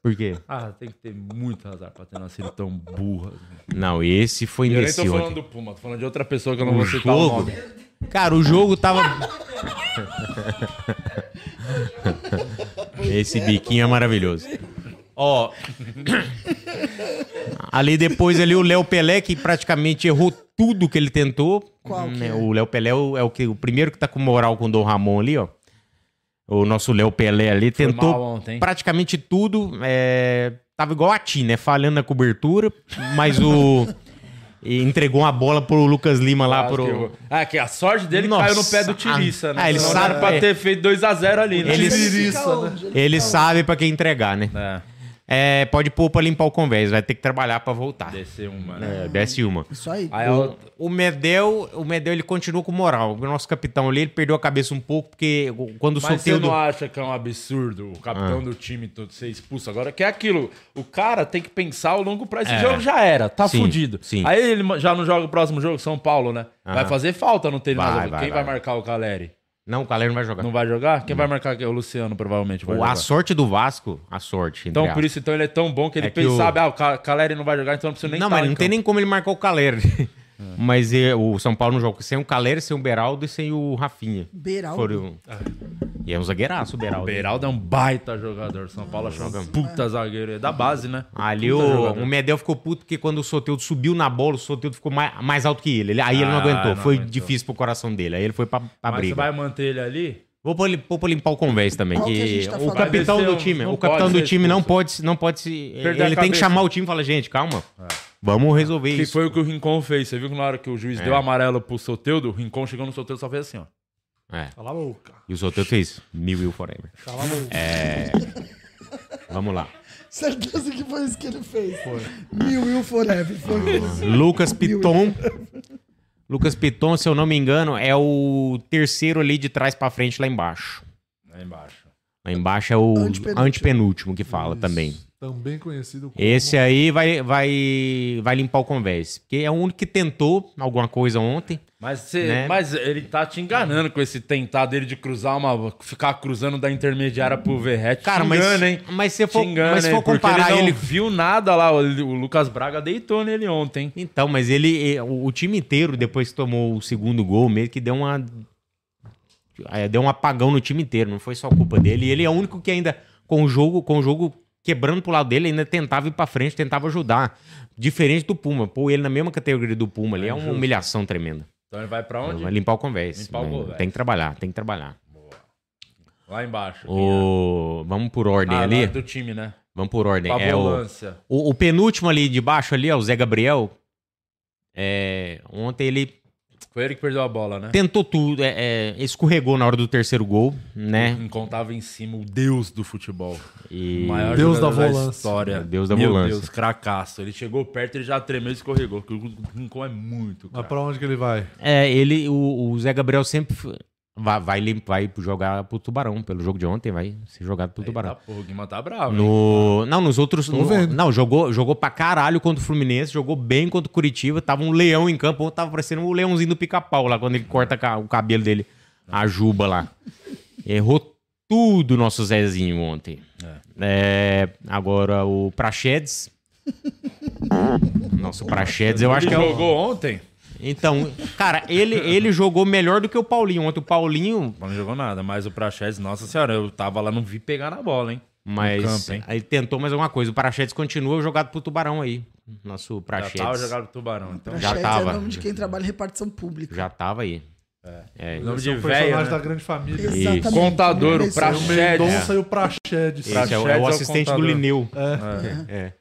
[SPEAKER 4] Por quê?
[SPEAKER 1] Ah, tem que ter muito azar pra ter nascido tão burro.
[SPEAKER 4] Não, esse foi
[SPEAKER 1] Eu nem tô
[SPEAKER 4] imbecil.
[SPEAKER 1] falando
[SPEAKER 4] ontem.
[SPEAKER 1] do Puma, tô falando de outra pessoa que eu não vou
[SPEAKER 4] O
[SPEAKER 1] citar o
[SPEAKER 4] jogo.
[SPEAKER 1] nome.
[SPEAKER 4] Cara, o jogo tava. <laughs> esse biquinho é maravilhoso. Ó. ali depois ali o Léo Pelé, que praticamente errou tudo que ele tentou.
[SPEAKER 3] Qual que
[SPEAKER 4] Né,
[SPEAKER 3] é?
[SPEAKER 4] O Léo Pelé é o, é o que, o primeiro que tá com moral com o Dom Ramon ali, ó. O nosso Léo Pelé ali tentou
[SPEAKER 1] mal ontem, hein? <laughs>
[SPEAKER 4] praticamente tudo. é, Tava igual a Ti, né? Falhando na cobertura. Mas o. e entregou uma bola pro Lucas Lima lá
[SPEAKER 1] Ah, que
[SPEAKER 4] pro.
[SPEAKER 1] horror. Ah, que a sorte dele
[SPEAKER 4] Nossa.
[SPEAKER 1] caiu no pé do Tiriça, né?
[SPEAKER 4] Ah, ele
[SPEAKER 1] Senão não era
[SPEAKER 4] sabe-
[SPEAKER 1] pra ter feito 2x0 ali, né?
[SPEAKER 4] Ele- <laughs>
[SPEAKER 5] Tiririça, né?
[SPEAKER 4] Ele sabe pra quem entregar, né?
[SPEAKER 1] É,
[SPEAKER 4] É, pode pôr pra limpar o convés, vai ter que trabalhar pra voltar.
[SPEAKER 1] desceu uma, né?
[SPEAKER 4] É, desce uma.
[SPEAKER 3] Isso aí.
[SPEAKER 1] Aí
[SPEAKER 4] O,
[SPEAKER 1] eu...
[SPEAKER 4] o Medel, o Medel ele continua com moral. O nosso capitão ali, ele perdeu a cabeça um pouco porque o- quando o
[SPEAKER 1] Mas você
[SPEAKER 4] sorteio do... Ah.
[SPEAKER 1] não acha que é um absurdo o capitão do time todo ser expulso agora? Que é aquilo, o cara tem que pensar ao longo prazo. Esse
[SPEAKER 4] É.
[SPEAKER 1] jogo já era, tá
[SPEAKER 4] Sim,
[SPEAKER 1] fudido.
[SPEAKER 4] sim.
[SPEAKER 1] Aí ele ma- já não joga o próximo jogo, São Paulo, né? Vai
[SPEAKER 4] Aham.
[SPEAKER 1] fazer falta não ter ele
[SPEAKER 4] Vai,
[SPEAKER 1] mais.
[SPEAKER 4] vai,
[SPEAKER 1] Quem
[SPEAKER 4] vai.
[SPEAKER 1] vai marcar o Caleri?
[SPEAKER 4] Não, o Calero não vai jogar.
[SPEAKER 1] Não vai jogar? Quem vai marcar? O Luciano provavelmente vai
[SPEAKER 4] O-
[SPEAKER 1] jogar.
[SPEAKER 4] a sorte do Vasco, a sorte.
[SPEAKER 1] Então,
[SPEAKER 4] entre
[SPEAKER 1] por
[SPEAKER 4] aspas.
[SPEAKER 1] isso, então ele é tão bom que ele
[SPEAKER 4] É que
[SPEAKER 1] pensa,
[SPEAKER 4] o-
[SPEAKER 1] sabe, ah, o Ca- Caleri não vai jogar, então não precisa nem
[SPEAKER 4] Não,
[SPEAKER 1] tá
[SPEAKER 4] mas
[SPEAKER 1] em
[SPEAKER 4] não tem
[SPEAKER 1] campo. É.
[SPEAKER 4] nem como ele marcar o Calero.
[SPEAKER 1] <laughs>
[SPEAKER 4] mas eh, o São Paulo não joga sem o Calero, sem o Beraldo e sem o Rafinha.
[SPEAKER 3] Beiral.
[SPEAKER 4] Foram... E é um zagueiraço o Beraldo.
[SPEAKER 1] O Beraldo é um baita jogador. São Paulo achou um puta zagueiro. É da base, né?
[SPEAKER 4] Ali
[SPEAKER 1] Puta
[SPEAKER 4] o,
[SPEAKER 1] jogador.
[SPEAKER 4] o Medel ficou puto porque quando o Soteudo subiu na bola, o Soteudo ficou mai- mais, alto que ele. Ele- Aí ele não
[SPEAKER 1] Ah,
[SPEAKER 4] aguentou.
[SPEAKER 1] não
[SPEAKER 4] foi
[SPEAKER 1] aguentou.
[SPEAKER 4] difícil pro coração dele. Aí ele foi pra, pra
[SPEAKER 1] Mas você
[SPEAKER 4] briga.
[SPEAKER 1] vai manter ele ali?
[SPEAKER 4] Vou pôr ele- pôr pra limpar o convés também.
[SPEAKER 3] Qual
[SPEAKER 4] que
[SPEAKER 3] que a gente tá
[SPEAKER 4] o
[SPEAKER 3] falando?
[SPEAKER 4] capitão
[SPEAKER 1] Vai
[SPEAKER 4] do
[SPEAKER 1] descer, um-
[SPEAKER 4] time.
[SPEAKER 1] não
[SPEAKER 4] o capitão
[SPEAKER 1] pode
[SPEAKER 4] do
[SPEAKER 1] ser
[SPEAKER 4] time não
[SPEAKER 1] expulso.
[SPEAKER 4] pode, se- não pode se. eh,
[SPEAKER 1] Perder a
[SPEAKER 4] ele tem que
[SPEAKER 1] cabeça. É.
[SPEAKER 4] chamar o time e falar, gente, calma. Vamos resolver
[SPEAKER 1] Que
[SPEAKER 4] isso.
[SPEAKER 1] foi o que o Rincon fez. Você viu que na hora que o juiz deu amarelo pro Soteudo, o Rincon chegou no Soteudo e só fez assim, ó.
[SPEAKER 4] É.
[SPEAKER 5] Cala a boca.
[SPEAKER 4] E o Soteudo fez. Mil Will Forever.
[SPEAKER 5] Cala a
[SPEAKER 4] É,
[SPEAKER 5] boca.
[SPEAKER 4] Vamos lá.
[SPEAKER 3] Certeza que foi isso que ele fez. Mil Will Forever. Foi isso.
[SPEAKER 4] Lucas Piton. Lucas Piton, se eu não me engano, é o terceiro ali de trás pra frente lá embaixo.
[SPEAKER 1] Lá embaixo.
[SPEAKER 4] Lá embaixo é o
[SPEAKER 3] Antepenúltimo.
[SPEAKER 4] antepenúltimo, que fala também.
[SPEAKER 5] Também conhecido como.
[SPEAKER 4] Esse aí vai, vai, vai limpar o convés. Porque é o único que tentou alguma coisa ontem.
[SPEAKER 1] Mas, você-
[SPEAKER 4] Né?
[SPEAKER 1] mas ele tá te enganando com esse tentar dele de cruzar uma. ficar cruzando da intermediária pro Verrete.
[SPEAKER 4] Cara,
[SPEAKER 1] te
[SPEAKER 4] mas,
[SPEAKER 1] engana, hein?
[SPEAKER 4] mas se for,
[SPEAKER 1] te engana,
[SPEAKER 4] mas se
[SPEAKER 1] hein?
[SPEAKER 4] for
[SPEAKER 1] Porque
[SPEAKER 4] comparar
[SPEAKER 1] ele.
[SPEAKER 4] ele,
[SPEAKER 1] Não viu nada lá. O, o Lucas Braga deitou nele ontem.
[SPEAKER 4] Então, mas ele. eh, O o time inteiro, depois que tomou o segundo gol, meio que deu uma. eh, Deu um apagão no time inteiro. Não foi só culpa dele. E ele é o único que ainda, com o jogo, com o jogo quebrando pro lado dele, ainda tentava ir pra frente, tentava ajudar. Diferente do Puma. Pô, ele na mesma categoria do Puma ali é uma humilhação tremenda.
[SPEAKER 1] Então ele vai pra onde?
[SPEAKER 4] Vai limpar o convés.
[SPEAKER 1] Limpar o
[SPEAKER 4] Não,
[SPEAKER 1] convés.
[SPEAKER 4] Tem que trabalhar, tem que trabalhar.
[SPEAKER 1] Lá embaixo.
[SPEAKER 4] O... Vamos por ordem
[SPEAKER 1] é- Ah,
[SPEAKER 4] ali.
[SPEAKER 1] lá do time, né?
[SPEAKER 4] Vamos por ordem.
[SPEAKER 1] Pra
[SPEAKER 4] É o...
[SPEAKER 1] volância.
[SPEAKER 4] O, o penúltimo ali de baixo ali, ó, o Zé Gabriel. é, ontem ele
[SPEAKER 1] Foi ele que perdeu a bola, né?
[SPEAKER 4] tentou tudo, é, é, escorregou na hora do terceiro gol, né?
[SPEAKER 1] Rincon tava em cima, o deus do futebol.
[SPEAKER 4] E É,
[SPEAKER 1] O maior
[SPEAKER 5] Deus
[SPEAKER 1] jogador
[SPEAKER 5] da volância.
[SPEAKER 1] história.
[SPEAKER 4] Deus da
[SPEAKER 1] Meu
[SPEAKER 4] volância.
[SPEAKER 1] Deus, cracaço. Ele chegou perto, ele já tremeu e escorregou. porque O Rincon é muito,
[SPEAKER 5] Mas
[SPEAKER 1] cara.
[SPEAKER 5] pra onde que ele vai?
[SPEAKER 4] é, ele, o, o Zé Gabriel sempre f- vai, vai, lim- vai jogar pro Tubarão, pelo jogo de ontem, vai ser jogado pro
[SPEAKER 1] Eita,
[SPEAKER 4] Tubarão.
[SPEAKER 1] porra, o Guima tá bravo. hein?
[SPEAKER 4] No, não, nos outros. no-
[SPEAKER 5] vendo.
[SPEAKER 4] não, jogou, jogou pra caralho contra o Fluminense, jogou bem contra o Curitiba. Tava um leão em campo, ontem tava parecendo o leãozinho do pica-pau lá, quando ele corta ca- o cabelo dele, a juba lá. Errou tudo o nosso Zezinho ontem. É, agora o Praxedes. Nossa, o Praxedes, eu acho
[SPEAKER 1] Ele
[SPEAKER 4] que é o.
[SPEAKER 1] jogou ontem?
[SPEAKER 4] Então, cara, ele, ele jogou melhor do que o Paulinho ontem. O Paulinho
[SPEAKER 1] Não jogou nada, mas o Praxedes, nossa senhora, eu tava lá, não vi pegar na bola, hein?
[SPEAKER 4] Mas
[SPEAKER 1] No campo, hein?
[SPEAKER 4] aí tentou mais alguma coisa. O Praxedes continua jogado pro Tubarão aí. Nosso
[SPEAKER 1] Já tava
[SPEAKER 4] Praxedes. Já tava,
[SPEAKER 1] jogado pro Tubarão. Então,
[SPEAKER 4] Já
[SPEAKER 3] Praxedes
[SPEAKER 4] tava.
[SPEAKER 3] É o nome de quem trabalha em repartição pública.
[SPEAKER 4] aí. É.
[SPEAKER 1] o nome de
[SPEAKER 5] São
[SPEAKER 1] velho,
[SPEAKER 5] personagens
[SPEAKER 1] né?
[SPEAKER 5] um da grande família.
[SPEAKER 3] Exatamente. é
[SPEAKER 1] Contador, o
[SPEAKER 5] O
[SPEAKER 4] É.
[SPEAKER 5] Mendonça e o Praxedes.
[SPEAKER 4] Esse é o- é, o,
[SPEAKER 1] Praxedes é o
[SPEAKER 4] assistente do
[SPEAKER 1] contador.
[SPEAKER 4] Lineu. É. É.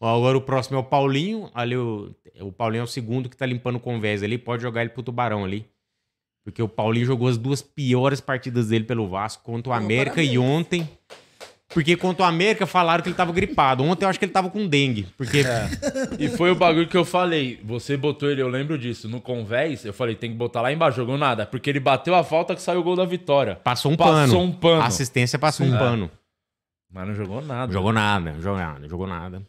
[SPEAKER 4] Ó, Agora o próximo é o Paulinho. Ali o, o Paulinho é o segundo que tá limpando o convés ali. Pode jogar ele pro Tubarão ali. Porque o Paulinho jogou as duas piores partidas dele pelo Vasco contra o América e ontem. Porque contra o América falaram que ele tava gripado. Ontem eu acho que ele tava com dengue. Porque
[SPEAKER 1] É. E foi o bagulho que eu falei. Você botou ele, eu lembro disso, no convés. Eu falei, tem que botar lá embaixo. Jogou nada. Porque ele bateu a falta que saiu o gol da vitória.
[SPEAKER 4] passou um
[SPEAKER 1] Passou
[SPEAKER 4] pano.
[SPEAKER 1] um pano.
[SPEAKER 4] A assistência passou um pano.
[SPEAKER 1] Mas não jogou nada.
[SPEAKER 4] Não jogou nada, não jogou nada, não jogou nada.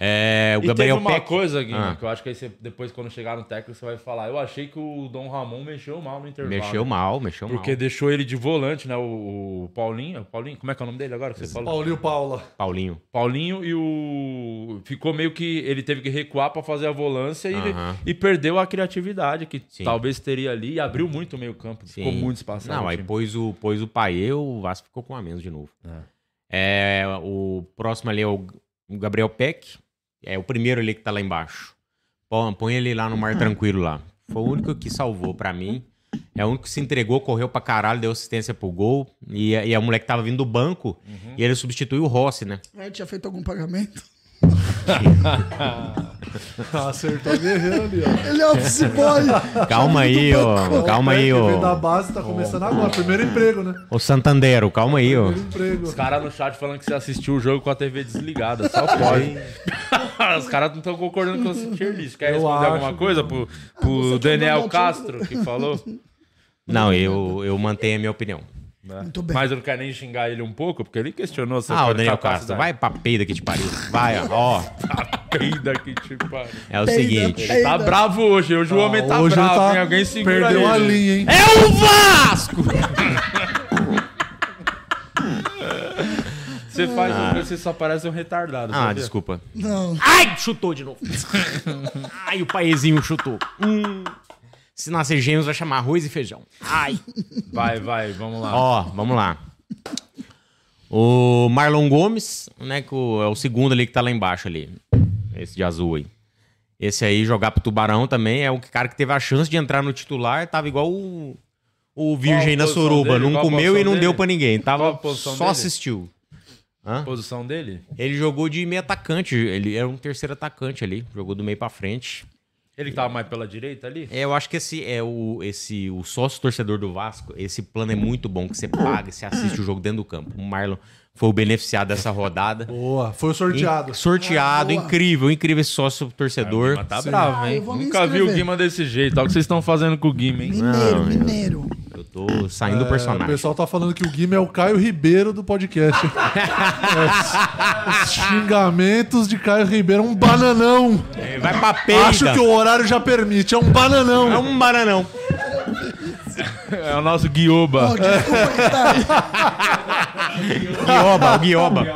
[SPEAKER 4] É, o
[SPEAKER 1] E
[SPEAKER 4] Gabriel
[SPEAKER 1] teve uma
[SPEAKER 4] Peck.
[SPEAKER 1] coisa, Guilherme,
[SPEAKER 4] Ah.
[SPEAKER 1] que eu acho que aí você, depois, quando chegar no técnico, você vai falar. Eu achei que o Dom Ramon mexeu mal no intervalo.
[SPEAKER 4] Mexeu mal, mexeu
[SPEAKER 1] Porque deixou ele de volante, né? O, o Paulinho. o Paulinho, como é que é o nome dele agora que você falou?
[SPEAKER 5] Paulinho Paula.
[SPEAKER 4] mal. Paulinho.
[SPEAKER 1] Paulinho e o. Ficou meio que. Ele teve que recuar pra fazer a volância e,
[SPEAKER 4] Aham.
[SPEAKER 1] e perdeu a criatividade que
[SPEAKER 4] Sim.
[SPEAKER 1] talvez teria ali e abriu muito o meio-campo. Ficou
[SPEAKER 4] Sim.
[SPEAKER 1] muito espaçado.
[SPEAKER 4] Não,
[SPEAKER 1] o
[SPEAKER 4] aí
[SPEAKER 1] time.
[SPEAKER 4] pôs o, pôs o Paê, o Vasco ficou com um a menos de novo. É, o próximo ali é o, o Gabriel Peck. É o primeiro ali que tá lá embaixo. Põe, põe ele lá no mar tranquilo lá. Foi o único que salvou pra mim. É o único que se entregou, correu pra caralho, deu assistência pro gol.
[SPEAKER 1] Uhum.
[SPEAKER 4] E, a- e a moleque tava vindo do banco e ele substituiu o Rossi, né? <laughs>
[SPEAKER 3] É, tinha feito algum pagamento?
[SPEAKER 5] Acertou o guerreiro ali, ó.
[SPEAKER 3] Ele é office boy.
[SPEAKER 4] Calma aí, ó. Calma aí,
[SPEAKER 5] Que veio da
[SPEAKER 4] ó.
[SPEAKER 5] base, tá começando agora. Primeiro emprego, né?
[SPEAKER 4] Ô Santandero, calma aí, ó.
[SPEAKER 5] Primeiro emprego.
[SPEAKER 1] Os caras no chat falando que você assistiu o jogo com a TV desligada,
[SPEAKER 4] <laughs>
[SPEAKER 1] só pode. <laughs> Os caras não estão concordando com esse tier list. Quer
[SPEAKER 5] Eu
[SPEAKER 1] responder
[SPEAKER 5] acho.
[SPEAKER 1] alguma coisa pro,
[SPEAKER 3] Ah,
[SPEAKER 1] pro
[SPEAKER 3] tá
[SPEAKER 1] Daniel Castro, que
[SPEAKER 3] <laughs>
[SPEAKER 1] falou?
[SPEAKER 4] Não, eu, eu mantenho a minha opinião.
[SPEAKER 3] Muito bem.
[SPEAKER 1] Né? Mas eu não quero nem xingar ele um pouco, porque ele questionou se
[SPEAKER 4] Ah, o Daniel Castro,
[SPEAKER 1] Castro
[SPEAKER 4] vai pra peida que te pariu. Vai, ó.
[SPEAKER 1] <laughs> Peida que tipo. Ele
[SPEAKER 4] É o
[SPEAKER 3] Peida,
[SPEAKER 4] seguinte.
[SPEAKER 3] peida.
[SPEAKER 1] tá bravo hoje, hoje o
[SPEAKER 4] Ah,
[SPEAKER 1] homem tá
[SPEAKER 5] hoje
[SPEAKER 1] bravo,
[SPEAKER 5] tá-
[SPEAKER 1] hein? Alguém segura
[SPEAKER 5] Perdeu a
[SPEAKER 1] ele.
[SPEAKER 5] linha, hein?
[SPEAKER 4] É o Vasco!
[SPEAKER 1] Você faz um coisa, você só parece um retardado.
[SPEAKER 4] Ah,
[SPEAKER 1] sabia?
[SPEAKER 4] desculpa.
[SPEAKER 3] Não.
[SPEAKER 4] Ai, chutou de novo. <laughs> Ai, o paizinho chutou. Hum. Se nascer gêmeos, vai chamar arroz e feijão. Ai.
[SPEAKER 1] Vai, vai, vamos lá.
[SPEAKER 4] Ó, vamos lá. O Marlon Gomes, né, que o- é o segundo ali que tá lá embaixo ali. Esse de azul aí. Esse aí, jogar pro Tubarão também, é o cara que teve a chance de entrar no titular, tava igual o, o Virgem
[SPEAKER 1] a
[SPEAKER 4] na
[SPEAKER 1] posição
[SPEAKER 4] Soruba,
[SPEAKER 1] dele?
[SPEAKER 4] não
[SPEAKER 1] Qual a
[SPEAKER 4] comeu
[SPEAKER 1] posição
[SPEAKER 4] e não
[SPEAKER 1] dele?
[SPEAKER 4] deu pra ninguém,
[SPEAKER 1] Qual a
[SPEAKER 4] tava
[SPEAKER 1] posição
[SPEAKER 4] só
[SPEAKER 1] dele?
[SPEAKER 4] assistiu.
[SPEAKER 1] A posição dele?
[SPEAKER 4] Ele jogou de meio atacante, ele era um terceiro atacante ali, jogou do meio pra frente.
[SPEAKER 1] Ele que tava mais pela direita ali?
[SPEAKER 4] É, Eu acho que esse é o esse o sócio torcedor do Vasco. Esse plano é muito bom que você paga, e você assiste o jogo dentro do campo. O Marlon foi o beneficiado dessa rodada.
[SPEAKER 5] Boa, foi o
[SPEAKER 4] In-
[SPEAKER 5] sorteado.
[SPEAKER 4] sorteado, incrível, incrível esse sócio torcedor.
[SPEAKER 1] Mas tá bravo,
[SPEAKER 3] Ah,
[SPEAKER 1] hein?
[SPEAKER 3] eu vou me
[SPEAKER 1] Nunca vi o
[SPEAKER 3] inscrever.
[SPEAKER 1] Guima desse jeito. Olha o que vocês estão fazendo com o Guima, hein?
[SPEAKER 3] Mineiro, mineiro.
[SPEAKER 4] Eu tô saindo do
[SPEAKER 5] É, o
[SPEAKER 4] personagem.
[SPEAKER 5] pessoal tá falando que o Guima é o Caio Ribeiro do podcast.
[SPEAKER 1] <laughs>
[SPEAKER 5] É, os xingamentos de Caio Ribeiro, é um bananão.
[SPEAKER 4] Vai pra peida.
[SPEAKER 5] Acho que o horário já permite, é um bananão.
[SPEAKER 4] É um bananão.
[SPEAKER 1] É o nosso Guioba.
[SPEAKER 3] Ó, desculpa que tá
[SPEAKER 5] <laughs>
[SPEAKER 3] aí.
[SPEAKER 4] Guioba, o guioba.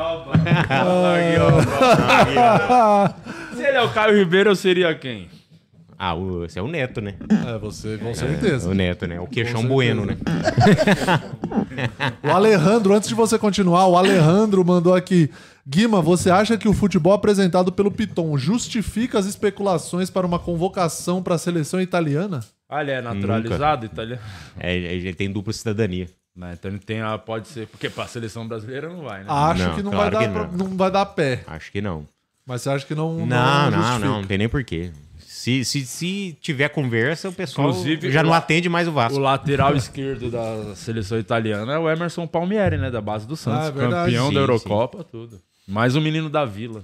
[SPEAKER 1] Se ele é o Caio Ribeiro, eu seria quem?
[SPEAKER 4] Ah, o- esse é o Neto, né?
[SPEAKER 5] <laughs> É, você, com
[SPEAKER 4] É
[SPEAKER 5] certeza.
[SPEAKER 4] o Neto, né? O queixão bueno, né?
[SPEAKER 5] O Alejandro, antes de você continuar, o Alejandro mandou aqui. Guima, você acha que o futebol apresentado pelo Piton justifica as especulações para uma convocação para a seleção italiana?
[SPEAKER 1] Ah, ele é naturalizado italiano?
[SPEAKER 4] É, ele tem dupla cidadania.
[SPEAKER 1] Não, então ele tem a, pode ser, porque pra seleção brasileira não vai, né?
[SPEAKER 5] Acho
[SPEAKER 4] Não,
[SPEAKER 5] que, não,
[SPEAKER 4] claro
[SPEAKER 5] vai
[SPEAKER 4] que
[SPEAKER 5] dar,
[SPEAKER 4] não.
[SPEAKER 5] pra- não. vai dar pé.
[SPEAKER 4] Acho que não.
[SPEAKER 5] Mas você acha que não.
[SPEAKER 4] Não, não, não,
[SPEAKER 5] justifica?
[SPEAKER 4] não, tem nem porquê. Se, se, se tiver conversa, o pessoal
[SPEAKER 1] Inclusive,
[SPEAKER 4] já
[SPEAKER 1] o-
[SPEAKER 4] não atende mais o
[SPEAKER 1] O
[SPEAKER 4] Vasco.
[SPEAKER 1] lateral esquerdo da seleção italiana é o Emerson Palmieri, né? Da base do Santos.
[SPEAKER 5] Ah, é verdade.
[SPEAKER 1] campeão
[SPEAKER 4] Sim,
[SPEAKER 1] da Eurocopa, tudo. Mais um menino da Vila.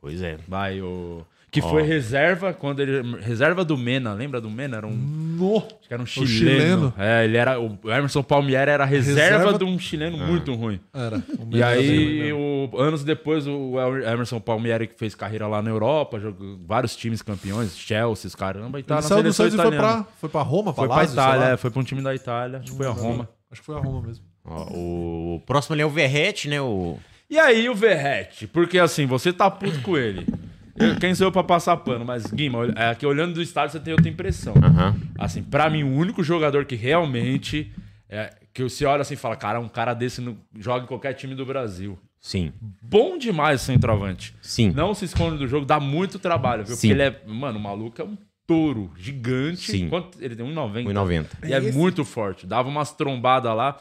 [SPEAKER 4] Pois é.
[SPEAKER 1] Vai, o... Que foi reserva quando ele... Reserva do Mena, lembra do Mena? Era um...
[SPEAKER 5] No.
[SPEAKER 1] Acho que era um chileno.
[SPEAKER 5] chileno.
[SPEAKER 1] É, ele era... O Emerson Palmieri era a reserva,
[SPEAKER 5] Reserva- É.
[SPEAKER 1] de um chileno muito ruim.
[SPEAKER 5] <laughs> Era.
[SPEAKER 1] E aí, o, anos depois, o El- Emerson Palmieri, que fez carreira lá na Europa, jogou vários times campeões, Chelsea, os caramba, e tá
[SPEAKER 5] Ele
[SPEAKER 1] na
[SPEAKER 5] saiu do
[SPEAKER 1] seleção
[SPEAKER 5] Santos e foi
[SPEAKER 1] italiana.
[SPEAKER 5] pra, foi pra Roma,
[SPEAKER 1] Foi pra
[SPEAKER 5] Palazzo, sei
[SPEAKER 1] Itália,
[SPEAKER 5] lá. Uhum.
[SPEAKER 1] é, foi pra um time da Itália, acho que foi a Roma.
[SPEAKER 5] Acho que foi a Roma mesmo.
[SPEAKER 4] Ó, o, o próximo ali é o Verrete, né? O...
[SPEAKER 1] E aí, o Verrete? Porque assim, você tá puto com ele. Eu- quem sou eu pra passar pano? Mas, Guima, olha- é que olhando do estádio você tem outra impressão. Assim, pra mim, o único jogador que realmente. É, que você olha assim e fala, cara, um cara desse não joga em qualquer time do Brasil.
[SPEAKER 4] Sim,
[SPEAKER 1] Bom demais o centroavante.
[SPEAKER 4] sim.
[SPEAKER 1] Não se esconde do jogo, dá muito trabalho, viu?
[SPEAKER 4] Sim.
[SPEAKER 1] Porque ele é, mano, o maluco é um touro gigante.
[SPEAKER 4] Sim.
[SPEAKER 1] Quanto- ele tem 1,90.
[SPEAKER 4] 1,90.
[SPEAKER 1] E é muito forte. Dava umas trombadas lá.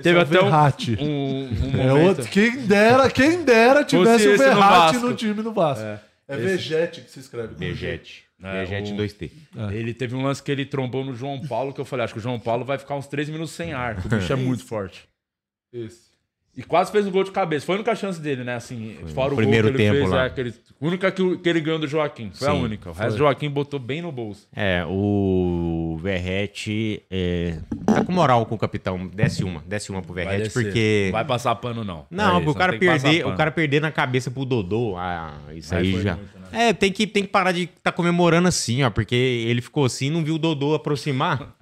[SPEAKER 1] Teve
[SPEAKER 5] é o
[SPEAKER 1] até um,
[SPEAKER 5] Verratti.
[SPEAKER 1] um, um
[SPEAKER 5] <laughs> É
[SPEAKER 1] momento.
[SPEAKER 5] outro. Quem dera, quem dera tivesse
[SPEAKER 1] Fosse
[SPEAKER 5] o
[SPEAKER 1] esse no
[SPEAKER 5] Verratti
[SPEAKER 1] Vasco.
[SPEAKER 5] no, time do Vasco.
[SPEAKER 1] É.
[SPEAKER 5] É, Vegete que se escreve.
[SPEAKER 4] Vegete.
[SPEAKER 1] É,
[SPEAKER 4] Vegete
[SPEAKER 1] o-
[SPEAKER 4] 2T.
[SPEAKER 1] Ele teve um lance que ele trombou no João Paulo, que eu falei, acho que o João Paulo vai ficar uns 3 minutos sem ar, que o
[SPEAKER 4] <laughs>
[SPEAKER 1] bicho é muito forte.
[SPEAKER 5] Esse.
[SPEAKER 1] E quase fez um gol de cabeça. Foi a única chance dele, né? Assim, fora o
[SPEAKER 4] Primeiro
[SPEAKER 1] gol que ele
[SPEAKER 4] tempo
[SPEAKER 1] fez,
[SPEAKER 4] lá.
[SPEAKER 1] é aquele, a única que, o- que ele ganhou do Joaquim. Foi a
[SPEAKER 4] Sim,
[SPEAKER 1] única. O resto do Joaquim botou bem no bolso.
[SPEAKER 4] É, o Verrete é, tá com moral com o capitão. Desce uma, desce uma pro
[SPEAKER 1] Vai
[SPEAKER 4] Verrete,
[SPEAKER 1] descer.
[SPEAKER 4] É, porque...
[SPEAKER 1] Não vai passar pano, não.
[SPEAKER 4] Não,
[SPEAKER 1] É
[SPEAKER 4] porque
[SPEAKER 1] isso,
[SPEAKER 4] o cara,
[SPEAKER 1] tem que passar
[SPEAKER 4] perder,
[SPEAKER 1] pano.
[SPEAKER 4] o cara perder na cabeça pro Dodô, ah, isso
[SPEAKER 1] Aí
[SPEAKER 4] aí,
[SPEAKER 1] foi
[SPEAKER 4] já.
[SPEAKER 1] muito,
[SPEAKER 4] É, tem que, tem que parar de tá comemorando assim, ó, porque ele ficou assim, não viu o
[SPEAKER 1] <laughs>
[SPEAKER 4] Dodô aproximar.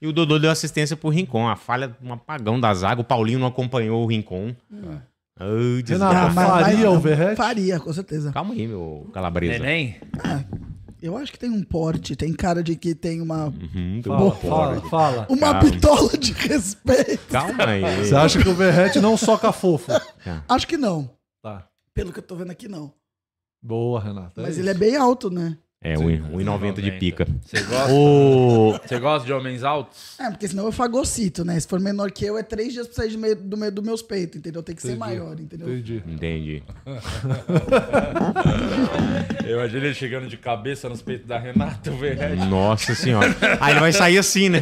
[SPEAKER 4] e o Dodô deu assistência pro Rincon. A falha, um apagão da zaga. O Paulinho não acompanhou o Rincon. Ai, desgraça.
[SPEAKER 5] É. Renato, Ah, faria o Verratti?
[SPEAKER 3] Tá, Faria, com certeza.
[SPEAKER 4] Calma aí, meu calabresa.
[SPEAKER 1] Neném?
[SPEAKER 3] Eu acho que tem um porte, tem cara de que tem uma,
[SPEAKER 4] Hum, tô
[SPEAKER 5] Fala,
[SPEAKER 4] bom,
[SPEAKER 5] fala,
[SPEAKER 4] porra.
[SPEAKER 5] fala.
[SPEAKER 3] uma bitola de respeito.
[SPEAKER 4] Calma aí.
[SPEAKER 5] Você acha que o Verratti não soca fofo?
[SPEAKER 3] Acho que não.
[SPEAKER 5] Tá.
[SPEAKER 3] Pelo que eu tô vendo aqui, não.
[SPEAKER 5] <laughs> Boa, Renato. É
[SPEAKER 3] Mas
[SPEAKER 5] isso.
[SPEAKER 3] ele é bem alto, né?
[SPEAKER 4] É, 1,90 de pica.
[SPEAKER 1] Você gosta?
[SPEAKER 4] O...
[SPEAKER 1] Você gosta de homens altos?
[SPEAKER 3] É, porque senão eu fagocito, né? Se for menor que eu, é três dias pra sair de meio, do meio dos meus peitos, entendeu? Tem que ser maior, entendeu?
[SPEAKER 5] Entendi.
[SPEAKER 4] Entendi.
[SPEAKER 1] Eu imagino ele chegando de cabeça nos peitos da Renata, velho.
[SPEAKER 4] Nossa senhora. Aí ele vai sair assim, né?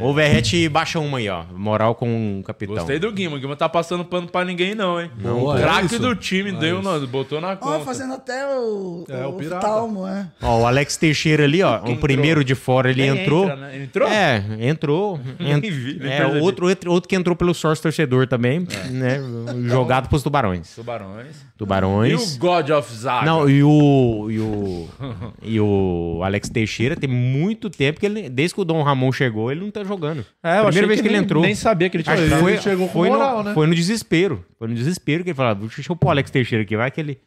[SPEAKER 4] Ô, Verrete, baixa uma aí, ó. Moral com o capitão.
[SPEAKER 1] Gostei do Guima. O Guima tá passando pano pra ninguém, não, hein?
[SPEAKER 5] Não,
[SPEAKER 1] o
[SPEAKER 5] pô. É
[SPEAKER 1] craque
[SPEAKER 5] isso.
[SPEAKER 1] do time
[SPEAKER 5] É
[SPEAKER 1] deu,
[SPEAKER 5] isso.
[SPEAKER 1] nós, botou na
[SPEAKER 3] Ó,
[SPEAKER 1] conta.
[SPEAKER 3] fazendo até o,
[SPEAKER 5] É, o pirata.
[SPEAKER 3] talmo, é.
[SPEAKER 4] Ó, o Alex Teixeira ali, ó.
[SPEAKER 1] Quem
[SPEAKER 4] o primeiro
[SPEAKER 1] entrou?
[SPEAKER 4] de fora, ele
[SPEAKER 1] Nem
[SPEAKER 4] entrou.
[SPEAKER 1] entra, né? Ele entrou?
[SPEAKER 4] É, entrou.
[SPEAKER 1] <laughs>
[SPEAKER 4] Ent...
[SPEAKER 1] Nem vi, nem
[SPEAKER 4] é,
[SPEAKER 1] percebi. É.
[SPEAKER 4] outro, outro, outro que entrou pelo sócio torcedor também, né? Jogado pros tubarões.
[SPEAKER 1] Tubarões. E
[SPEAKER 4] Tubarões.
[SPEAKER 1] o God of Zaga?
[SPEAKER 4] Não, e o, e o. <laughs> E o Alex Teixeira tem muito tempo que ele. Desde que o Dom Ramon chegou, ele não tá jogando.
[SPEAKER 9] É, eu achei
[SPEAKER 4] Primeira vez que, ele
[SPEAKER 9] nem-
[SPEAKER 4] entrou.
[SPEAKER 9] Nem sabia que ele tinha
[SPEAKER 4] Acho que
[SPEAKER 9] entrado.
[SPEAKER 4] foi,
[SPEAKER 5] ele chegou com
[SPEAKER 4] foi
[SPEAKER 5] moral,
[SPEAKER 4] no,
[SPEAKER 5] né?
[SPEAKER 4] foi no desespero. Foi no desespero que ele falou: "Ah, deixa eu pôr o Alex Teixeira aqui, vai que ele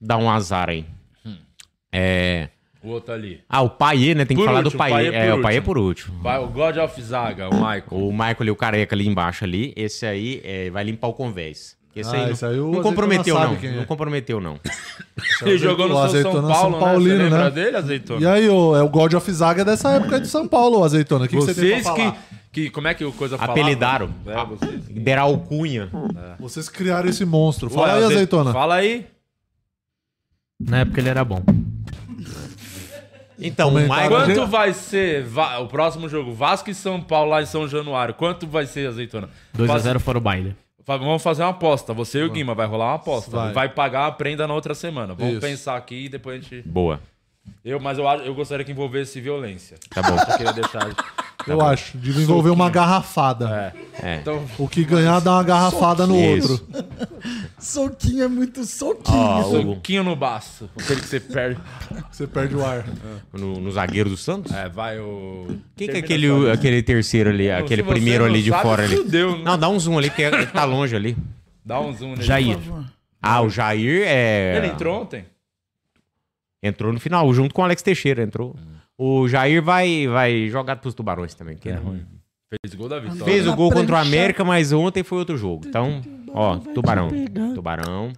[SPEAKER 4] dá um azar aí. É.
[SPEAKER 1] O outro ali.
[SPEAKER 4] Ah, o Paê, né? Tem que
[SPEAKER 1] Por
[SPEAKER 4] falar do
[SPEAKER 1] último,
[SPEAKER 4] Paê.
[SPEAKER 1] Payet
[SPEAKER 4] é,
[SPEAKER 1] por
[SPEAKER 4] o Paê
[SPEAKER 1] último.
[SPEAKER 4] por último.
[SPEAKER 1] Vai, o God of Zaga, o Michael.
[SPEAKER 4] O Michael ali, o careca ali embaixo ali, esse aí é, vai limpar o convés. Esse
[SPEAKER 5] Ah,
[SPEAKER 4] aí não,
[SPEAKER 5] esse aí o
[SPEAKER 4] não
[SPEAKER 5] Azeitona
[SPEAKER 4] comprometeu,
[SPEAKER 5] sabe
[SPEAKER 4] não.
[SPEAKER 5] quem é.
[SPEAKER 4] Não comprometeu, não.
[SPEAKER 1] Ele jogou no seu São
[SPEAKER 5] Azeitona,
[SPEAKER 1] Paulo,
[SPEAKER 5] São Paulino,
[SPEAKER 1] né? Você lembra
[SPEAKER 5] né?
[SPEAKER 1] dele, Azeitona?
[SPEAKER 5] E aí, ô, é o God of Zaga dessa época de São Paulo, Azeitona. O que, que você tem
[SPEAKER 1] vocês
[SPEAKER 5] pra falar?
[SPEAKER 1] que, que... Como é que o coisa falava?
[SPEAKER 4] Apelidaram. Ah.
[SPEAKER 1] É, vocês.
[SPEAKER 4] Deram alcunha.
[SPEAKER 5] Vocês criaram esse monstro. Fala
[SPEAKER 1] Ué,
[SPEAKER 5] aí,
[SPEAKER 1] Aze-
[SPEAKER 5] Azeitona.
[SPEAKER 1] Fala aí.
[SPEAKER 2] Na época ele era bom.
[SPEAKER 4] Então, o
[SPEAKER 5] Comentário.
[SPEAKER 4] Michael...
[SPEAKER 1] Quanto vai ser va- o próximo jogo? Vasco e São Paulo lá em São Januário. Quanto vai ser, Azeitona?
[SPEAKER 2] 2x0 fora o baile.
[SPEAKER 1] Fa- Vamos fazer uma aposta. Você e o Guima, vai rolar uma aposta. Vai,
[SPEAKER 5] Vai.
[SPEAKER 1] pagar a prenda na outra semana. Vamos
[SPEAKER 5] Isso.
[SPEAKER 1] pensar aqui e depois a gente.
[SPEAKER 4] Boa.
[SPEAKER 1] Eu, mas eu, acho- eu gostaria que envolvesse violência. Um
[SPEAKER 4] Tá bom.
[SPEAKER 1] Eu queria <laughs> deixar.
[SPEAKER 5] Eu acho. De envolver uma garrafada.
[SPEAKER 4] É.
[SPEAKER 1] Então,
[SPEAKER 5] O que ganhar dá uma garrafada no
[SPEAKER 4] Isso.
[SPEAKER 5] outro.
[SPEAKER 3] Soquinho é muito soquinho.
[SPEAKER 4] Ó, o-
[SPEAKER 1] soquinho no baço. Aquele que você perde.
[SPEAKER 5] Você perde o ar.
[SPEAKER 4] no, no zagueiro do Santos?
[SPEAKER 1] É, vai o.
[SPEAKER 4] Quem que é
[SPEAKER 1] Termina
[SPEAKER 4] aquele,
[SPEAKER 1] só, né?
[SPEAKER 4] aquele terceiro ali,
[SPEAKER 1] Não,
[SPEAKER 4] aquele
[SPEAKER 1] se você
[SPEAKER 4] primeiro
[SPEAKER 1] não
[SPEAKER 4] ali de
[SPEAKER 1] sabe,
[SPEAKER 4] fora
[SPEAKER 1] <laughs>
[SPEAKER 4] ali?
[SPEAKER 1] fudeu, né?
[SPEAKER 4] Não, dá um zoom ali, que é- tá longe ali.
[SPEAKER 1] Dá um zoom nele.
[SPEAKER 2] Jair.
[SPEAKER 4] Ah, o Jair é...
[SPEAKER 1] Ele entrou ontem?
[SPEAKER 4] Entrou no final, junto com o Alex Teixeira, entrou. O Jair vai, vai jogar pros tubarões também, que é ruim.
[SPEAKER 1] Fez gol da vitória.
[SPEAKER 4] Fez o
[SPEAKER 3] Na
[SPEAKER 4] gol contra o
[SPEAKER 3] prancha.
[SPEAKER 4] América, mas ontem foi outro jogo. Então, ó, tubarão. Tubarão.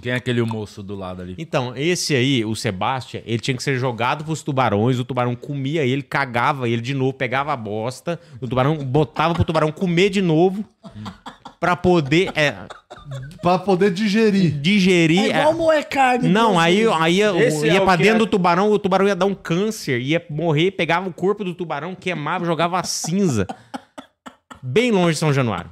[SPEAKER 1] Quem é aquele moço do lado ali?
[SPEAKER 4] Então, esse aí, o Sebastião, ele tinha que ser jogado pros tubarões, o tubarão comia ele, cagava ele de novo, pegava a bosta, o tubarão botava pro tubarão comer de novo pra poder é,
[SPEAKER 5] Pra poder digerir.
[SPEAKER 4] digerir.
[SPEAKER 3] É igual
[SPEAKER 4] é,
[SPEAKER 3] moer carne.
[SPEAKER 4] Não,
[SPEAKER 3] inclusive.
[SPEAKER 4] aí, aí ia-
[SPEAKER 1] Então, assim, Esse
[SPEAKER 4] ia
[SPEAKER 1] é o
[SPEAKER 4] pra
[SPEAKER 1] que
[SPEAKER 4] dentro
[SPEAKER 1] é-
[SPEAKER 4] do tubarão, o tubarão ia dar um câncer, ia morrer, pegava o corpo do tubarão, queimava, jogava a cinza. Bem longe de São Januário.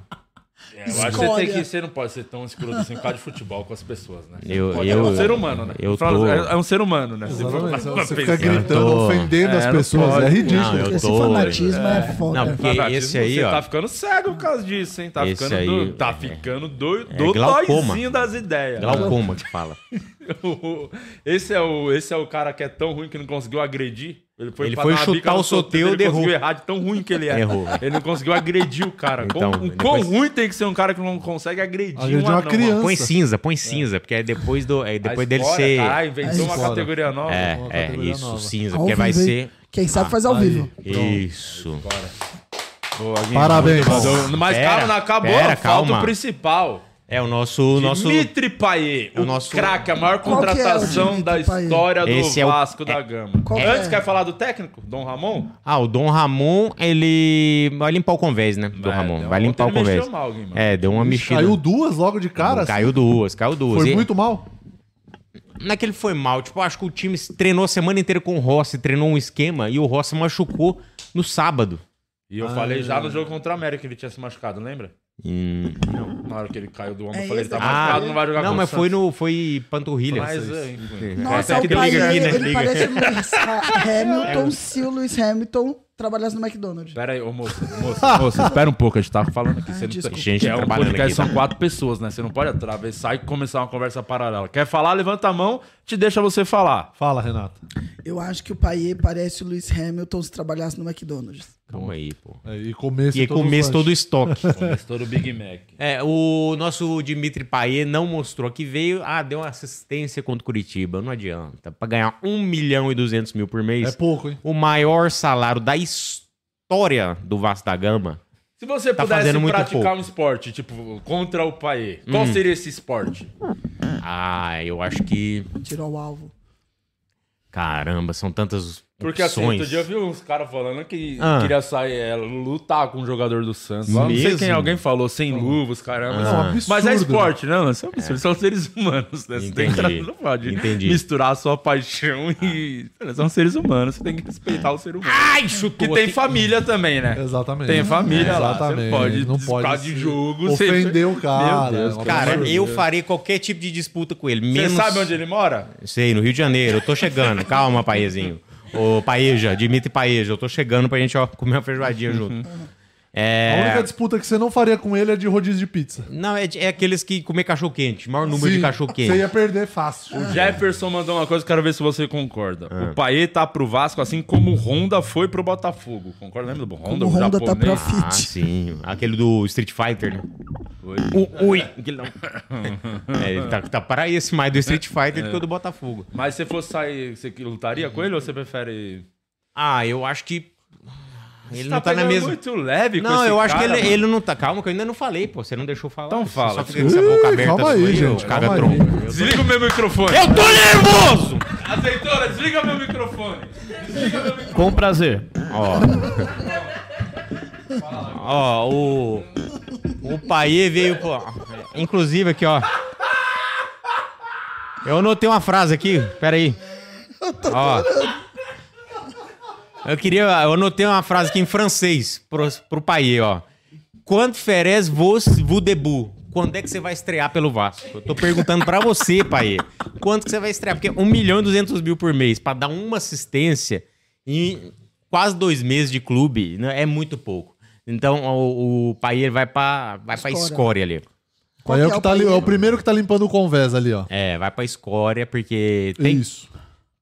[SPEAKER 1] É, eu acho que você,
[SPEAKER 3] Escolha.
[SPEAKER 1] tem que, você não pode ser tão escroto assim por causa de futebol com as pessoas, né? Você
[SPEAKER 4] Eu-
[SPEAKER 1] pode-
[SPEAKER 4] eu-
[SPEAKER 1] é um ser humano, né?
[SPEAKER 4] eu
[SPEAKER 1] Fala-
[SPEAKER 4] tô-
[SPEAKER 1] É é um ser humano, né? Você
[SPEAKER 5] Exatamente.
[SPEAKER 1] fala-
[SPEAKER 5] Você
[SPEAKER 1] pensa-
[SPEAKER 5] fica gritando,
[SPEAKER 4] tô-
[SPEAKER 5] ofendendo
[SPEAKER 1] É,
[SPEAKER 5] as
[SPEAKER 1] não
[SPEAKER 5] pessoas.
[SPEAKER 1] pode.
[SPEAKER 5] é ridículo.
[SPEAKER 4] Não, eu
[SPEAKER 3] Esse
[SPEAKER 4] tô-
[SPEAKER 3] fanatismo é, foda.
[SPEAKER 4] Não, porque
[SPEAKER 1] Fanatismo,
[SPEAKER 4] esse aí,
[SPEAKER 1] Você
[SPEAKER 4] ó.
[SPEAKER 1] tá ficando cego por causa disso, hein? Tá
[SPEAKER 4] Esse
[SPEAKER 1] ficando
[SPEAKER 4] aí,
[SPEAKER 1] do, tá
[SPEAKER 4] é.
[SPEAKER 1] ficando do,
[SPEAKER 4] É
[SPEAKER 1] do
[SPEAKER 4] glaucoma.
[SPEAKER 1] dóizinho das ideias.
[SPEAKER 4] Glaucoma que fala.
[SPEAKER 1] <laughs> Esse é, o, esse é o cara que é tão ruim que não conseguiu agredir. Ele foi,
[SPEAKER 4] Ele
[SPEAKER 1] pra
[SPEAKER 4] foi
[SPEAKER 1] dar uma bica
[SPEAKER 4] chutar
[SPEAKER 1] no
[SPEAKER 4] o Soteldo,
[SPEAKER 1] Ele
[SPEAKER 4] errou.
[SPEAKER 1] conseguiu errar de tão ruim que ele é.
[SPEAKER 4] Errou.
[SPEAKER 1] Ele não conseguiu agredir o cara. quão,
[SPEAKER 4] Então,
[SPEAKER 1] o quão
[SPEAKER 4] depois-
[SPEAKER 1] ruim tem que ser um cara que não consegue agredir um
[SPEAKER 5] Agredir uma
[SPEAKER 1] anão, ó.
[SPEAKER 5] criança.
[SPEAKER 4] Põe cinza, põe cinza, porque é depois, do, é depois
[SPEAKER 1] Aí
[SPEAKER 4] dele
[SPEAKER 1] fora,
[SPEAKER 4] ser.
[SPEAKER 1] Caralho, inventou uma
[SPEAKER 5] fora.
[SPEAKER 1] categoria né? nova.
[SPEAKER 4] É,
[SPEAKER 5] Uma
[SPEAKER 4] é,
[SPEAKER 5] categoria
[SPEAKER 4] isso,
[SPEAKER 5] nova.
[SPEAKER 4] cinza,
[SPEAKER 3] Ao
[SPEAKER 4] porque vai
[SPEAKER 3] vivo,
[SPEAKER 4] ser.
[SPEAKER 3] hein? Quem sabe faz ao vivo.
[SPEAKER 4] Isso.
[SPEAKER 1] Boa, Guinho.
[SPEAKER 5] Parabéns.
[SPEAKER 1] Mas, Então, mas
[SPEAKER 4] Pera,
[SPEAKER 1] calma, não acabou.
[SPEAKER 4] pera,
[SPEAKER 1] falta
[SPEAKER 4] calma.
[SPEAKER 1] o principal.
[SPEAKER 4] É o nosso. o nosso
[SPEAKER 1] Dimitri Payet,
[SPEAKER 4] É o
[SPEAKER 1] o
[SPEAKER 4] nosso-
[SPEAKER 1] craque, a maior
[SPEAKER 3] Qual que é o
[SPEAKER 1] contratação
[SPEAKER 3] Dimitri
[SPEAKER 1] da
[SPEAKER 3] Payet?
[SPEAKER 1] história do
[SPEAKER 4] Esse é o-
[SPEAKER 1] Vasco da Gama.
[SPEAKER 3] Qual que
[SPEAKER 1] Antes,
[SPEAKER 3] é?
[SPEAKER 1] quer falar do técnico, Dom Ramon?
[SPEAKER 4] Ah, o Dom Ramon, ele. Vai limpar o convés, né? Do
[SPEAKER 1] É,
[SPEAKER 4] Ramon.
[SPEAKER 1] deu-
[SPEAKER 4] Vai limpar o
[SPEAKER 1] ontem ele mexeu
[SPEAKER 4] convés.
[SPEAKER 1] mal, Guima.
[SPEAKER 4] É, deu uma mexida.
[SPEAKER 5] Caiu duas logo de cara. assim.
[SPEAKER 4] Caiu duas, caiu duas.
[SPEAKER 5] Foi
[SPEAKER 4] E-
[SPEAKER 5] muito mal.
[SPEAKER 4] Não é que ele foi mal, tipo, eu acho que o time se treinou a semana inteira com o Rossi, treinou um esquema e o Rossi machucou no sábado.
[SPEAKER 1] E eu falei
[SPEAKER 4] Ah.
[SPEAKER 1] já no jogo contra a América que ele tinha se machucado, lembra?
[SPEAKER 4] Hum,
[SPEAKER 1] Na hora que ele caiu do ombro,
[SPEAKER 3] É
[SPEAKER 1] eu falei, ele tá
[SPEAKER 3] esse?
[SPEAKER 1] machucado, não vai jogar
[SPEAKER 4] Ah, não,
[SPEAKER 1] contra
[SPEAKER 4] mas
[SPEAKER 1] o
[SPEAKER 4] foi
[SPEAKER 1] Santos.
[SPEAKER 4] no foi panturrilha.
[SPEAKER 1] Mas, é, enfim.
[SPEAKER 3] Nossa,
[SPEAKER 4] É,
[SPEAKER 3] o
[SPEAKER 4] que
[SPEAKER 3] pai
[SPEAKER 4] liga aqui, né?
[SPEAKER 3] ele
[SPEAKER 4] Liga. <laughs> É um
[SPEAKER 3] parece o Lewis Hamilton se o Lewis Hamilton trabalhasse no McDonald's.
[SPEAKER 1] Pera aí, ô moço, moço,
[SPEAKER 4] <laughs>
[SPEAKER 1] moço, espera um pouco, a gente tá falando aqui. Você não
[SPEAKER 3] desculpa.
[SPEAKER 4] Gente
[SPEAKER 1] é um
[SPEAKER 4] trabalhando
[SPEAKER 1] podcast,
[SPEAKER 4] aqui,
[SPEAKER 1] são
[SPEAKER 4] tá?
[SPEAKER 1] quatro pessoas, né? Você não pode atravessar e começar uma conversa paralela. Quer falar, levanta a mão, te deixa você falar.
[SPEAKER 5] Fala, Renata.
[SPEAKER 3] Eu acho que o Paier parece o Lewis Hamilton se trabalhasse no McDonald's.
[SPEAKER 4] Calma aí, pô.
[SPEAKER 5] É, E começo
[SPEAKER 4] E aí
[SPEAKER 5] todo
[SPEAKER 4] começo
[SPEAKER 5] lanche.
[SPEAKER 4] todo o estoque.
[SPEAKER 1] Começou do Big Mac.
[SPEAKER 4] É, o nosso Dimitri Payet não mostrou que veio. Ah, deu uma assistência contra o Curitiba. Não adianta. Pra ganhar 1 milhão e 200 mil por mês,
[SPEAKER 5] É pouco, hein?
[SPEAKER 4] o maior salário da história do Vasco da Gama.
[SPEAKER 1] Se você
[SPEAKER 4] Tá
[SPEAKER 1] pudesse
[SPEAKER 4] fazendo muito Hum.
[SPEAKER 1] praticar
[SPEAKER 4] pouco.
[SPEAKER 1] um esporte, tipo, contra o Paê, qual seria esse esporte?
[SPEAKER 4] Ah, eu acho que.
[SPEAKER 3] Tirou o alvo.
[SPEAKER 4] Caramba, são tantas
[SPEAKER 1] Porque assim,
[SPEAKER 4] opções.
[SPEAKER 1] outro dia eu vi uns caras falando que
[SPEAKER 4] Ah.
[SPEAKER 1] queria sair, é, lutar com um jogador do Santos. lá. Não sei
[SPEAKER 4] Mesmo?
[SPEAKER 1] quem alguém falou, sem luvas, caramba.
[SPEAKER 5] É um
[SPEAKER 1] Assim.
[SPEAKER 5] absurdo.
[SPEAKER 1] Mas é esporte, né, mano? Isso é um absurdo. São seres humanos, né? Você tem que
[SPEAKER 4] Entendi.
[SPEAKER 1] tratar- não pode
[SPEAKER 4] Entendi.
[SPEAKER 1] misturar a sua paixão e. Mano, São seres humanos, você tem que respeitar o ser humano.
[SPEAKER 2] Ai, chutou.
[SPEAKER 1] Ah. Que tem família <laughs> também, né?
[SPEAKER 5] Exatamente.
[SPEAKER 1] Tem família
[SPEAKER 5] É,
[SPEAKER 1] lá.
[SPEAKER 5] exatamente.
[SPEAKER 1] Você não pode
[SPEAKER 5] Não
[SPEAKER 1] disputar
[SPEAKER 5] pode
[SPEAKER 1] de
[SPEAKER 5] se
[SPEAKER 1] jogo. você-
[SPEAKER 5] Ofender o cara.
[SPEAKER 1] <laughs> Meu Deus,
[SPEAKER 5] é uma
[SPEAKER 4] Cara,
[SPEAKER 5] coisa-
[SPEAKER 4] eu farei qualquer tipo de disputa com ele.
[SPEAKER 1] Você
[SPEAKER 4] Menos...
[SPEAKER 1] sabe onde ele mora?
[SPEAKER 4] Sei, no Rio de Janeiro. Eu tô chegando. Calma, paezinho. Ô, paeja, Dimitri Paeja, eu tô chegando pra gente ó, comer uma feijoadinha junto.
[SPEAKER 5] Uhum. A
[SPEAKER 4] É...
[SPEAKER 5] única disputa que você não faria com ele é de rodízio de pizza.
[SPEAKER 4] Não, é, de- é aqueles que comer cachorro quente. Maior número
[SPEAKER 5] Sim,
[SPEAKER 4] de cachorro quente.
[SPEAKER 5] Você ia perder fácil.
[SPEAKER 1] Ah. Jefferson mandou uma coisa, quero ver se você concorda. O Paê tá pro Vasco assim como o Honda foi pro Botafogo. Concorda? Lembra do Honda?
[SPEAKER 3] Como o Honda tá pra
[SPEAKER 1] japonês?
[SPEAKER 4] Ah,
[SPEAKER 3] fit.
[SPEAKER 4] sim. Aquele do Street Fighter, né?
[SPEAKER 1] Ui.
[SPEAKER 4] <laughs> É, ele tá, tá para esse mais do Street Fighter do que o do Botafogo.
[SPEAKER 1] Mas se fosse sair, você que lutaria com ele ou você prefere...
[SPEAKER 4] Ah, eu acho que. Ele
[SPEAKER 1] Você
[SPEAKER 4] não tá na
[SPEAKER 1] pegando
[SPEAKER 4] mesma.
[SPEAKER 1] muito leve com
[SPEAKER 4] Não,
[SPEAKER 1] esse
[SPEAKER 4] eu acho
[SPEAKER 1] cara,
[SPEAKER 4] que ele,
[SPEAKER 1] mano.
[SPEAKER 4] ele não tá. Calma, que eu ainda não falei, pô. Você não deixou falar.
[SPEAKER 1] Então
[SPEAKER 4] Você
[SPEAKER 1] fala.
[SPEAKER 4] Só fica com essa boca
[SPEAKER 5] Ih,
[SPEAKER 4] aberta.
[SPEAKER 5] calma aí,
[SPEAKER 4] zoeiro,
[SPEAKER 5] gente,
[SPEAKER 4] Caga
[SPEAKER 5] calma aí.
[SPEAKER 4] tronco.
[SPEAKER 1] Desliga o meu
[SPEAKER 4] <laughs>
[SPEAKER 1] microfone.
[SPEAKER 4] Eu tô nervoso!
[SPEAKER 1] Aceitora, desliga meu microfone. Desliga meu microfone.
[SPEAKER 2] Com prazer.
[SPEAKER 4] Ó. Ó, o. O Paê veio, pô. Inclusive aqui, ó. Eu anotei uma frase aqui, peraí. Ó. Eu queria. Eu anotei uma frase aqui em francês pro, pro Paê, ó. Quando ferez vos vous debut? Quando é que você vai estrear pelo Vasco? Eu tô perguntando pra você, Paê. Quanto que você vai estrear? Porque 1 milhão e 200 mil por mês pra dar uma assistência em quase dois meses de clube né, é muito pouco. Então o, o Paê vai pra, vai pra
[SPEAKER 3] Escória.
[SPEAKER 4] escória ali. Ah,
[SPEAKER 3] Qual
[SPEAKER 5] Aí é,
[SPEAKER 3] que
[SPEAKER 5] o
[SPEAKER 3] é
[SPEAKER 5] que
[SPEAKER 3] o
[SPEAKER 5] tá ali, é o
[SPEAKER 3] primeiro?
[SPEAKER 5] primeiro que tá limpando o convés ali, ó.
[SPEAKER 4] É, vai pra escória porque tem,
[SPEAKER 5] Isso.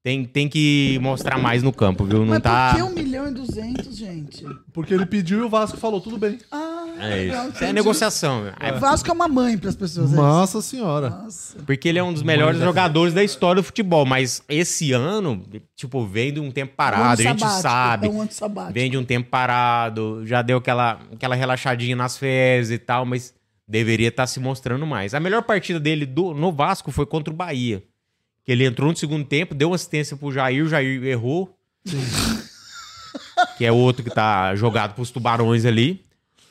[SPEAKER 4] tem, tem que mostrar mais no campo, viu? Não
[SPEAKER 3] Mas
[SPEAKER 4] tá.
[SPEAKER 3] por que 1 milhão e 200, gente?
[SPEAKER 5] Porque ele pediu e o Vasco falou, tudo bem.
[SPEAKER 3] Ah,
[SPEAKER 4] É
[SPEAKER 3] legal,
[SPEAKER 4] isso. É
[SPEAKER 3] entendi.
[SPEAKER 4] negociação. É
[SPEAKER 3] Vasco é uma mãe pras pessoas. é isso?
[SPEAKER 5] Nossa senhora.
[SPEAKER 3] Nossa.
[SPEAKER 4] Porque ele é um dos melhores jogadores da história do futebol, mas esse ano, tipo, vem de um tempo parado, a gente
[SPEAKER 3] sabático,
[SPEAKER 4] sabe.
[SPEAKER 3] É um ano sabático.
[SPEAKER 4] Vem de um tempo parado, já deu aquela, aquela relaxadinha nas férias e tal, mas deveria estar se mostrando mais. A melhor partida dele do- no Vasco foi contra o Bahia. Que ele entrou no segundo tempo, deu uma assistência pro Jair, o Jair
[SPEAKER 3] <laughs>
[SPEAKER 4] errou. que é outro que tá jogado pros tubarões ali,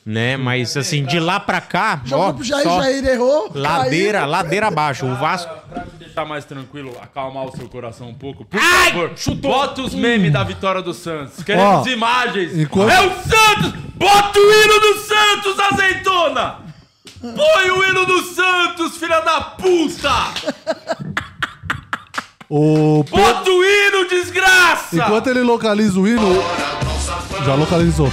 [SPEAKER 4] né? Mas assim, de lá pra cá, ó,
[SPEAKER 3] É, Jogou pro Jair,
[SPEAKER 4] só
[SPEAKER 3] Jair errou.
[SPEAKER 4] ladeira, ladeira abaixo. O Vasco
[SPEAKER 1] Pra me deixar mais tranquilo, acalmar o seu coração um pouco, por favor, bota
[SPEAKER 4] um.
[SPEAKER 1] os memes da vitória do Santos. Queremos
[SPEAKER 5] Ó,
[SPEAKER 1] imagens.
[SPEAKER 5] enquanto-
[SPEAKER 1] É o Santos! Bota o hino do Santos, azeitona! Põe o hino do Santos, filha da puta!
[SPEAKER 5] O...
[SPEAKER 1] Bota o hino, desgraça!
[SPEAKER 5] Enquanto ele localiza o hino. Já localizou.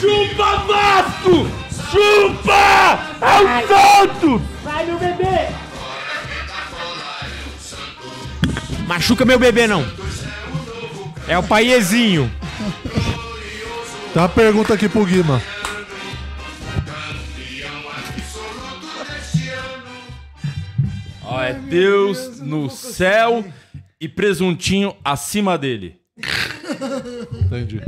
[SPEAKER 1] Chupa Vasco! Chupa! É o Santos!
[SPEAKER 4] machuca meu bebê, não. É o paiezinho.
[SPEAKER 5] Tem uma pergunta aqui pro Guima.
[SPEAKER 1] Ó, é Deus no céu e presuntinho acima dele.
[SPEAKER 5] Entendi.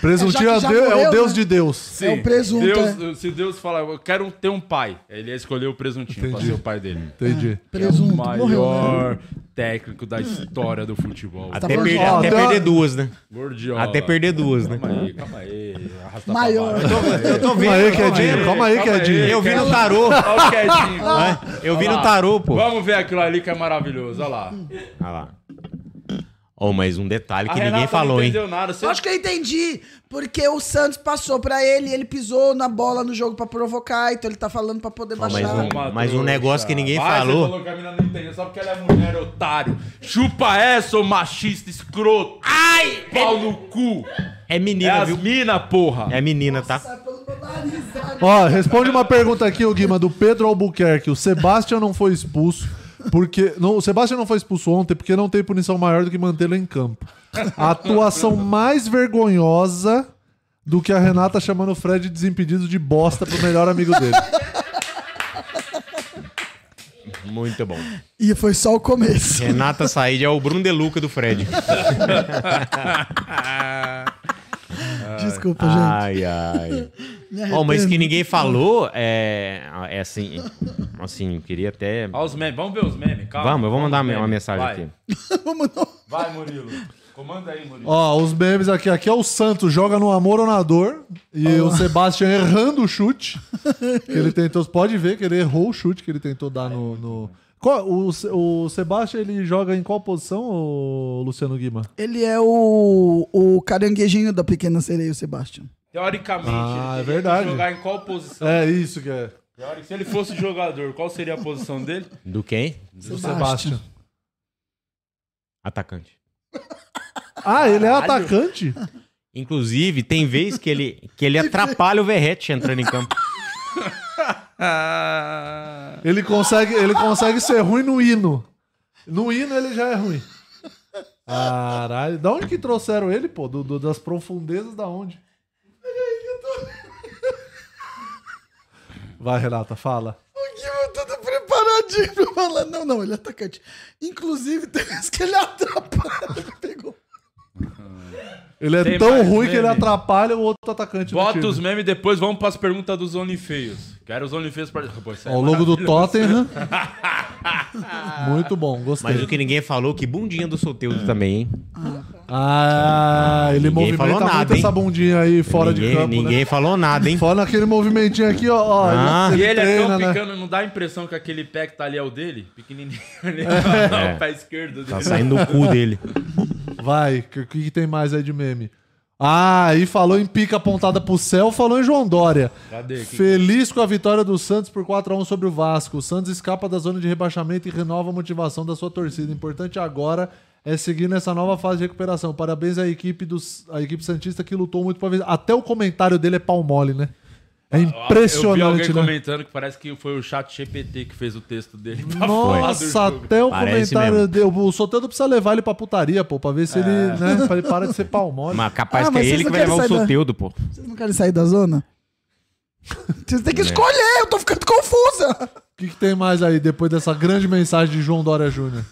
[SPEAKER 5] Presuntinho
[SPEAKER 3] É, já-
[SPEAKER 5] é,
[SPEAKER 3] já
[SPEAKER 5] Deus- é
[SPEAKER 3] morreu,
[SPEAKER 5] o Deus
[SPEAKER 3] né?
[SPEAKER 5] de Deus.
[SPEAKER 3] É o presunto,
[SPEAKER 1] Deus, Se Deus falar, eu quero um- ter um pai, ele ia escolher o presuntinho pra ser o pai dele.
[SPEAKER 3] É.
[SPEAKER 1] É
[SPEAKER 5] Entendi.
[SPEAKER 3] Presunto, morreu. Né?
[SPEAKER 1] Maior técnico da história do futebol.
[SPEAKER 4] Até,
[SPEAKER 3] Tá bom,
[SPEAKER 4] perder,
[SPEAKER 3] Jorge.
[SPEAKER 4] até
[SPEAKER 5] Ó,
[SPEAKER 4] perder
[SPEAKER 5] tá-
[SPEAKER 4] duas, né?
[SPEAKER 1] Gordiola.
[SPEAKER 4] Até perder duas, né?
[SPEAKER 1] Calma aí, calma aí. Arrasta
[SPEAKER 3] Maior.
[SPEAKER 1] pra baixo.
[SPEAKER 4] Eu tô
[SPEAKER 5] Calma aí,
[SPEAKER 4] eu tô
[SPEAKER 5] Quedinho.
[SPEAKER 4] vendo.
[SPEAKER 5] Calma aí,
[SPEAKER 1] Calma aí.
[SPEAKER 5] Quedinho.
[SPEAKER 4] Eu vi no tarô.
[SPEAKER 1] Olha o quietinho.
[SPEAKER 4] né? Eu vi
[SPEAKER 1] Olha
[SPEAKER 4] no
[SPEAKER 1] lá.
[SPEAKER 4] tarô, pô. Olha
[SPEAKER 1] Vamos ver aquilo ali que é maravilhoso, olha lá.
[SPEAKER 4] lá. Oh, mas um detalhe
[SPEAKER 1] A
[SPEAKER 4] que
[SPEAKER 1] Renata
[SPEAKER 4] ninguém falou,
[SPEAKER 1] não
[SPEAKER 4] hein?
[SPEAKER 1] entendeu nada. Você é
[SPEAKER 3] Eu acho que eu entendi, porque o Santos passou pra ele, ele pisou na bola no jogo pra provocar, então ele tá falando pra poder
[SPEAKER 4] Ó,
[SPEAKER 3] baixar.
[SPEAKER 4] mas um- mas um negócio que ninguém
[SPEAKER 1] Vai,
[SPEAKER 4] falou.
[SPEAKER 1] Você falou que a mina não entendeu, só porque ela é mulher, otário. Chupa essa, ô machista escroto. Ai! Pau no cu.
[SPEAKER 4] É
[SPEAKER 1] É
[SPEAKER 4] menina,
[SPEAKER 1] as
[SPEAKER 4] viu?
[SPEAKER 1] mina, porra.
[SPEAKER 4] É menina, tá?
[SPEAKER 3] Sai pelo meu nariz, sabe?
[SPEAKER 5] Ó, responde uma pergunta aqui, o Guima, do Pedro Albuquerque. O Sebastião não foi expulso. Porque. Não, o Sebastião não foi expulso ontem porque não tem punição maior do que mantê-lo em campo. A atuação mais vergonhosa do que a Renata chamando o Fred desimpedido de bosta pro melhor amigo dele.
[SPEAKER 4] Muito bom.
[SPEAKER 3] E foi só o <laughs> começo.
[SPEAKER 4] Renata Said é o Bruno Deluca do
[SPEAKER 1] <laughs>
[SPEAKER 4] Fred.
[SPEAKER 3] Desculpa, gente.
[SPEAKER 4] ai, ai. Ó, mas que ninguém falou é, é assim, assim, queria até...
[SPEAKER 1] Olha os memes. Vamos ver os memes, calma.
[SPEAKER 4] Vamos, eu vou mandar
[SPEAKER 1] ver
[SPEAKER 4] uma
[SPEAKER 1] meme.
[SPEAKER 4] mensagem
[SPEAKER 1] Vai.
[SPEAKER 4] aqui.
[SPEAKER 1] Vai, Murilo. Comanda aí, Murilo.
[SPEAKER 5] Ó, os memes aqui. Aqui é o Santos, joga no amor ou na dor. E o Sebastian errando o chute. Que ele tentou. Pode ver que ele errou o chute que ele tentou dar no. no- Qual- o, Se- o Sebastian ele joga em qual posição, ô Luciano Guima?
[SPEAKER 3] Ele é o, o caranguejinho da pequena sereia, o Sebastian.
[SPEAKER 1] Teoricamente,
[SPEAKER 5] Ah,
[SPEAKER 1] ele
[SPEAKER 5] é verdade.
[SPEAKER 1] teria que jogar em qual posição?
[SPEAKER 5] É isso que é.
[SPEAKER 1] Teori- Se ele fosse jogador, qual seria a posição dele?
[SPEAKER 4] Do quem?
[SPEAKER 5] O Sebastian.
[SPEAKER 4] Atacante.
[SPEAKER 5] Ah, ele é atacante?
[SPEAKER 4] Inclusive, tem vez que ele, que
[SPEAKER 5] <laughs>
[SPEAKER 4] ele atrapalha o Verrete entrando em campo.
[SPEAKER 5] Ele consegue, ele consegue ser ruim no hino. No hino ele já é ruim. Caralho. Da onde que trouxeram ele, pô? Do, do- das profundezas da onde? Vai, Renata, fala.
[SPEAKER 3] O Guilherme todo preparadinho pra falar. Não, não, ele é atacante. Inclusive, tem vezes que ele atrapalha. Pegou.
[SPEAKER 5] Ele é
[SPEAKER 1] Tem
[SPEAKER 5] tão
[SPEAKER 1] mais
[SPEAKER 5] ruim que ele
[SPEAKER 1] meme?
[SPEAKER 5] atrapalha o outro atacante do
[SPEAKER 1] Bota
[SPEAKER 5] time.
[SPEAKER 1] os memes e depois vamos pras perguntas dos OnlyFeios. Quero os OnlyFeios para. Pô, isso é
[SPEAKER 5] Ó, o logo do
[SPEAKER 1] maravilhoso.
[SPEAKER 5] Tottenham. Muito bom, gostei.
[SPEAKER 4] Mas o que ninguém falou, que bundinha do Soteudo também, hein?
[SPEAKER 5] Ah, ele
[SPEAKER 4] Ninguém falou
[SPEAKER 5] movimenta muito
[SPEAKER 4] nada, hein?
[SPEAKER 5] essa bundinha aí fora
[SPEAKER 4] ninguém
[SPEAKER 5] de campo,
[SPEAKER 4] ninguém
[SPEAKER 5] né?
[SPEAKER 4] falou nada,
[SPEAKER 5] <laughs>
[SPEAKER 4] hein?
[SPEAKER 5] Fora naquele movimentinho aqui, ó. ó
[SPEAKER 4] Ah.
[SPEAKER 1] E ele é tão
[SPEAKER 5] treina, né?
[SPEAKER 1] picando, não dá a impressão que aquele pé que tá ali é o dele? Pequenininho <laughs> ali,
[SPEAKER 4] É.
[SPEAKER 1] o pé esquerdo
[SPEAKER 4] Tá
[SPEAKER 1] dele.
[SPEAKER 4] saindo do cu dele.
[SPEAKER 5] Vai, o que, que tem mais aí de meme? Ah, e falou em pica apontada pro céu, falou em João Dória.
[SPEAKER 1] Cadê? Que-
[SPEAKER 5] Feliz com a vitória do Santos por 4x1 sobre o Vasco. O Santos escapa da zona de rebaixamento e renova a motivação da sua torcida. Importante agora é seguir nessa nova fase de recuperação. Parabéns à equipe, dos, à equipe Santista que lutou muito pra vencer. Até o comentário dele é pau mole, né? É
[SPEAKER 1] Ah, Eu vi alguém
[SPEAKER 5] impressionante, né?
[SPEAKER 1] comentando que parece que foi o chat GPT que fez o texto dele. pra falar do
[SPEAKER 5] Nossa,
[SPEAKER 1] Tá jogo.
[SPEAKER 5] até o
[SPEAKER 4] Parece
[SPEAKER 5] comentário
[SPEAKER 4] mesmo.
[SPEAKER 5] dele. O Sotando precisa levar ele pra putaria, pô, pra ver
[SPEAKER 1] É.
[SPEAKER 5] se ele, né? pra ele para de ser pau mole.
[SPEAKER 4] Mas capaz
[SPEAKER 3] Ah,
[SPEAKER 4] que
[SPEAKER 3] mas
[SPEAKER 4] é
[SPEAKER 3] vocês
[SPEAKER 4] ele que
[SPEAKER 3] não
[SPEAKER 4] vai
[SPEAKER 3] querem
[SPEAKER 4] levar o
[SPEAKER 3] sair da-
[SPEAKER 4] Soteudo, pô.
[SPEAKER 3] Vocês não querem sair da zona? <laughs> Vocês têm que escolher, eu tô ficando confusa.
[SPEAKER 5] O que, que tem mais aí depois dessa grande mensagem de João Dória Júnior?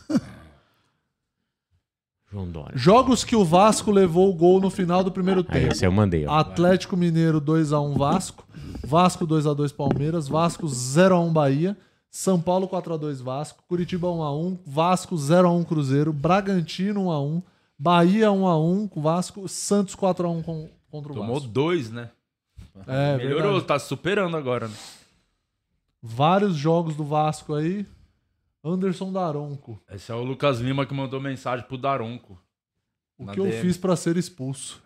[SPEAKER 4] João Dória.
[SPEAKER 5] Jogos que o Vasco levou o gol no final do primeiro
[SPEAKER 4] Aí
[SPEAKER 5] tempo.
[SPEAKER 4] esse é eu mandei,
[SPEAKER 5] Ah,
[SPEAKER 4] ó.
[SPEAKER 5] Atlético Mineiro 2x1 Vasco, Vasco 2x2 Palmeiras, Vasco 0x1 Bahia, São Paulo 4x2 Vasco, Curitiba 1x1, Vasco 0x1 Cruzeiro, Bragantino 1x1, Bahia 1x1 com Vasco, Santos 4x1 com, contra o
[SPEAKER 1] Tomou
[SPEAKER 5] Vasco.
[SPEAKER 1] dois, né?
[SPEAKER 5] É,
[SPEAKER 1] Melhorou,
[SPEAKER 5] verdade.
[SPEAKER 1] tá superando agora, né?
[SPEAKER 5] Vários jogos do Vasco aí. Anderson Daronco.
[SPEAKER 1] Esse é o Lucas Lima que mandou mensagem pro Daronco.
[SPEAKER 5] O
[SPEAKER 1] Na
[SPEAKER 5] que eu
[SPEAKER 1] DM.
[SPEAKER 5] fiz pra ser expulso?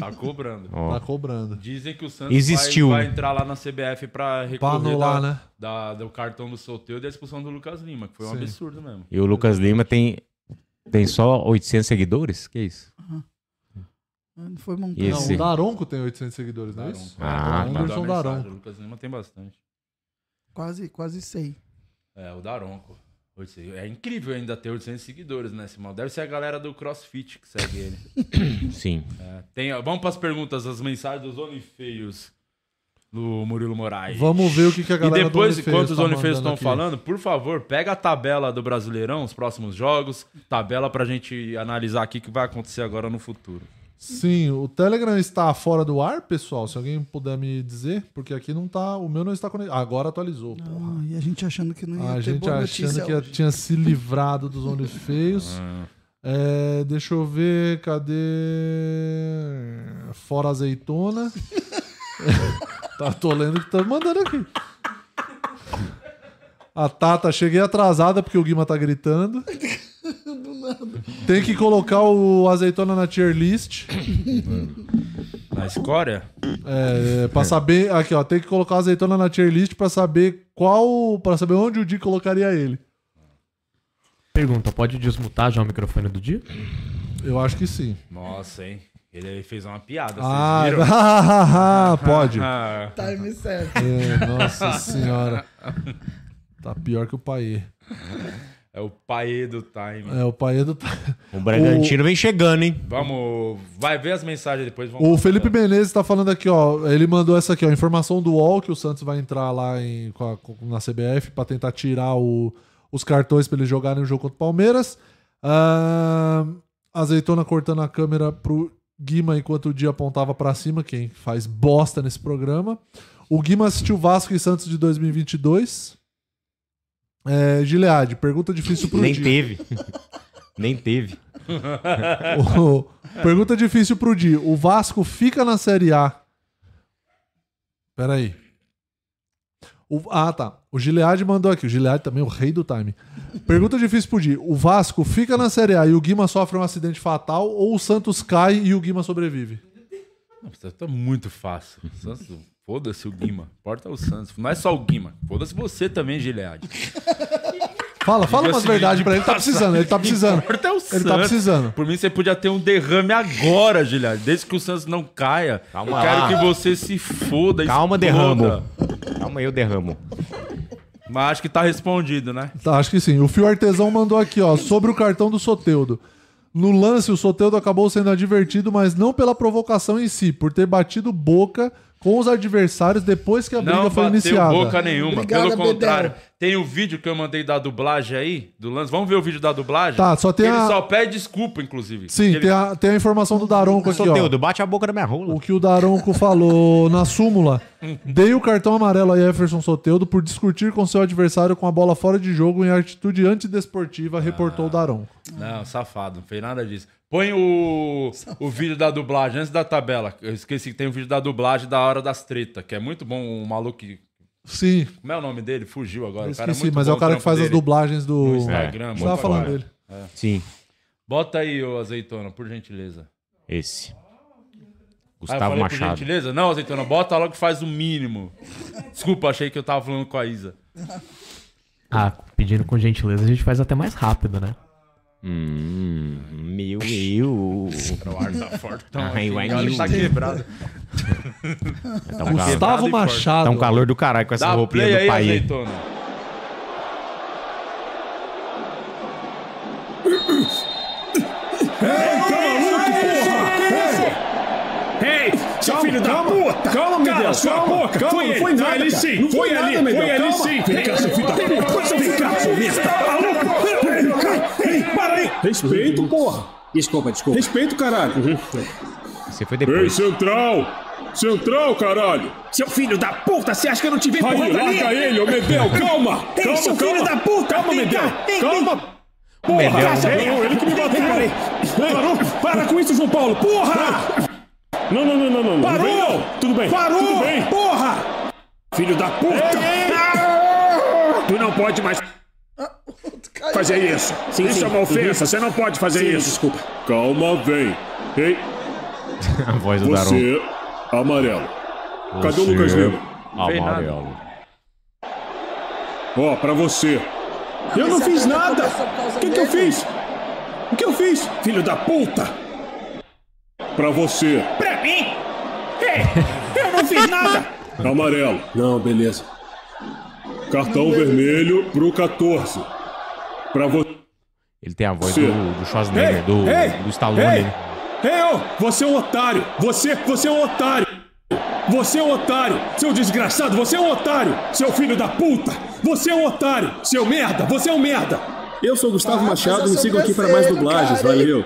[SPEAKER 1] Tá cobrando.
[SPEAKER 5] Tá
[SPEAKER 4] Ó.
[SPEAKER 5] cobrando.
[SPEAKER 1] Dizem que o Santos
[SPEAKER 4] Existiu,
[SPEAKER 1] vai, vai
[SPEAKER 4] né?
[SPEAKER 1] entrar lá na CBF pra recorrer
[SPEAKER 5] Pra anular,
[SPEAKER 1] da-
[SPEAKER 5] né?
[SPEAKER 1] da- do cartão do sorteio e da expulsão do Lucas Lima, que foi um
[SPEAKER 5] Sim.
[SPEAKER 1] absurdo mesmo.
[SPEAKER 4] E o Lucas Lima tem, tem só 800 seguidores? Que isso?
[SPEAKER 3] Não foi montado.
[SPEAKER 5] Não,
[SPEAKER 4] Esse.
[SPEAKER 5] o Daronco tem 800 seguidores, não é isso?
[SPEAKER 4] Ah,
[SPEAKER 1] Daronco.
[SPEAKER 5] tá.
[SPEAKER 1] Mandou
[SPEAKER 5] Anderson
[SPEAKER 1] a mensagem,
[SPEAKER 5] Daronco.
[SPEAKER 1] O Lucas Lima tem bastante.
[SPEAKER 3] Quase, quase sei.
[SPEAKER 1] É, o Daronco. 800. É incrível ainda ter 800 seguidores, né, Simão? Deve ser a galera do CrossFit que segue
[SPEAKER 5] <laughs>
[SPEAKER 1] ele.
[SPEAKER 4] Sim.
[SPEAKER 1] É, tem, ó, vamos pras perguntas, as mensagens dos OnlyFeios do Murilo Moraes.
[SPEAKER 5] Vamos ver o que, que a
[SPEAKER 1] E
[SPEAKER 5] galera do
[SPEAKER 1] depois,
[SPEAKER 5] OnlyFans
[SPEAKER 1] enquanto os
[SPEAKER 5] tá
[SPEAKER 1] OnlyFans
[SPEAKER 5] mandando
[SPEAKER 1] estão
[SPEAKER 5] aqui.
[SPEAKER 1] falando, por favor, pega a tabela do Brasileirão, os próximos jogos, tabela pra gente analisar aqui o que vai acontecer agora no futuro.
[SPEAKER 5] Sim, o Telegram está fora do ar, pessoal. Se alguém puder me dizer, porque aqui não tá. O meu não está conectado. Agora atualizou. porra.
[SPEAKER 3] Ah, e a gente achando que não ia
[SPEAKER 5] a
[SPEAKER 3] ter
[SPEAKER 5] gente
[SPEAKER 3] boa
[SPEAKER 5] achando
[SPEAKER 3] notícia
[SPEAKER 5] que
[SPEAKER 3] hoje.
[SPEAKER 5] tinha se livrado dos OnlyFeios. É, deixa eu ver, cadê? Fora
[SPEAKER 3] <laughs>
[SPEAKER 5] azeitona. tá, tô lendo o que tá mandando aqui. A Tata, cheguei atrasada porque o Guima tá gritando. Tem que colocar o azeitona na tier list.
[SPEAKER 1] Na escória?
[SPEAKER 5] É, é, pra saber. Aqui, ó, tem que colocar o azeitona na tier list pra saber qual. Pra saber onde o Di colocaria ele.
[SPEAKER 2] Pergunta, pode desmutar já o microfone do dia?
[SPEAKER 5] Eu acho que sim.
[SPEAKER 1] Nossa, hein? Ele fez uma piada, vocês
[SPEAKER 5] é
[SPEAKER 1] viram?
[SPEAKER 5] <laughs> Ah, pode.
[SPEAKER 1] Ah,
[SPEAKER 3] Time certo.
[SPEAKER 5] <laughs> É, nossa senhora. Tá pior que o Paê.
[SPEAKER 1] <laughs> é o pai do time.
[SPEAKER 5] É, o Paê do.
[SPEAKER 4] O Bragantino vem chegando, hein?
[SPEAKER 1] Vamos, vai ver as mensagens depois. Vamos
[SPEAKER 5] O Felipe Menezes tá falando aqui, ó. Ele mandou essa aqui, ó. Informação do UOL que o Santos vai entrar lá em- com a- com- na CBF pra tentar tirar o- os cartões pra eles jogarem o jogo contra o Palmeiras. Ah, azeitona cortando a câmera pro Guima, enquanto o dia apontava pra cima, quem faz bosta nesse programa. O Guima assistiu Vasco e Santos de 2022. É, Gilead, pergunta difícil pro
[SPEAKER 4] Nem
[SPEAKER 5] dia.
[SPEAKER 4] teve. <laughs> Nem teve.
[SPEAKER 5] O- Pergunta difícil pro Di. O Vasco fica na Série A. Peraí. O... Ah, tá. O Gilead mandou aqui. O Gilead também, é o rei do time. Pergunta difícil pro Di. O Vasco fica na Série A e o Guima sofre um acidente fatal ou o Santos cai e o Guima sobrevive?
[SPEAKER 1] Nossa, tá muito fácil.
[SPEAKER 4] <laughs>
[SPEAKER 1] Santos, foda-se o Guima. Porta o Santos. Não é só o Guima. Foda-se você também, Gilead.
[SPEAKER 5] Fala, fala
[SPEAKER 1] Diga
[SPEAKER 5] umas
[SPEAKER 1] se me
[SPEAKER 5] verdades pra ele. Ele Tá
[SPEAKER 1] <laughs>
[SPEAKER 5] precisando, ele tá precisando.
[SPEAKER 1] Porta é o
[SPEAKER 5] Ele tá precisando.
[SPEAKER 1] Por mim, você podia ter um derrame agora, Gilead. Desde que o Santos não caia.
[SPEAKER 4] Calma
[SPEAKER 1] eu quero
[SPEAKER 4] lá.
[SPEAKER 1] que você se foda.
[SPEAKER 4] Calma,
[SPEAKER 1] exploda.
[SPEAKER 4] derramo. Calma aí, eu derramo.
[SPEAKER 1] Mas acho que tá respondido, né?
[SPEAKER 5] Tá, acho que sim. O Fio Artesão mandou aqui, ó, sobre o cartão do Soteudo. No lance, o Soteudo acabou sendo advertido, mas não pela provocação em si, por ter batido boca com os adversários depois que a briga
[SPEAKER 1] Não
[SPEAKER 5] foi
[SPEAKER 1] bateu
[SPEAKER 5] iniciada.
[SPEAKER 1] boca nenhuma.
[SPEAKER 3] Obrigado,
[SPEAKER 1] Pelo contrário,
[SPEAKER 3] Bedel.
[SPEAKER 1] tem o vídeo que eu mandei da dublagem aí, do lance. Vamos ver o vídeo da dublagem?
[SPEAKER 5] Tá, só tem
[SPEAKER 1] Ele
[SPEAKER 5] a-
[SPEAKER 1] só pede desculpa, inclusive.
[SPEAKER 5] Sim,
[SPEAKER 1] Ele-
[SPEAKER 5] tem, a, tem a informação do Daronco aqui, ó.
[SPEAKER 4] Soteudo, bate a boca na minha rola.
[SPEAKER 5] O que o Daronco falou na súmula. Dei o cartão amarelo a Jefferson Soteudo por discutir com seu adversário com a bola fora de jogo em atitude antidesportiva, reportou o Daronco.
[SPEAKER 1] Não, safado, não fez nada disso. Põe o, o vídeo da dublagem antes da tabela. Eu esqueci que tem o vídeo da dublagem da Hora das Tretas, que é muito bom. O maluco. que-
[SPEAKER 5] Sim,
[SPEAKER 1] Como é o nome dele? Fugiu agora.
[SPEAKER 5] eu
[SPEAKER 1] o cara
[SPEAKER 5] esqueci,
[SPEAKER 1] muito
[SPEAKER 5] mas é
[SPEAKER 1] bom
[SPEAKER 5] o cara que
[SPEAKER 1] trampo
[SPEAKER 5] faz as
[SPEAKER 1] dele.
[SPEAKER 5] dublagens do...
[SPEAKER 1] No Instagram,
[SPEAKER 5] A gente
[SPEAKER 1] muito
[SPEAKER 5] tava falando
[SPEAKER 1] bom.
[SPEAKER 5] dele.
[SPEAKER 4] Sim,
[SPEAKER 1] Bota aí, ô azeitona, por gentileza.
[SPEAKER 4] esse.
[SPEAKER 1] Ah, eu
[SPEAKER 4] Gustavo
[SPEAKER 1] falei por
[SPEAKER 4] Machado.
[SPEAKER 1] gentileza? Não, azeitona, bota logo que faz o mínimo. Desculpa, achei que eu tava falando com a Isa.
[SPEAKER 2] Ah, pedindo com gentileza, a gente faz até mais rápido, né?
[SPEAKER 4] Hum, meu eu.
[SPEAKER 1] O ar tá fortão.
[SPEAKER 4] Ai,
[SPEAKER 1] aqui,
[SPEAKER 4] o ar
[SPEAKER 1] o ar tá quebrado.
[SPEAKER 4] Tá um, calor,
[SPEAKER 5] Gustavo
[SPEAKER 1] e
[SPEAKER 5] Machado.
[SPEAKER 4] tá um calor do caralho com essa
[SPEAKER 1] Dá
[SPEAKER 4] roupinha
[SPEAKER 1] play
[SPEAKER 4] do
[SPEAKER 1] aí,
[SPEAKER 4] país.
[SPEAKER 1] azeitona.
[SPEAKER 6] Ei, seu filho da puta! Calma, meu Deus! Sua boca! Calma, não foi nada, ali sim! Foi ali, foi ali sim! Vem cá, seu filho da puta! Vem cá, seu merda! Ei, para aí! Respeito, Uhum. porra! Desculpa, desculpa. Respeito, caralho!
[SPEAKER 4] Você foi
[SPEAKER 6] Ei,
[SPEAKER 1] é
[SPEAKER 4] depois.
[SPEAKER 6] Central! Central, caralho! Seu filho da puta, você acha que eu não te vi empurrando ali? Larga ele, ô Medel, calma! Ei, calma, seu filho da puta! Calma, Medel! Calma! Porra,
[SPEAKER 4] um
[SPEAKER 6] Medel. ele que me bateu! Parou! Para com isso, João Paulo! Porra! Não, não, não, não, não. Parou! Tudo bem. Parou! Porra! Filho da puta! Tu não pode mais fazer isso. isso é uma ofensa, você não pode fazer isso. Desculpa. Calma, vem. Ei,
[SPEAKER 4] A voz do Daron.
[SPEAKER 6] você, amarelo. Cadê o Lucas Lima?
[SPEAKER 4] Amarelo.
[SPEAKER 6] Ó, pra você. eu não
[SPEAKER 3] esse
[SPEAKER 6] fiz
[SPEAKER 3] atleta
[SPEAKER 6] nada!
[SPEAKER 3] começou por causa
[SPEAKER 6] O que, que eu
[SPEAKER 3] dele.
[SPEAKER 6] fiz? O que eu fiz? Filho da puta! Pra você. Pra mim? Ei, eu não fiz nada! <laughs> Amarelo. Não, beleza. Cartão vermelho pro 14. Pra você.
[SPEAKER 4] Ele tem a voz
[SPEAKER 6] Sim.
[SPEAKER 4] do, do Schwarzenegger, do, do Stallone.
[SPEAKER 6] ei,
[SPEAKER 4] né?
[SPEAKER 6] ei, ô, você é um otário! Você, você é um otário! Você é um otário! Seu desgraçado, você é um otário! Seu filho da puta! Você é um otário! Seu merda, você é um merda! Eu sou o Gustavo
[SPEAKER 3] Ah, mas eu
[SPEAKER 6] Machado, me
[SPEAKER 3] sou
[SPEAKER 6] sigam aqui para mais
[SPEAKER 3] grosseiro,
[SPEAKER 6] dublagens,
[SPEAKER 3] cara.
[SPEAKER 6] valeu!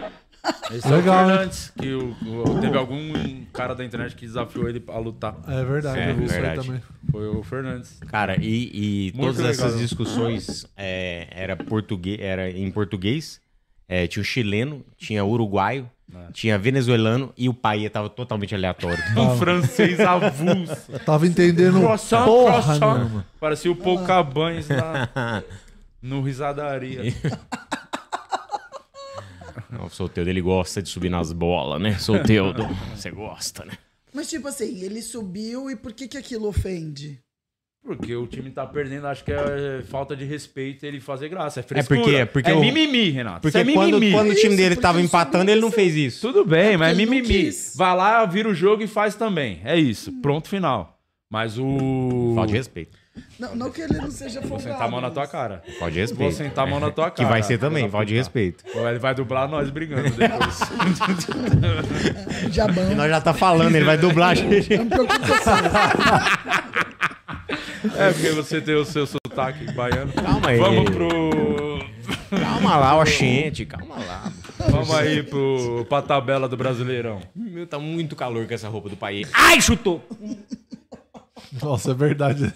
[SPEAKER 1] Esse é o
[SPEAKER 5] Legal, né?
[SPEAKER 1] Fernandes, que o- o- teve algum cara da internet que desafiou ele a lutar.
[SPEAKER 5] É verdade,
[SPEAKER 4] É,
[SPEAKER 5] eu vi isso aí
[SPEAKER 4] verdade.
[SPEAKER 5] também.
[SPEAKER 1] Foi o Fernandes.
[SPEAKER 4] Cara, e, e
[SPEAKER 1] Muito
[SPEAKER 4] todas
[SPEAKER 1] legal.
[SPEAKER 4] essas discussões é, era, português, era em português. é, tinha o chileno, tinha o uruguaio, tinha venezuelano e o paia tava totalmente aleatório. <laughs>
[SPEAKER 1] Um francês avulso.
[SPEAKER 5] Tava entendendo
[SPEAKER 1] Croissant,
[SPEAKER 5] porra
[SPEAKER 1] croissant.
[SPEAKER 5] nenhuma.
[SPEAKER 1] Parecia o Paul Cabanes
[SPEAKER 4] <laughs>
[SPEAKER 1] lá no Risadaria.
[SPEAKER 4] o Solteudo, ele gosta de subir nas bolas, né? <laughs> Solteudo, você gosta, né?
[SPEAKER 3] Mas tipo assim, ele subiu e por que, que aquilo ofende?
[SPEAKER 1] Porque o time tá perdendo, acho que é falta de respeito ele fazer graça. É
[SPEAKER 4] porque-
[SPEAKER 1] frescura.
[SPEAKER 4] porque
[SPEAKER 1] é
[SPEAKER 4] o-
[SPEAKER 1] mimimi, Renato.
[SPEAKER 4] Porque
[SPEAKER 1] Isso é
[SPEAKER 4] quando,
[SPEAKER 1] mimimi.
[SPEAKER 4] quando o time
[SPEAKER 3] Isso,
[SPEAKER 4] dele
[SPEAKER 3] porque
[SPEAKER 4] tava
[SPEAKER 3] ele sabia
[SPEAKER 4] empatando, ele não
[SPEAKER 3] disso.
[SPEAKER 4] fez isso.
[SPEAKER 1] Tudo bem, mas é
[SPEAKER 3] ele não
[SPEAKER 1] mimimi.
[SPEAKER 3] quis.
[SPEAKER 1] Vai lá, vira o jogo e faz também. É isso. Pronto, final. Mas o.
[SPEAKER 4] Falta de respeito.
[SPEAKER 3] Não, não que ele não seja folgado.
[SPEAKER 1] Vou sentar a mão na tua cara.
[SPEAKER 4] Falta de
[SPEAKER 1] Vou
[SPEAKER 4] respeito.
[SPEAKER 1] sentar a mão na tua cara.
[SPEAKER 4] Que vai ser também, falta de respeito.
[SPEAKER 1] Ou ele vai dublar nós brigando depois.
[SPEAKER 3] Jabão.
[SPEAKER 4] Nós já tá falando, ele vai dublar a gente.
[SPEAKER 3] Não me preocupa com você.
[SPEAKER 1] é porque você tem o seu sotaque baiano.
[SPEAKER 4] Calma aí.
[SPEAKER 1] Vamos pro.
[SPEAKER 4] Calma lá, ó, gente, calma lá.
[SPEAKER 1] Vamos aí pro, pra tabela do Brasileirão.
[SPEAKER 4] Meu, tá muito calor com essa roupa do pai. Ai, chutou!
[SPEAKER 5] Nossa, é verdade.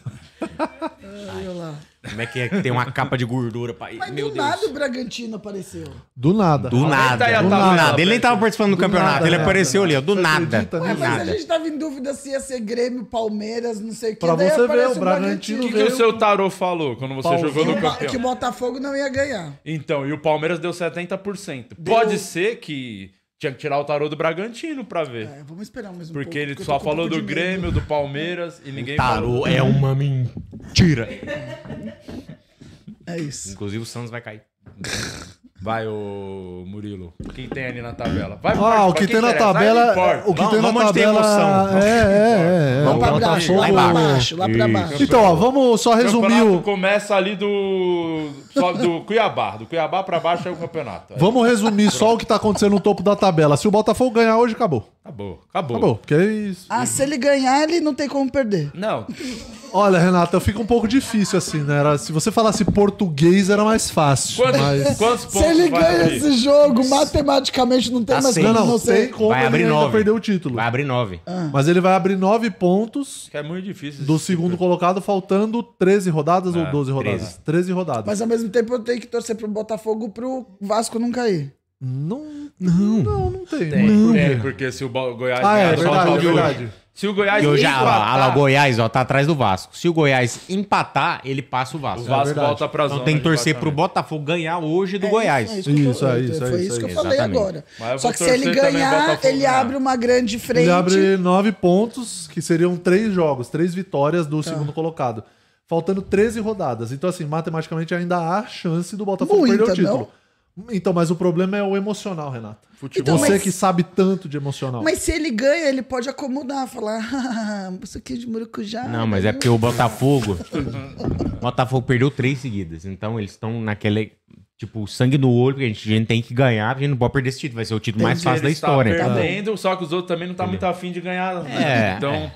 [SPEAKER 4] Como é que é que tem uma capa de gordura, pai?
[SPEAKER 3] Mas
[SPEAKER 4] <laughs> Meu
[SPEAKER 3] do
[SPEAKER 4] Deus.
[SPEAKER 3] nada o Bragantino apareceu.
[SPEAKER 5] Do nada.
[SPEAKER 4] Do nada,
[SPEAKER 1] aí a
[SPEAKER 4] do
[SPEAKER 1] tabela,
[SPEAKER 4] nada. Ele nem
[SPEAKER 1] velho.
[SPEAKER 4] tava participando do, campeonato,
[SPEAKER 5] nada,
[SPEAKER 4] ele
[SPEAKER 5] né?
[SPEAKER 4] apareceu ali, ó, do nada.
[SPEAKER 5] acredita
[SPEAKER 4] Do
[SPEAKER 3] Ué, mas a
[SPEAKER 4] nada.
[SPEAKER 3] gente tava em dúvida se ia ser Grêmio, Palmeiras, não sei o que.
[SPEAKER 5] Pra
[SPEAKER 3] daí
[SPEAKER 5] você ver,
[SPEAKER 3] aparece um
[SPEAKER 5] o
[SPEAKER 1] O
[SPEAKER 5] Bragantino
[SPEAKER 1] que, que o seu tarô falou quando você
[SPEAKER 5] Paulo.
[SPEAKER 1] jogou
[SPEAKER 3] Que
[SPEAKER 1] no
[SPEAKER 3] o, Ba- que o
[SPEAKER 1] campeão?
[SPEAKER 3] Botafogo não ia ganhar.
[SPEAKER 1] Então, e o Palmeiras deu 70%. Pode ser que tinha que tirar o tarô do Bragantino pra ver.
[SPEAKER 3] É, vamos esperar mais um pouco.
[SPEAKER 1] Porque ele
[SPEAKER 3] eu
[SPEAKER 1] só
[SPEAKER 3] tô com um
[SPEAKER 1] falou
[SPEAKER 3] pouco
[SPEAKER 1] do
[SPEAKER 3] de medo.
[SPEAKER 1] Grêmio, do Palmeiras e ninguém
[SPEAKER 3] Tá.
[SPEAKER 1] falou.
[SPEAKER 4] Tarô é uma mentira.
[SPEAKER 3] É isso.
[SPEAKER 4] Inclusive o Santos vai cair.
[SPEAKER 1] Vai, ô Murilo. O que tem ali na tabela? Vai,
[SPEAKER 5] Ah,
[SPEAKER 1] pra
[SPEAKER 5] o que
[SPEAKER 1] quem
[SPEAKER 5] tem na
[SPEAKER 1] interessa. Aí não
[SPEAKER 5] tabela. é
[SPEAKER 1] importa.
[SPEAKER 5] O que
[SPEAKER 4] Vamos-
[SPEAKER 5] tem na
[SPEAKER 4] vamos onde tem
[SPEAKER 5] tabela.
[SPEAKER 4] emoção.
[SPEAKER 5] É, é,
[SPEAKER 4] Vamos
[SPEAKER 5] é. O
[SPEAKER 3] Então, Pra baixo, lá pra
[SPEAKER 5] Botafogo-
[SPEAKER 3] baixo, lá pra baixo.
[SPEAKER 5] Então, ó, vamos só resumir
[SPEAKER 1] campeonato
[SPEAKER 5] o.
[SPEAKER 1] começa ali do só do Cuiabá, do Cuiabá pra baixo é o campeonato. Aí,
[SPEAKER 5] Vamos resumir só o que tá acontecendo no topo da tabela. Se o Botafogo ganhar hoje, acabou.
[SPEAKER 1] Acabou, acabou.
[SPEAKER 5] Acabou. Porque é isso.
[SPEAKER 3] Ah, se ele ganhar, ele não tem como perder.
[SPEAKER 1] Não,
[SPEAKER 5] Olha, Renata, fica um pouco difícil assim, né? Era- se você falasse português, era mais fácil.
[SPEAKER 1] quantos,
[SPEAKER 5] Mas.
[SPEAKER 1] quantos
[SPEAKER 3] Se
[SPEAKER 1] pontos
[SPEAKER 3] ele
[SPEAKER 1] vai
[SPEAKER 3] ganha
[SPEAKER 1] abrir?
[SPEAKER 3] esse jogo, matematicamente não tem
[SPEAKER 4] Tá
[SPEAKER 3] mais
[SPEAKER 4] sem.
[SPEAKER 3] como
[SPEAKER 5] Não,
[SPEAKER 3] não
[SPEAKER 5] não,
[SPEAKER 3] sei.
[SPEAKER 5] sem como
[SPEAKER 4] Vai abrir
[SPEAKER 5] ele ainda
[SPEAKER 4] nove.
[SPEAKER 5] perdeu o título.
[SPEAKER 4] Vai abrir nove.
[SPEAKER 3] Ah.
[SPEAKER 5] Mas ele vai abrir nove pontos
[SPEAKER 1] Que é muito difícil.
[SPEAKER 5] do
[SPEAKER 1] esse
[SPEAKER 5] segundo
[SPEAKER 1] tipo.
[SPEAKER 5] colocado, faltando 13 rodadas
[SPEAKER 1] Ah,
[SPEAKER 5] ou 12
[SPEAKER 4] 13.
[SPEAKER 5] rodadas? 13 rodadas.
[SPEAKER 3] Mas ao mesmo tempo eu tenho que torcer pro Botafogo pro Vasco não cair.
[SPEAKER 5] Não, não. Não, não tem.
[SPEAKER 1] Tem,
[SPEAKER 5] Não. Por quê?
[SPEAKER 1] tem, É, porque se o Bo- Goiás
[SPEAKER 5] Ah, é
[SPEAKER 1] ganhar, só
[SPEAKER 5] verdade, é
[SPEAKER 1] falta o Goiás.
[SPEAKER 5] verdade.
[SPEAKER 1] Se o Goiás
[SPEAKER 4] E hoje, ó,
[SPEAKER 1] empatar,
[SPEAKER 4] lá,
[SPEAKER 5] "Ah,
[SPEAKER 4] lá, o Goiás, ó, tá atrás do Vasco. Se o Goiás empatar, ele passa o
[SPEAKER 1] o
[SPEAKER 4] Vasco.
[SPEAKER 1] Vasco
[SPEAKER 5] verdade.
[SPEAKER 1] volta pra zona.
[SPEAKER 4] É Então tem que
[SPEAKER 1] de
[SPEAKER 4] torcer pro
[SPEAKER 1] baixamento.
[SPEAKER 4] Botafogo ganhar hoje do
[SPEAKER 3] É
[SPEAKER 4] Goiás.
[SPEAKER 3] isso, é que eu
[SPEAKER 5] Isso,
[SPEAKER 3] tô-
[SPEAKER 5] é isso, é
[SPEAKER 3] Foi
[SPEAKER 5] isso,
[SPEAKER 3] isso que eu
[SPEAKER 5] é
[SPEAKER 3] falei
[SPEAKER 4] exatamente.
[SPEAKER 3] agora.
[SPEAKER 1] Mas eu
[SPEAKER 3] Só
[SPEAKER 1] vou
[SPEAKER 3] que se ele
[SPEAKER 1] torcer também
[SPEAKER 3] ganhar,
[SPEAKER 1] Botafogo
[SPEAKER 3] ele
[SPEAKER 1] ganhar.
[SPEAKER 3] abre uma grande frente. Então,
[SPEAKER 5] Ele abre nove pontos, que seriam três jogos, três vitórias do
[SPEAKER 3] Tá.
[SPEAKER 5] segundo colocado. Faltando 13 rodadas. Então, assim, matematicamente ainda há chance do Botafogo
[SPEAKER 3] Muita,
[SPEAKER 5] perder o título. Então, mas o problema é o emocional, Renata.
[SPEAKER 3] Então,
[SPEAKER 5] Você
[SPEAKER 3] mas-
[SPEAKER 5] que sabe tanto de emocional.
[SPEAKER 3] Mas se ele ganha, ele pode acomodar, falar, "Ah, isso aqui é de murucujá.
[SPEAKER 4] Não, mas é porque o Botafogo. o Botafogo perdeu três seguidas. Então eles estão naquele. Tipo, sangue no olho, porque a gente, a gente tem que ganhar, a gente não pode perder esse título. Vai ser o título mais
[SPEAKER 1] Ele
[SPEAKER 4] fácil da
[SPEAKER 1] está
[SPEAKER 4] história.
[SPEAKER 1] perdendo, só que os outros também não tá muito afim de ganhar. né?
[SPEAKER 4] É,
[SPEAKER 1] então,
[SPEAKER 4] é.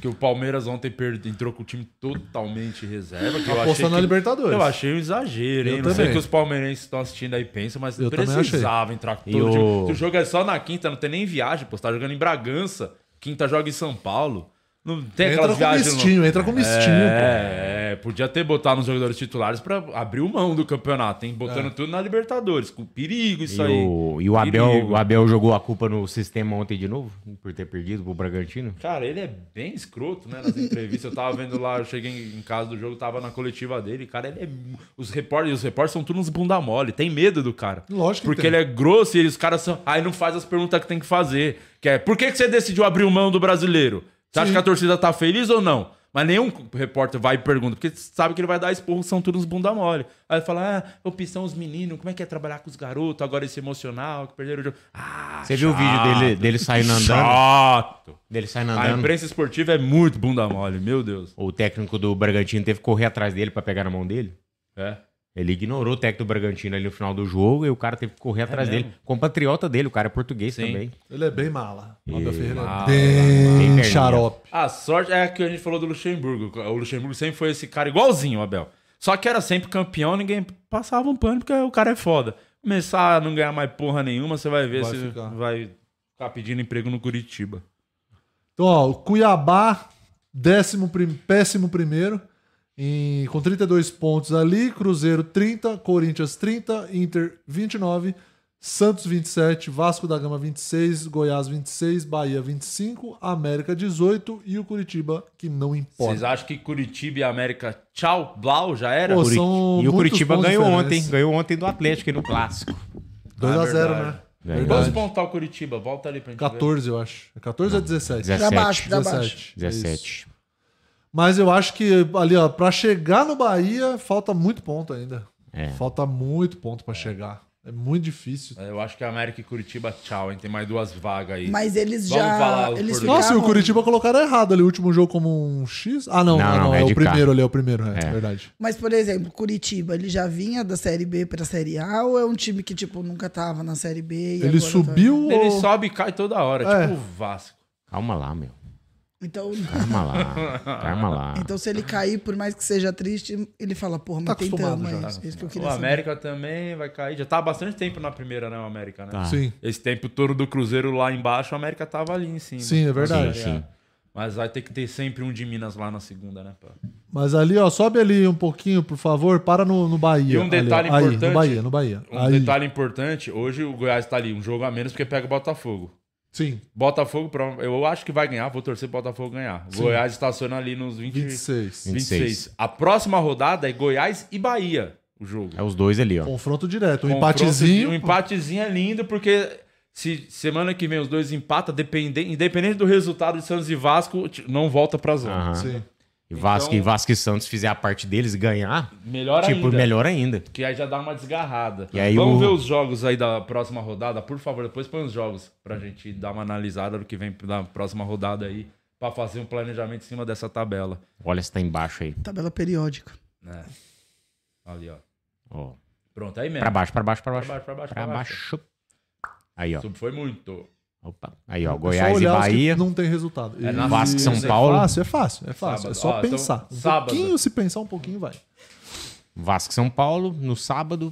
[SPEAKER 1] que o Palmeiras ontem perde, entrou com o time totalmente reserva. Que eu achei
[SPEAKER 5] Apostando na
[SPEAKER 1] que-
[SPEAKER 5] Libertadores.
[SPEAKER 1] Eu achei um exagero, hein?
[SPEAKER 5] Eu
[SPEAKER 1] não sei o
[SPEAKER 5] também.
[SPEAKER 1] que os palmeirenses estão assistindo aí pensam, mas
[SPEAKER 5] Eu também
[SPEAKER 1] precisava entrar com
[SPEAKER 4] E
[SPEAKER 1] todo o
[SPEAKER 4] o-
[SPEAKER 1] time. Se o jogo é só na quinta, não tem nem viagem, pô. Você tá jogando em Bragança, quinta joga em São Paulo. Não tem
[SPEAKER 5] Entra
[SPEAKER 1] aquelas
[SPEAKER 5] com
[SPEAKER 1] viagens. não.
[SPEAKER 5] mistinho, entra com mistinho.
[SPEAKER 1] É, é, podia ter botado nos jogadores titulares pra abrir o mão do campeonato, hein? Botando tudo na Libertadores, com perigo isso
[SPEAKER 4] É. E
[SPEAKER 1] aí.
[SPEAKER 4] o, e o Abel,
[SPEAKER 1] Perigo.
[SPEAKER 4] o Abel jogou a culpa no sistema ontem de novo, por ter perdido pro Bragantino.
[SPEAKER 1] Cara, ele é bem escroto, né? Nas entrevistas, eu tava vendo lá, eu cheguei em casa do jogo, tava na coletiva dele. Cara, ele é. mu- Os repórteres, os repórteres são todos uns bunda mole, tem medo do cara.
[SPEAKER 5] Lógico que
[SPEAKER 1] Porque
[SPEAKER 5] tem.
[SPEAKER 1] ele é grosso e eles- os caras são. Aí não faz as perguntas que tem que fazer. Que é, por que, que você decidiu abrir mão do brasileiro? Você acha que a torcida tá feliz ou não? Mas nenhum repórter vai e pergunta, porque sabe que ele vai dar expurro, são todos uns bunda mole. Aí ele fala, ah, opção os meninos, como é que é trabalhar com os garotos, agora esse emocional, que perderam o jogo. Ah,
[SPEAKER 4] Você viu o vídeo dele, dele saindo andando?
[SPEAKER 1] chato.
[SPEAKER 4] Dele saindo
[SPEAKER 1] A
[SPEAKER 4] andando.
[SPEAKER 1] imprensa esportiva é muito bunda mole, meu Deus.
[SPEAKER 4] O técnico do Bragantino teve que correr atrás dele pra pegar na mão dele.
[SPEAKER 1] É.
[SPEAKER 4] Ele ignorou o técnico do Bragantino ali no final do jogo e o cara teve que correr atrás dele. Compatriota dele, o cara é português
[SPEAKER 1] É Sim.
[SPEAKER 4] também.
[SPEAKER 5] Ele é bem mala. O Abel Ferreira
[SPEAKER 1] mala,
[SPEAKER 5] é bem
[SPEAKER 4] mala.
[SPEAKER 5] xarope.
[SPEAKER 1] A sorte é que a gente falou do Luxemburgo. O Luxemburgo sempre foi esse cara igualzinho, o Abel. Só que era sempre campeão, ninguém passava um pano porque o cara é foda. Começar a não ganhar mais porra nenhuma, você vai ver
[SPEAKER 5] Vai
[SPEAKER 1] se
[SPEAKER 5] ficar.
[SPEAKER 1] vai ficar pedindo emprego no Curitiba.
[SPEAKER 5] Então, ó, o Cuiabá, décimo prim, péssimo primeiro, em, com 32 pontos ali, Cruzeiro 30, Corinthians 30, Inter 29, Santos 27, Vasco da Gama 26, Goiás 26, Bahia 25, América 18 e o Curitiba, que não
[SPEAKER 1] Vocês
[SPEAKER 5] importa.
[SPEAKER 1] acham que Curitiba e América, tchau, blau, já era?
[SPEAKER 5] Pô,
[SPEAKER 1] Curi-
[SPEAKER 5] são
[SPEAKER 4] E o
[SPEAKER 5] muitos
[SPEAKER 4] Curitiba
[SPEAKER 5] pontos
[SPEAKER 4] ganhou
[SPEAKER 5] diferentes.
[SPEAKER 4] ontem. Ganhou ontem do Atlético aí no Clássico.
[SPEAKER 5] 2x0,
[SPEAKER 1] Ah,
[SPEAKER 5] né?
[SPEAKER 4] verdade.
[SPEAKER 1] Quantos
[SPEAKER 5] Verdade.
[SPEAKER 1] pontos tá o Curitiba? Volta ali pra gente ver.
[SPEAKER 5] 14, eu acho. É 14 ou 17?
[SPEAKER 4] 17.
[SPEAKER 3] Pra baixo, pra baixo.
[SPEAKER 5] 17. é isso.
[SPEAKER 4] 17.
[SPEAKER 5] Mas eu acho que ali, ó, pra chegar no Bahia, falta muito ponto ainda.
[SPEAKER 4] É.
[SPEAKER 5] Falta muito ponto pra chegar. É muito difícil.
[SPEAKER 1] Eu acho que América e Curitiba, tchau, hein? Tem mais duas vagas aí.
[SPEAKER 3] Mas eles
[SPEAKER 1] Vamos
[SPEAKER 3] já.
[SPEAKER 1] falar o
[SPEAKER 3] eles
[SPEAKER 1] português.
[SPEAKER 5] Nossa, e o
[SPEAKER 3] ficaram-
[SPEAKER 5] Curitiba colocaram errado ali o último jogo como um X. Ah, não,
[SPEAKER 4] Não,
[SPEAKER 5] ah, não,
[SPEAKER 4] não,
[SPEAKER 5] é,
[SPEAKER 4] é
[SPEAKER 5] o
[SPEAKER 4] de
[SPEAKER 5] primeiro
[SPEAKER 4] cá.
[SPEAKER 5] ali, é o primeiro, é, verdade.
[SPEAKER 3] Mas, por exemplo, Curitiba, ele já vinha da Série B pra Série A ou é um time que, tipo, nunca tava na Série B? e
[SPEAKER 5] Ele
[SPEAKER 3] agora tá-
[SPEAKER 5] subiu
[SPEAKER 1] Ele
[SPEAKER 5] ou...
[SPEAKER 1] sobe e cai toda hora,
[SPEAKER 5] É.
[SPEAKER 1] tipo o Vasco.
[SPEAKER 4] Calma lá, meu.
[SPEAKER 3] Então,
[SPEAKER 4] Calma lá, calma lá.
[SPEAKER 3] então, se ele cair, por mais que seja triste, ele fala, porra, mas
[SPEAKER 5] Tá acostumado
[SPEAKER 3] tentamos. É
[SPEAKER 5] já.
[SPEAKER 3] isso, é isso que eu
[SPEAKER 1] O
[SPEAKER 3] queria saber.
[SPEAKER 1] Tá América também vai cair. Já tá há bastante tempo na primeira, né, o América, né?
[SPEAKER 2] Tá.
[SPEAKER 5] Sim.
[SPEAKER 1] Esse tempo todo do Cruzeiro lá embaixo, o América tava ali em cima.
[SPEAKER 5] Sim, é verdade.
[SPEAKER 1] Sim, sim. Mas vai ter que ter sempre um de Minas lá na segunda, né? pô?
[SPEAKER 5] Mas ali, ó, sobe ali um pouquinho, por favor, para no, no Bahia.
[SPEAKER 1] E um detalhe
[SPEAKER 5] ali, ó. Aí,
[SPEAKER 1] importante-
[SPEAKER 5] no Bahia, no Bahia.
[SPEAKER 1] Um
[SPEAKER 5] Aí.
[SPEAKER 1] detalhe importante, hoje o Goiás tá ali, um jogo a menos porque pega o Botafogo.
[SPEAKER 5] Sim,
[SPEAKER 1] Botafogo, prova- eu acho que vai ganhar, vou torcer pro Botafogo ganhar. O Goiás estaciona ali nos 20,
[SPEAKER 5] 26.
[SPEAKER 1] 26. A próxima rodada é Goiás e Bahia, o jogo.
[SPEAKER 4] É os dois ali, ó.
[SPEAKER 5] Confronto direto.
[SPEAKER 1] Confronto
[SPEAKER 5] Um
[SPEAKER 1] de-
[SPEAKER 5] empatezinho.
[SPEAKER 1] Um empatezinho é lindo, porque se semana que vem os dois empatam, depende- independente do resultado de Santos e Vasco, ti- não volta pra zona.
[SPEAKER 4] Aham.
[SPEAKER 5] Sim. Então-
[SPEAKER 4] E Vasco, e Vasco e Santos fizer a parte deles e ganhar,
[SPEAKER 1] Melhor
[SPEAKER 4] tipo,
[SPEAKER 1] ainda.
[SPEAKER 4] melhor ainda.
[SPEAKER 1] Que aí já dá uma desgarrada.
[SPEAKER 4] E aí
[SPEAKER 1] Vamos
[SPEAKER 4] o-
[SPEAKER 1] ver os jogos aí da próxima rodada, por favor. Depois põe os jogos pra gente dar uma analisada do que vem da próxima rodada aí, pra fazer um planejamento em cima dessa tabela.
[SPEAKER 4] Olha se tá embaixo aí.
[SPEAKER 3] Tabela periódica.
[SPEAKER 1] né? Ali, ó.
[SPEAKER 4] Ó.
[SPEAKER 1] Pronto, aí mesmo.
[SPEAKER 4] Pra baixo, pra baixo, É. pra baixo.
[SPEAKER 1] Pra baixo, pra baixo,
[SPEAKER 4] Pra
[SPEAKER 1] pra
[SPEAKER 4] baixo. Aí, ó.
[SPEAKER 1] Isso foi muito.
[SPEAKER 4] Opa. Aí, ó.
[SPEAKER 5] É só
[SPEAKER 4] Goiás e
[SPEAKER 5] olhar os que
[SPEAKER 4] Bahia.
[SPEAKER 5] Não tem resultado.
[SPEAKER 1] É na
[SPEAKER 4] Vasco e São Paulo.
[SPEAKER 5] É fácil, é fácil, é fácil.
[SPEAKER 1] Sábado.
[SPEAKER 5] É só
[SPEAKER 1] Ó, então,
[SPEAKER 5] pensar. um
[SPEAKER 1] sábado.
[SPEAKER 5] pouquinho, se pensar um pouquinho, vai.
[SPEAKER 4] Vasco e São Paulo no sábado.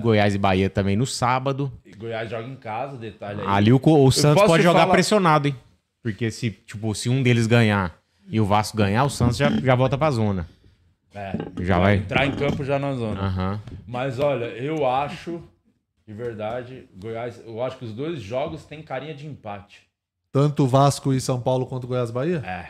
[SPEAKER 4] Goiás e Bahia também no sábado.
[SPEAKER 1] E Goiás joga em casa, detalhe aí.
[SPEAKER 4] Ali o, co- o Santos
[SPEAKER 1] É posso
[SPEAKER 4] pode jogar
[SPEAKER 1] falar-
[SPEAKER 4] pressionado, hein? Porque se, tipo, se um deles ganhar e o Vasco ganhar, o Santos já, já volta pra zona.
[SPEAKER 1] É.
[SPEAKER 4] Já vai.
[SPEAKER 1] Entrar em campo já na zona.
[SPEAKER 4] Aham.
[SPEAKER 1] Mas olha, eu acho, de verdade, Goiás, eu acho que os dois jogos têm carinha de empate.
[SPEAKER 5] Tanto Vasco e São Paulo quanto Goiás e Bahia.
[SPEAKER 1] É.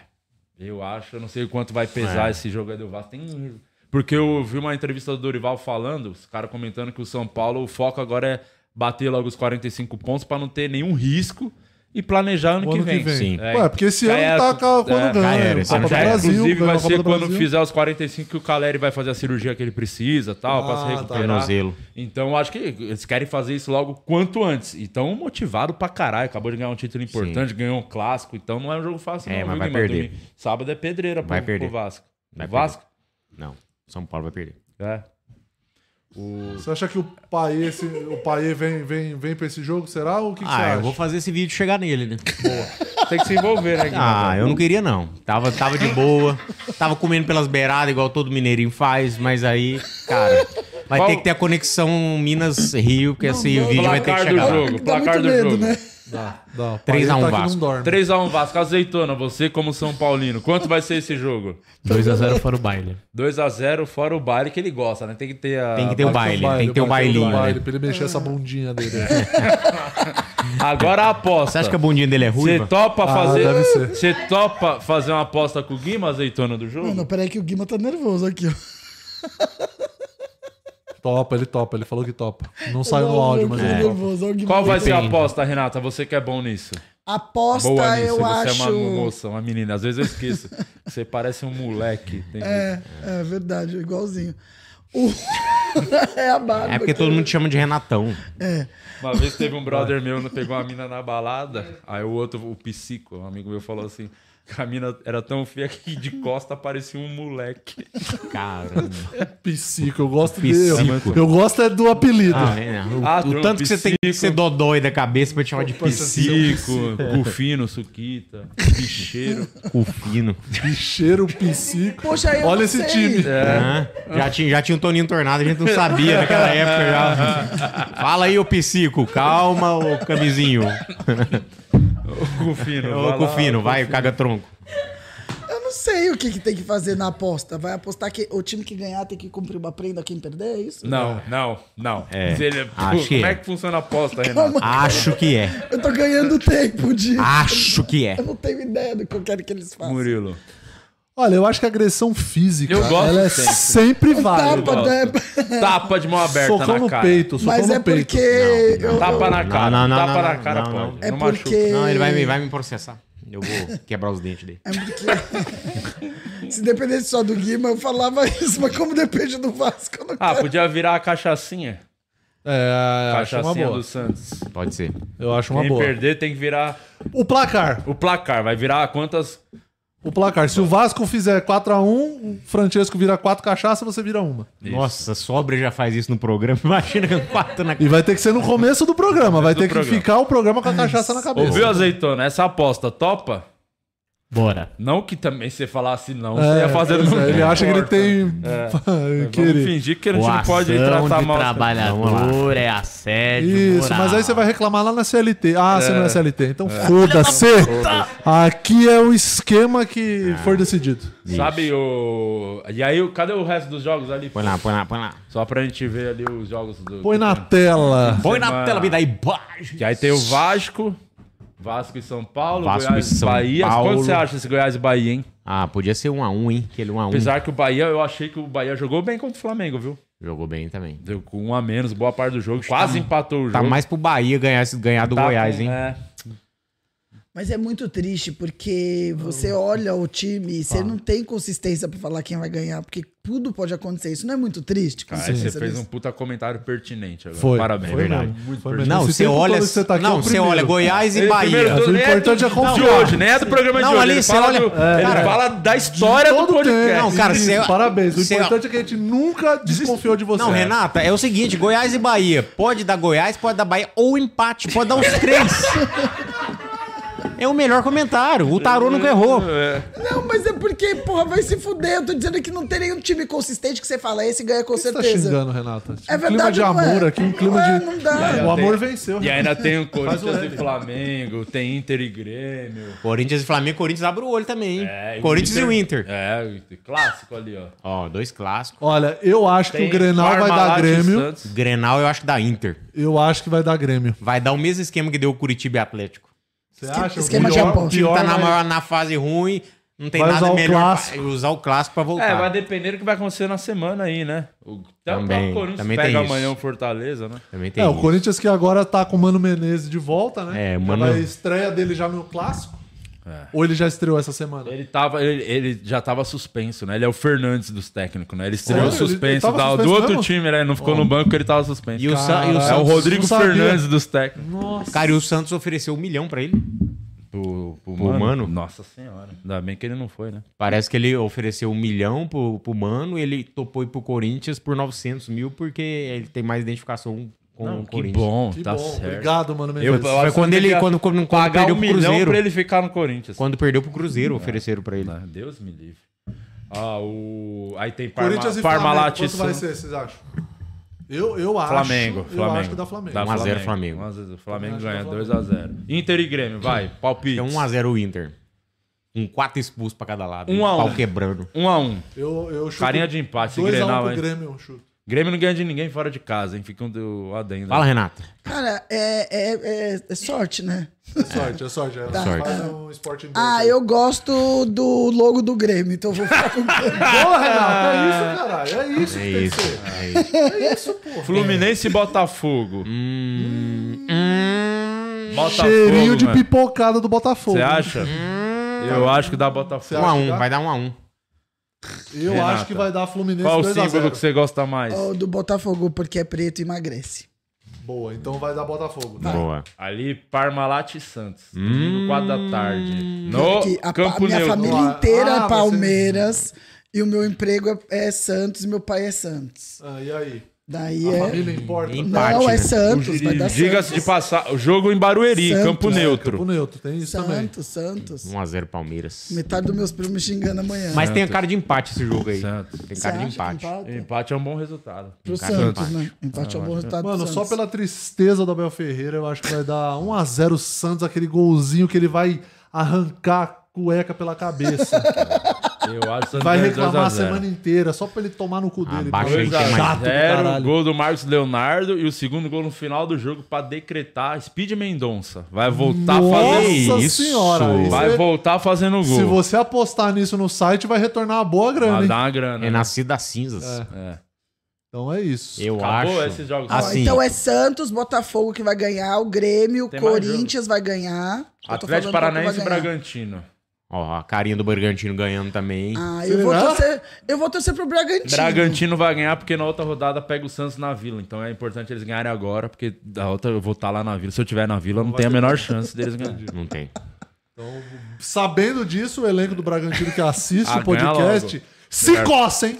[SPEAKER 1] Eu acho, eu não sei o quanto vai
[SPEAKER 4] É.
[SPEAKER 1] pesar esse jogo aí do Vasco. Tem... um Porque eu vi uma entrevista do Dorival falando, os caras comentando que o São Paulo, o foco agora é bater logo os 45 pontos pra não ter nenhum risco e planejar ano,
[SPEAKER 5] O
[SPEAKER 1] que,
[SPEAKER 5] ano
[SPEAKER 1] vem.
[SPEAKER 4] Sim.
[SPEAKER 1] É,
[SPEAKER 5] Ué, porque esse
[SPEAKER 1] já é-
[SPEAKER 5] ano tá ca- quando
[SPEAKER 1] é,
[SPEAKER 5] ganha.
[SPEAKER 4] já era, esse ano
[SPEAKER 5] Copa do
[SPEAKER 4] já era.
[SPEAKER 5] Brasil,
[SPEAKER 1] Inclusive,
[SPEAKER 5] ganha
[SPEAKER 1] vai
[SPEAKER 5] a Copa
[SPEAKER 1] ser
[SPEAKER 5] do
[SPEAKER 1] quando
[SPEAKER 5] Brasil.
[SPEAKER 1] fizer os 45 que o Caleri vai fazer a cirurgia que ele precisa tal, pra se
[SPEAKER 5] Ah, tá.
[SPEAKER 1] recuperar.
[SPEAKER 4] Tornozelo.
[SPEAKER 1] Então, eu acho que eles querem fazer isso logo quanto antes. E tão motivado pra caralho. Acabou de ganhar um título importante, ganhou um clássico. Então, não é um jogo fácil,
[SPEAKER 4] É,
[SPEAKER 1] não.
[SPEAKER 4] mas
[SPEAKER 1] viu,
[SPEAKER 4] vai
[SPEAKER 1] Guima?
[SPEAKER 4] perder.
[SPEAKER 1] Domingo- Sábado é pedreira pro,
[SPEAKER 4] Vai perder.
[SPEAKER 1] pro Vasco.
[SPEAKER 4] Vai
[SPEAKER 1] O Vasco?
[SPEAKER 4] Não. São Paulo vai perder.
[SPEAKER 1] É.
[SPEAKER 5] Você acha que o Paê, esse- o Paê vem, vem, vem pra esse jogo? Será? Ou o que, que você
[SPEAKER 4] Ah,
[SPEAKER 5] acha?
[SPEAKER 4] eu vou fazer esse vídeo chegar nele, né?
[SPEAKER 1] Tem que se
[SPEAKER 4] <laughs>
[SPEAKER 1] envolver, né, Guima?
[SPEAKER 4] Ah, eu não queria não. Tava, tava de boa, tava comendo pelas beiradas, igual todo mineirinho faz, mas aí, cara, vai
[SPEAKER 1] Qual-
[SPEAKER 4] ter que ter a conexão Minas-Rio, porque esse
[SPEAKER 3] não,
[SPEAKER 4] vídeo vai ter que
[SPEAKER 1] placar do
[SPEAKER 4] chegar. lá.
[SPEAKER 1] jogo.
[SPEAKER 3] Dá
[SPEAKER 1] placar
[SPEAKER 3] muito
[SPEAKER 1] do
[SPEAKER 3] medo,
[SPEAKER 1] jogo.
[SPEAKER 3] né?
[SPEAKER 5] Dá, dá. O
[SPEAKER 4] Três
[SPEAKER 5] Paê
[SPEAKER 4] a um
[SPEAKER 5] tá aqui,
[SPEAKER 4] Vasco.
[SPEAKER 5] não dorme.
[SPEAKER 1] 3x1 Vasco. Azeitona, você como São Paulino. Quanto vai ser esse jogo?
[SPEAKER 2] 2x0 fora o baile.
[SPEAKER 1] 2x0, fora o baile que ele gosta, né? Tem que ter a.
[SPEAKER 4] Tem que ter o baile, tem que ter o
[SPEAKER 5] Paê
[SPEAKER 4] bailinho,
[SPEAKER 5] um baile,
[SPEAKER 4] né?
[SPEAKER 5] Pra ele mexer essa bundinha dele.
[SPEAKER 4] <laughs>
[SPEAKER 1] Agora a aposta.
[SPEAKER 4] Você acha que a bundinha dele é
[SPEAKER 1] Você
[SPEAKER 4] ruiva?
[SPEAKER 1] topa
[SPEAKER 5] Ah,
[SPEAKER 1] fazer.
[SPEAKER 5] deve ser.
[SPEAKER 1] Você topa fazer uma aposta com o Guima azeitona do jogo?
[SPEAKER 3] Mano, peraí que o Guima tá nervoso aqui, ó.
[SPEAKER 5] Topa, ele topa, ele falou que topa. Não saiu no
[SPEAKER 3] Não,
[SPEAKER 5] áudio, mas
[SPEAKER 3] eu tô
[SPEAKER 5] ele topa.
[SPEAKER 3] nervoso, ó, o Guima.
[SPEAKER 1] Qual vai ser a
[SPEAKER 2] Depende.
[SPEAKER 1] aposta, Renata? Você que é bom nisso.
[SPEAKER 3] Aposta,
[SPEAKER 1] Boa nisso.
[SPEAKER 3] eu
[SPEAKER 1] Você
[SPEAKER 3] acho.
[SPEAKER 1] é uma moça, uma menina. Às vezes eu esqueço. <laughs> Você parece um moleque. Tem...
[SPEAKER 3] É, é verdade, é igualzinho. O- <laughs> é a barba.
[SPEAKER 4] É porque todo mundo te chama de Renatão.
[SPEAKER 1] Uma vez teve um brother meu, não pegou uma mina na balada. Aí o outro, o psico, um amigo meu, falou assim. que A mina era tão feia que de costa parecia um moleque.
[SPEAKER 4] Caramba.
[SPEAKER 5] Psico, eu gosto dele.
[SPEAKER 4] Psico.
[SPEAKER 5] Eu gosto é do apelido.
[SPEAKER 4] Ah, é, né? o,
[SPEAKER 1] Ah,
[SPEAKER 4] o tanto que você tem que
[SPEAKER 1] psico.
[SPEAKER 4] ser dodói da cabeça pra te chamar de psico, É.
[SPEAKER 1] Psico, Gufino, Suquita, bicheiro.
[SPEAKER 4] cufino.
[SPEAKER 5] Bicheiro, psico.
[SPEAKER 3] Poxa, eu
[SPEAKER 5] Olha
[SPEAKER 3] não
[SPEAKER 5] esse
[SPEAKER 3] sei.
[SPEAKER 5] time.
[SPEAKER 1] É.
[SPEAKER 4] Hã? Já, tinha, já tinha um Toninho Tornado, a gente não sabia naquela época já. Fala aí, ô psico, calma, ô camisinho.
[SPEAKER 1] Gufino, vai
[SPEAKER 4] Ô
[SPEAKER 1] lá.
[SPEAKER 4] cufino, vai, caga tronco.
[SPEAKER 3] Eu não sei o que, que tem que fazer na aposta. Vai apostar que o time que ganhar tem que cumprir uma prenda, quem perder, é isso?
[SPEAKER 1] Não, não, não.
[SPEAKER 4] É.
[SPEAKER 1] Se ele-
[SPEAKER 4] Acho
[SPEAKER 1] Pô,
[SPEAKER 4] que
[SPEAKER 1] como
[SPEAKER 4] é.
[SPEAKER 1] é que funciona a aposta, Renato?
[SPEAKER 4] Acho que é.
[SPEAKER 3] Eu tô ganhando tempo de.
[SPEAKER 1] Ah.
[SPEAKER 4] Acho que é.
[SPEAKER 3] Eu não tenho ideia do que eu quero que eles façam.
[SPEAKER 1] Murilo.
[SPEAKER 5] Olha, eu acho que a agressão física,
[SPEAKER 1] Eu gosto
[SPEAKER 5] ela é
[SPEAKER 1] sempre.
[SPEAKER 5] sempre,
[SPEAKER 3] tá
[SPEAKER 1] Ah,
[SPEAKER 3] Tapa,
[SPEAKER 5] válida.
[SPEAKER 3] né?
[SPEAKER 1] Tapa de mão aberta
[SPEAKER 5] Socão
[SPEAKER 1] na
[SPEAKER 5] no
[SPEAKER 1] cara.
[SPEAKER 5] peito, socão
[SPEAKER 1] assim,
[SPEAKER 3] Mas
[SPEAKER 5] no
[SPEAKER 3] é
[SPEAKER 5] peito.
[SPEAKER 3] porque. eu-
[SPEAKER 1] Tapa na
[SPEAKER 4] Não,
[SPEAKER 1] cara.
[SPEAKER 4] não, não,
[SPEAKER 1] tapa
[SPEAKER 4] não,
[SPEAKER 1] na
[SPEAKER 4] não,
[SPEAKER 1] cara
[SPEAKER 4] não,
[SPEAKER 1] pode.
[SPEAKER 3] É
[SPEAKER 1] Não machuca.
[SPEAKER 3] porque.
[SPEAKER 4] Não, ele vai, me- vai me processar. Eu vou quebrar os dentes dele.
[SPEAKER 3] É porque. Se dependesse só do Guima, eu falava <laughs> isso, mas como depende do Vasco, eu não
[SPEAKER 1] Ah,
[SPEAKER 3] quero.
[SPEAKER 1] podia virar a cachaçinha.
[SPEAKER 5] É, eu acho uma
[SPEAKER 1] cachaçinha
[SPEAKER 5] boa.
[SPEAKER 1] do Santos.
[SPEAKER 4] Pode ser.
[SPEAKER 5] Eu acho uma
[SPEAKER 1] Quem
[SPEAKER 5] boa.
[SPEAKER 1] perder tem que virar
[SPEAKER 5] O placar.
[SPEAKER 1] o placar. Vai virar quantas...
[SPEAKER 5] O placar. Se o Vasco fizer 4x1, o Francesco vira 4 cachaça, você vira uma.
[SPEAKER 4] Nossa, sobra já faz isso no programa. <laughs> Imagina que quatro na
[SPEAKER 5] E vai ter que ser no começo do programa. Vai ter que
[SPEAKER 1] programa.
[SPEAKER 5] ficar o programa com a cachaça na cabeça.
[SPEAKER 1] Ouviu, Azeitona? Essa aposta topa?
[SPEAKER 2] Bora.
[SPEAKER 1] Não que também se você falasse não,
[SPEAKER 5] É,
[SPEAKER 1] você ia fazer
[SPEAKER 5] pois
[SPEAKER 1] não
[SPEAKER 5] é, ele acha que ele tem.
[SPEAKER 1] Vamos
[SPEAKER 5] <laughs> querer.
[SPEAKER 1] fingir que a gente
[SPEAKER 2] O
[SPEAKER 1] não pode
[SPEAKER 2] ação
[SPEAKER 1] tratar
[SPEAKER 2] de
[SPEAKER 1] mal.
[SPEAKER 2] trabalhador é assédio
[SPEAKER 5] Isso,
[SPEAKER 2] moral.
[SPEAKER 5] mas aí você vai reclamar lá na CLT. Ah, você não é CLT. Então foda-se. Aqui é o esquema que foi decidido.
[SPEAKER 1] Sabe o. E aí, o- cadê o resto dos jogos ali?
[SPEAKER 4] Põe lá, põe lá, põe lá.
[SPEAKER 1] Só pra gente ver ali os jogos do.
[SPEAKER 5] Põe na tela.
[SPEAKER 4] Põe
[SPEAKER 1] Mano.
[SPEAKER 4] na tela, me dá imagem.
[SPEAKER 1] E aí tem o Vasco. Vasco e São Paulo,
[SPEAKER 4] Vasco
[SPEAKER 1] Goiás
[SPEAKER 4] e São
[SPEAKER 1] Bahia.
[SPEAKER 4] Paulo.
[SPEAKER 1] Quanto você acha esse Goiás e Bahia, hein?
[SPEAKER 4] Ah, podia ser um a um, hein? Aquele um a um.
[SPEAKER 1] Apesar que o Bahia, eu achei que o Bahia jogou bem contra o Flamengo, viu?
[SPEAKER 4] Jogou bem também.
[SPEAKER 1] Deu com um a menos, boa parte do jogo. Quase empatou o jogo.
[SPEAKER 4] Tá mais pro Bahia ganhar, ganhar do
[SPEAKER 1] Tá
[SPEAKER 4] Goiás,
[SPEAKER 1] com-
[SPEAKER 4] hein?
[SPEAKER 1] é.
[SPEAKER 3] Mas é muito triste porque você olha o time e você não tem consistência pra falar quem vai ganhar, porque tudo pode acontecer. Isso não é muito triste?
[SPEAKER 1] Cara,
[SPEAKER 3] quando
[SPEAKER 1] você
[SPEAKER 3] pensa
[SPEAKER 1] fez um
[SPEAKER 3] nisso?
[SPEAKER 1] puta comentário pertinente agora.
[SPEAKER 5] Foi.
[SPEAKER 1] Parabéns.
[SPEAKER 5] Foi
[SPEAKER 1] verdade.
[SPEAKER 5] mesmo. Foi
[SPEAKER 1] pertinente.
[SPEAKER 5] mesmo.
[SPEAKER 4] Não,
[SPEAKER 5] Esse
[SPEAKER 4] você
[SPEAKER 5] tempo
[SPEAKER 4] olha.
[SPEAKER 5] todo que você tá aqui é o
[SPEAKER 4] não, você
[SPEAKER 5] primeiro.
[SPEAKER 4] olha Goiás e
[SPEAKER 1] Ele primeiro
[SPEAKER 4] Bahia.
[SPEAKER 1] do-
[SPEAKER 5] O
[SPEAKER 1] nem
[SPEAKER 5] importante é
[SPEAKER 1] de
[SPEAKER 5] confiar.
[SPEAKER 1] hoje, né? É do programa de
[SPEAKER 4] Não,
[SPEAKER 1] hoje.
[SPEAKER 4] ali
[SPEAKER 1] ele
[SPEAKER 4] você
[SPEAKER 1] fala,
[SPEAKER 4] olha-
[SPEAKER 1] do-
[SPEAKER 4] é,
[SPEAKER 1] ele
[SPEAKER 4] cara,
[SPEAKER 1] fala da história do
[SPEAKER 5] Todo
[SPEAKER 1] podcast.
[SPEAKER 5] tempo.
[SPEAKER 4] Não, cara,
[SPEAKER 5] Isso,
[SPEAKER 4] você-
[SPEAKER 5] Parabéns. O
[SPEAKER 4] você-
[SPEAKER 5] importante é que a gente nunca desconfiou de você.
[SPEAKER 4] Não, Renata, é o seguinte: Goiás e Bahia. Pode dar Goiás, pode dar Bahia ou empate, pode dar os três. É o melhor comentário. O Tarô nunca errou.
[SPEAKER 3] Não, mas é porque, porra, vai se fuder. Eu tô dizendo que não tem nenhum time consistente que você fala, esse ganha com
[SPEAKER 5] Você tá
[SPEAKER 3] certeza.
[SPEAKER 5] xingando, Renata.
[SPEAKER 3] É
[SPEAKER 5] um clima
[SPEAKER 3] verdade,
[SPEAKER 5] de
[SPEAKER 3] não é?
[SPEAKER 5] amor aqui, um clima
[SPEAKER 3] Não é,
[SPEAKER 5] de.
[SPEAKER 3] não dá.
[SPEAKER 5] O amor venceu.
[SPEAKER 1] E
[SPEAKER 5] Renata.
[SPEAKER 1] ainda tem o
[SPEAKER 5] Faz o
[SPEAKER 1] Corinthians
[SPEAKER 5] L.
[SPEAKER 1] e Flamengo, tem Inter e Grêmio.
[SPEAKER 4] Corinthians e Flamengo, Corinthians abre o olho também, hein?
[SPEAKER 1] É,
[SPEAKER 4] Corinthians e o Inter.
[SPEAKER 1] É, o Inter. clássico ali, ó.
[SPEAKER 4] Ó, dois clássicos.
[SPEAKER 5] Olha, eu acho que
[SPEAKER 1] Tem
[SPEAKER 5] o Grenal vai dar
[SPEAKER 1] Parmalat e
[SPEAKER 5] Grêmio.
[SPEAKER 1] Santos.
[SPEAKER 4] Grenal, eu acho que dá Inter.
[SPEAKER 5] Eu acho que vai dar Grêmio.
[SPEAKER 4] Vai dar o mesmo esquema que deu o Curitiba e Atlético.
[SPEAKER 5] Você acha?
[SPEAKER 3] esquema de aposta.
[SPEAKER 4] O time tá na,
[SPEAKER 5] vai-
[SPEAKER 4] maior- na fase ruim, não tem
[SPEAKER 5] né? Vai
[SPEAKER 4] nada
[SPEAKER 5] usar o
[SPEAKER 4] melhor pra
[SPEAKER 5] clássico.
[SPEAKER 4] usar o clássico pra voltar.
[SPEAKER 1] É, vai depender do que vai acontecer na semana aí, né? O, até o
[SPEAKER 4] Também,
[SPEAKER 1] próprio Corinthians
[SPEAKER 4] também
[SPEAKER 1] pega
[SPEAKER 4] tem
[SPEAKER 1] amanhã
[SPEAKER 4] isso.
[SPEAKER 1] o Fortaleza, né?
[SPEAKER 4] Também tem
[SPEAKER 5] É, o
[SPEAKER 4] isso.
[SPEAKER 5] Corinthians que agora tá com o Mano Menezes de volta,
[SPEAKER 4] É,
[SPEAKER 5] né? Já
[SPEAKER 4] Mano-
[SPEAKER 5] vai- A estreia dele já no clássico.
[SPEAKER 1] É.
[SPEAKER 5] Ou ele já estreou essa semana?
[SPEAKER 1] Ele, tava, ele, ele já tava suspenso, né? Ele é o Fernandes dos técnicos, né? Ele estreou
[SPEAKER 5] Sério? Ele- ele
[SPEAKER 1] suspenso
[SPEAKER 5] tava
[SPEAKER 1] da- do
[SPEAKER 5] suspenso
[SPEAKER 1] outro
[SPEAKER 5] mesmo?
[SPEAKER 1] time, né? Ele Não ficou no banco porque ele tava suspenso.
[SPEAKER 4] E o, Sa- e o
[SPEAKER 5] Caralho.
[SPEAKER 1] É o
[SPEAKER 4] Santos,
[SPEAKER 1] Rodrigo
[SPEAKER 5] Não sabia.
[SPEAKER 1] Fernandes dos técnicos.
[SPEAKER 4] cara, e o Santos ofereceu um milhão pra ele.
[SPEAKER 1] Pro, pro
[SPEAKER 4] Pro Mano?
[SPEAKER 1] Nossa senhora. Ainda bem que ele não foi, né?
[SPEAKER 4] Parece que ele ofereceu um milhão pro, pro Mano, ele topou ir pro Corinthians por 900 mil, porque ele tem mais identificação com
[SPEAKER 1] Não,
[SPEAKER 4] o
[SPEAKER 1] que
[SPEAKER 4] Corinthians.
[SPEAKER 1] bom,
[SPEAKER 5] Que
[SPEAKER 1] tá
[SPEAKER 5] bom.
[SPEAKER 1] certo.
[SPEAKER 5] Obrigado, Mano
[SPEAKER 1] Eu,
[SPEAKER 5] Menezes.
[SPEAKER 1] eu
[SPEAKER 4] Foi
[SPEAKER 1] acho
[SPEAKER 4] quando
[SPEAKER 1] que
[SPEAKER 4] ele,
[SPEAKER 1] devia
[SPEAKER 4] quando, quando, quando
[SPEAKER 1] pagar
[SPEAKER 4] perdeu
[SPEAKER 1] um
[SPEAKER 4] pro
[SPEAKER 1] milhão
[SPEAKER 4] Cruzeiro.
[SPEAKER 1] pra ele ficar no Corinthians.
[SPEAKER 4] Quando perdeu pro Cruzeiro, ofereceram pra ele.
[SPEAKER 1] Ah, Deus me livre. Ah, o... Aí tem Parma,
[SPEAKER 5] Corinthians e Flamengo.
[SPEAKER 1] Parmalat e
[SPEAKER 5] Quanto vai
[SPEAKER 1] Santos.
[SPEAKER 5] ser, vocês acham? Eu, eu acho.
[SPEAKER 1] Flamengo,
[SPEAKER 5] eu
[SPEAKER 1] Flamengo.
[SPEAKER 5] acho que dá Flamengo.
[SPEAKER 1] Dá
[SPEAKER 4] 1 a 0 Flamengo.
[SPEAKER 1] 1 a 0 Flamengo
[SPEAKER 5] Acho que dá
[SPEAKER 1] ganha
[SPEAKER 5] Flamengo.
[SPEAKER 1] 2x0. Inter e Grêmio, vai. Palpite.
[SPEAKER 4] É 1x0 o Inter. Com quatro expulsos pra cada lado.
[SPEAKER 1] Um a um.
[SPEAKER 4] Pau quebrando.
[SPEAKER 1] 1x1.
[SPEAKER 5] Eu, eu chuto
[SPEAKER 1] Carinha de empate.
[SPEAKER 5] 2 a 1
[SPEAKER 1] Grenal,
[SPEAKER 5] pro
[SPEAKER 1] hein?
[SPEAKER 5] Grêmio, eu chuto.
[SPEAKER 1] Grêmio não ganha de ninguém fora de casa, hein? Fica um do adendo.
[SPEAKER 4] Fala, Renato.
[SPEAKER 3] Cara, é, é, é- é sorte, né?
[SPEAKER 5] É sorte, é sorte. É
[SPEAKER 4] <laughs> Sorte.
[SPEAKER 5] Faz um esporte
[SPEAKER 3] Ah, eu gosto do logo do Grêmio, então eu vou ficar com o Grêmio.
[SPEAKER 1] <laughs>
[SPEAKER 5] Porra, Renato, é isso, caralho. É isso
[SPEAKER 4] É
[SPEAKER 5] que tem
[SPEAKER 4] isso.
[SPEAKER 5] que ser.
[SPEAKER 4] É isso.
[SPEAKER 5] É isso, porra.
[SPEAKER 1] Fluminense e Botafogo.
[SPEAKER 4] Hum.
[SPEAKER 1] Botafogo,
[SPEAKER 5] Cheirinho de
[SPEAKER 1] Tá mano.
[SPEAKER 5] pipocada do Botafogo.
[SPEAKER 1] Você acha?
[SPEAKER 3] Um
[SPEAKER 1] Eu acho que dá Botafogo.
[SPEAKER 4] 1x1, vai dar 1x1.
[SPEAKER 5] Eu
[SPEAKER 1] Renata.
[SPEAKER 5] acho que vai dar Fluminense
[SPEAKER 1] Qual o
[SPEAKER 5] 2 a
[SPEAKER 1] símbolo
[SPEAKER 5] 0.
[SPEAKER 1] que você gosta mais?
[SPEAKER 3] Ou do Botafogo, porque é preto e emagrece.
[SPEAKER 5] Boa, então vai dar Botafogo.
[SPEAKER 4] Boa.
[SPEAKER 1] Ali, Parmalat e Santos. Domingo, 4 da tarde. No
[SPEAKER 3] Porque a, pa-
[SPEAKER 1] Campo
[SPEAKER 3] minha
[SPEAKER 1] Neutro.
[SPEAKER 3] família
[SPEAKER 5] Ah,
[SPEAKER 3] inteira
[SPEAKER 5] você-
[SPEAKER 3] é Palmeiras e o meu emprego é, é Santos e meu pai é Santos.
[SPEAKER 5] Ah, e aí?
[SPEAKER 3] Daí
[SPEAKER 5] A
[SPEAKER 3] é.
[SPEAKER 5] família importa.
[SPEAKER 4] Em-
[SPEAKER 3] Não,
[SPEAKER 4] Empate,
[SPEAKER 3] é
[SPEAKER 4] né?
[SPEAKER 3] Santos, vai dar
[SPEAKER 1] Diga-se de
[SPEAKER 3] Santos.
[SPEAKER 1] passar, o jogo em Barueri,
[SPEAKER 3] Santos.
[SPEAKER 1] Campo
[SPEAKER 5] Campo
[SPEAKER 1] Neutro.
[SPEAKER 5] neutro, tem isso também.
[SPEAKER 3] Santos, Santos.
[SPEAKER 4] 1x0 Palmeiras.
[SPEAKER 3] Metade dos meus primos me xingando amanhã.
[SPEAKER 4] Mas tem a cara de empate esse jogo aí.
[SPEAKER 1] Santos.
[SPEAKER 4] Tem
[SPEAKER 3] Você
[SPEAKER 4] cara de
[SPEAKER 3] acha que
[SPEAKER 4] empate.
[SPEAKER 1] Empate é um bom resultado.
[SPEAKER 3] Pro
[SPEAKER 4] Cara de
[SPEAKER 3] Santos,
[SPEAKER 4] empate. Ah,
[SPEAKER 3] né? Empate é um bom resultado. pro
[SPEAKER 5] Mano, só
[SPEAKER 3] Santos.
[SPEAKER 5] pela tristeza do Abel Ferreira, eu acho que vai dar 1x0 Santos, aquele golzinho que ele vai arrancar a cueca pela cabeça.
[SPEAKER 1] Eu acho que Santos
[SPEAKER 5] vai
[SPEAKER 1] ganha
[SPEAKER 5] reclamar a
[SPEAKER 1] 2 a 0.
[SPEAKER 5] semana inteira, só pra ele tomar no cu dele.
[SPEAKER 4] Abaixa
[SPEAKER 5] mano.
[SPEAKER 4] aí, que é mais-
[SPEAKER 5] chato do
[SPEAKER 1] 2x0,
[SPEAKER 5] caralho.
[SPEAKER 1] gol do Marcos Leonardo e o segundo gol no final do jogo pra decretar Speed Mendonça. Vai voltar Tá fazendo
[SPEAKER 5] Nossa
[SPEAKER 4] fazendo isso.
[SPEAKER 5] senhora. isso
[SPEAKER 1] Vai
[SPEAKER 5] é-
[SPEAKER 1] voltar fazendo
[SPEAKER 5] Se
[SPEAKER 1] gol.
[SPEAKER 5] você apostar nisso no site, vai retornar uma boa grana,
[SPEAKER 1] Vai
[SPEAKER 5] hein?
[SPEAKER 1] dar uma grana. né?
[SPEAKER 4] É nascido das cinzas.
[SPEAKER 1] É.
[SPEAKER 5] Então é isso.
[SPEAKER 4] Eu
[SPEAKER 1] Acabou
[SPEAKER 4] acho.
[SPEAKER 1] esses jogos.
[SPEAKER 3] Ó,
[SPEAKER 4] Assim.
[SPEAKER 3] Então é Santos, Botafogo que vai ganhar, o Grêmio,
[SPEAKER 1] Tem mais
[SPEAKER 3] Corinthians vai ganhar. Eu tô
[SPEAKER 1] Atlético
[SPEAKER 3] falando qual que
[SPEAKER 1] Paranaense e
[SPEAKER 3] vai ganhar.
[SPEAKER 1] Bragantino.
[SPEAKER 4] Ó, a carinha do Bergantino ganhando também.
[SPEAKER 3] Ah, eu vou,
[SPEAKER 5] Será?
[SPEAKER 3] torcer, eu vou torcer pro Bragantino.
[SPEAKER 1] Bragantino vai ganhar porque na outra rodada pega o Santos na Vila. Então é importante eles ganharem agora, porque da outra eu vou estar lá na Vila. Se eu tiver na Vila, não, tem a menor chance deles ganharem.
[SPEAKER 4] Não tem.
[SPEAKER 5] Sabendo disso, o elenco do Bragantino que assiste
[SPEAKER 1] Ah,
[SPEAKER 5] o podcast
[SPEAKER 1] ganha
[SPEAKER 5] se coça, hein?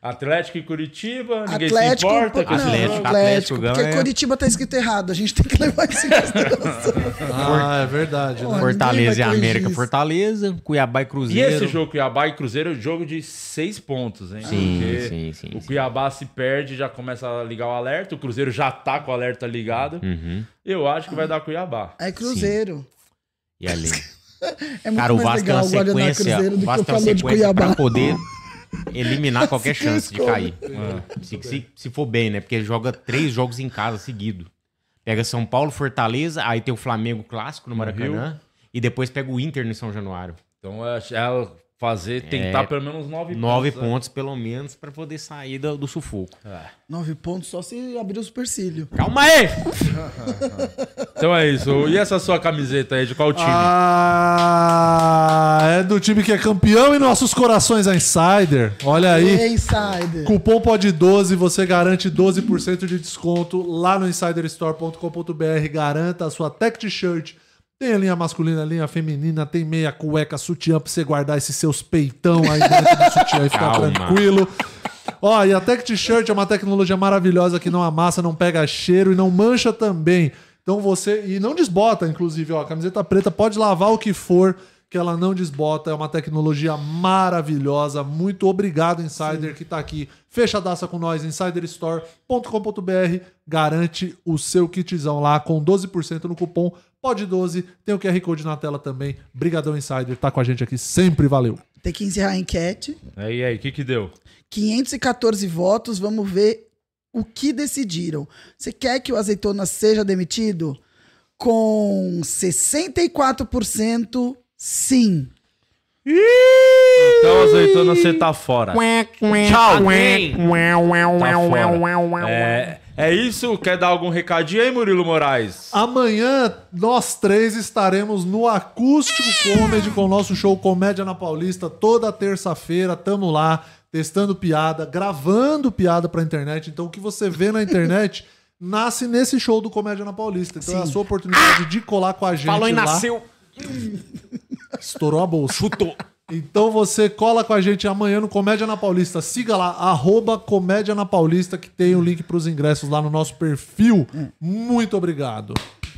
[SPEAKER 1] Atlético e Curitiba, ninguém se
[SPEAKER 3] Atlético,
[SPEAKER 1] importa.
[SPEAKER 3] não,
[SPEAKER 1] com esse
[SPEAKER 4] Atlético,
[SPEAKER 1] jogo.
[SPEAKER 3] Atlético,
[SPEAKER 4] Atlético
[SPEAKER 3] porque
[SPEAKER 4] ganha.
[SPEAKER 3] Curitiba tá escrito errado, a gente tem que levar
[SPEAKER 4] <laughs>
[SPEAKER 3] isso em consideração.
[SPEAKER 5] Ah, é verdade. né?
[SPEAKER 3] Olha, ninguém
[SPEAKER 4] Fortaleza e
[SPEAKER 3] vai corrigir
[SPEAKER 4] América.
[SPEAKER 3] isso.
[SPEAKER 4] Fortaleza, Cuiabá e
[SPEAKER 1] E
[SPEAKER 4] Cruzeiro.
[SPEAKER 1] esse jogo, Cuiabá e Cruzeiro, é um jogo de seis pontos, hein?
[SPEAKER 4] Sim, sim, sim,
[SPEAKER 1] O
[SPEAKER 4] sim.
[SPEAKER 1] Cuiabá se perde, já começa a ligar o alerta. O Cruzeiro já tá com o alerta ligado.
[SPEAKER 4] Uhum.
[SPEAKER 1] Eu acho que vai dar Cuiabá.
[SPEAKER 3] É Cruzeiro.
[SPEAKER 4] E ali.
[SPEAKER 3] É muito
[SPEAKER 4] Cara, o
[SPEAKER 3] mais
[SPEAKER 4] Vasco tem
[SPEAKER 3] legal
[SPEAKER 4] uma
[SPEAKER 3] o Guaraná
[SPEAKER 4] sequência,
[SPEAKER 3] Cruzeiro
[SPEAKER 4] o
[SPEAKER 3] do que o
[SPEAKER 4] Vasco tem uma
[SPEAKER 3] Flamengo de
[SPEAKER 4] sequência
[SPEAKER 3] Cuiabá.
[SPEAKER 4] pra poder
[SPEAKER 3] <laughs>
[SPEAKER 4] eliminar qualquer
[SPEAKER 3] Fica
[SPEAKER 4] chance de
[SPEAKER 3] escolha.
[SPEAKER 4] cair. Ah,
[SPEAKER 3] É,
[SPEAKER 4] Se, se, se for bem, né? Porque joga três jogos em casa seguido. Pega São Paulo, Fortaleza, aí tem o Flamengo clássico no Maracanã e depois pega o Inter no São Januário.
[SPEAKER 1] Então, eu acho- ela fazer, tentar pelo menos nove,
[SPEAKER 4] É. Nove
[SPEAKER 1] né?
[SPEAKER 4] pontos, pelo menos, pra poder sair do, do sufoco.
[SPEAKER 3] Nove pontos só se abrir o supercílio.
[SPEAKER 4] Calma aí!
[SPEAKER 1] Então é isso. E essa sua camiseta aí, de qual time?
[SPEAKER 5] Ah, é do time que é campeão em nossos corações, a Insider. Olha aí.
[SPEAKER 3] E É Insider.
[SPEAKER 5] Cupom POD12, você garante 12% de desconto lá no insiderstore.com.br. Garanta a sua tech t-shirt. Tem a linha masculina, a linha feminina, tem meia cueca, sutiã pra você guardar esses seus peitão aí dentro do sutiã e ficar
[SPEAKER 4] Calma.
[SPEAKER 5] Tá tranquilo. Ó, e a Tech T-shirt é uma tecnologia maravilhosa que não amassa, não pega cheiro e não mancha também. Então você. E não desbota, inclusive, ó. A camiseta preta pode lavar o que for, que ela não desbota. É uma tecnologia maravilhosa. Muito obrigado, Insider, que tá aqui fechadaça com nós, insiderstore.com.br. Garante o seu kitzão lá com 12% no cupom POD12. Tem o QR Code na tela também. Brigadão, Insider. Tá com a gente aqui sempre. Valeu.
[SPEAKER 3] Tem que encerrar a enquete.
[SPEAKER 1] É, Aí, aí, o que que deu?
[SPEAKER 3] 514 votos, vamos ver o que decidiram. Você quer que o azeitona seja demitido? Com 64% sim.
[SPEAKER 1] Então, azeitona, você tá fora. Tchau! Tá fora. É, é isso? Quer dar algum recadinho aí, Murilo Moraes?
[SPEAKER 5] Amanhã nós três estaremos no Acústico Comedy com o nosso show Comédia na Paulista toda terça-feira. Tamo lá testando piada, gravando piada pra internet. Então o que você vê
[SPEAKER 4] <laughs>
[SPEAKER 5] na internet nasce nesse show do Comédia na Paulista. Então é a sua oportunidade de colar com a gente
[SPEAKER 4] Falou e
[SPEAKER 5] lá.
[SPEAKER 4] nasceu.
[SPEAKER 5] Estourou a bolsa.
[SPEAKER 4] Chutou.
[SPEAKER 5] Então você cola com a gente amanhã no Comédia na Paulista. Siga lá, arroba Comédia na Paulista, que tem o link pros ingressos lá no nosso perfil.
[SPEAKER 4] Hum.
[SPEAKER 5] Muito obrigado.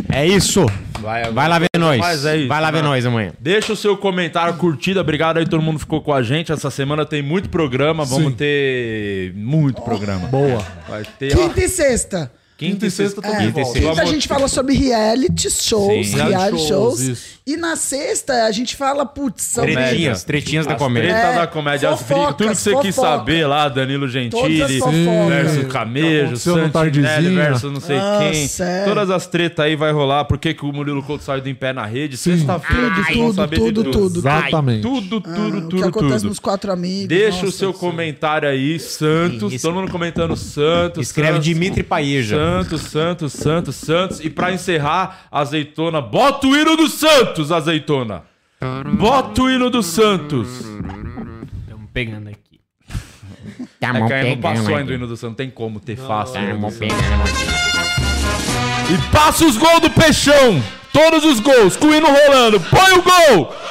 [SPEAKER 4] É isso. Vai, lá ver nós.
[SPEAKER 1] Mas é isso,
[SPEAKER 4] Vai lá ver
[SPEAKER 1] né?
[SPEAKER 4] nós amanhã.
[SPEAKER 1] Deixa o seu comentário, curtida. Obrigado aí, todo mundo que ficou com a gente. Essa semana tem muito programa. Vamos
[SPEAKER 5] Sim.
[SPEAKER 1] ter muito programa.
[SPEAKER 5] Boa.
[SPEAKER 1] Vai ter, ó,
[SPEAKER 3] Quinta e sexta.
[SPEAKER 5] Quinta e sexta
[SPEAKER 1] sexta.
[SPEAKER 5] também.
[SPEAKER 4] Quinta e
[SPEAKER 1] Vamos-
[SPEAKER 4] sexta.
[SPEAKER 3] Quinta a gente fala sobre reality shows,
[SPEAKER 1] Sim.
[SPEAKER 5] Reality
[SPEAKER 3] reality shows.
[SPEAKER 5] shows, isso.
[SPEAKER 3] E na sexta a gente fala, putz, são
[SPEAKER 4] Tretinhas, tretinhas da
[SPEAKER 1] As
[SPEAKER 4] comédia.
[SPEAKER 1] treta
[SPEAKER 3] É,
[SPEAKER 1] da comédia, as brigas,
[SPEAKER 3] fofocas,
[SPEAKER 1] tudo que você quis
[SPEAKER 3] fofoca.
[SPEAKER 1] saber lá, Danilo
[SPEAKER 3] todas as
[SPEAKER 1] Gentili,
[SPEAKER 3] fofocas.
[SPEAKER 1] versus Camejo,
[SPEAKER 5] É, Aconteceu no
[SPEAKER 1] Santinelli
[SPEAKER 5] Tardezinha.
[SPEAKER 1] versus não sei
[SPEAKER 3] Ah,
[SPEAKER 1] quem.
[SPEAKER 3] sério.
[SPEAKER 1] Todas as tretas aí vai rolar. Por que, que o Murilo Couto saiu do em pé na rede? Sexta-feira
[SPEAKER 3] Tudo,
[SPEAKER 1] vocês vão
[SPEAKER 3] Ah, tudo,
[SPEAKER 1] saber
[SPEAKER 3] tudo,
[SPEAKER 1] de
[SPEAKER 3] tudo.
[SPEAKER 5] Exatamente.
[SPEAKER 1] Tudo, tudo,
[SPEAKER 3] Ah,
[SPEAKER 1] tudo,
[SPEAKER 3] o que
[SPEAKER 1] tudo,
[SPEAKER 3] acontece
[SPEAKER 1] tudo.
[SPEAKER 3] nos quatro amigos.
[SPEAKER 1] Deixa o
[SPEAKER 3] nossa,
[SPEAKER 1] seu comentário aí, Santos.
[SPEAKER 4] Isso.
[SPEAKER 1] Todo mundo comentando Santos.
[SPEAKER 4] Escreve
[SPEAKER 1] Santos,
[SPEAKER 4] Dimitri Paeja.
[SPEAKER 1] Santos, Santos, Santos, Santos. E pra encerrar, azeitona, bota o hino do Santos, azeitona. Bota o hino do Santos.
[SPEAKER 2] Estamos pegando aqui.
[SPEAKER 4] Tá
[SPEAKER 1] É
[SPEAKER 4] bom,
[SPEAKER 1] que ainda não
[SPEAKER 4] pega,
[SPEAKER 1] passou
[SPEAKER 4] mãe.
[SPEAKER 1] ainda assim. o hino do Santos, não tem como ter fácil.
[SPEAKER 4] Tá
[SPEAKER 1] hino do
[SPEAKER 4] bom,
[SPEAKER 1] Santos.
[SPEAKER 4] pega, mãe.
[SPEAKER 1] E passa os gols do Peixão! Todos os gols, com o hino rolando, põe o gol!
[SPEAKER 6] é um é é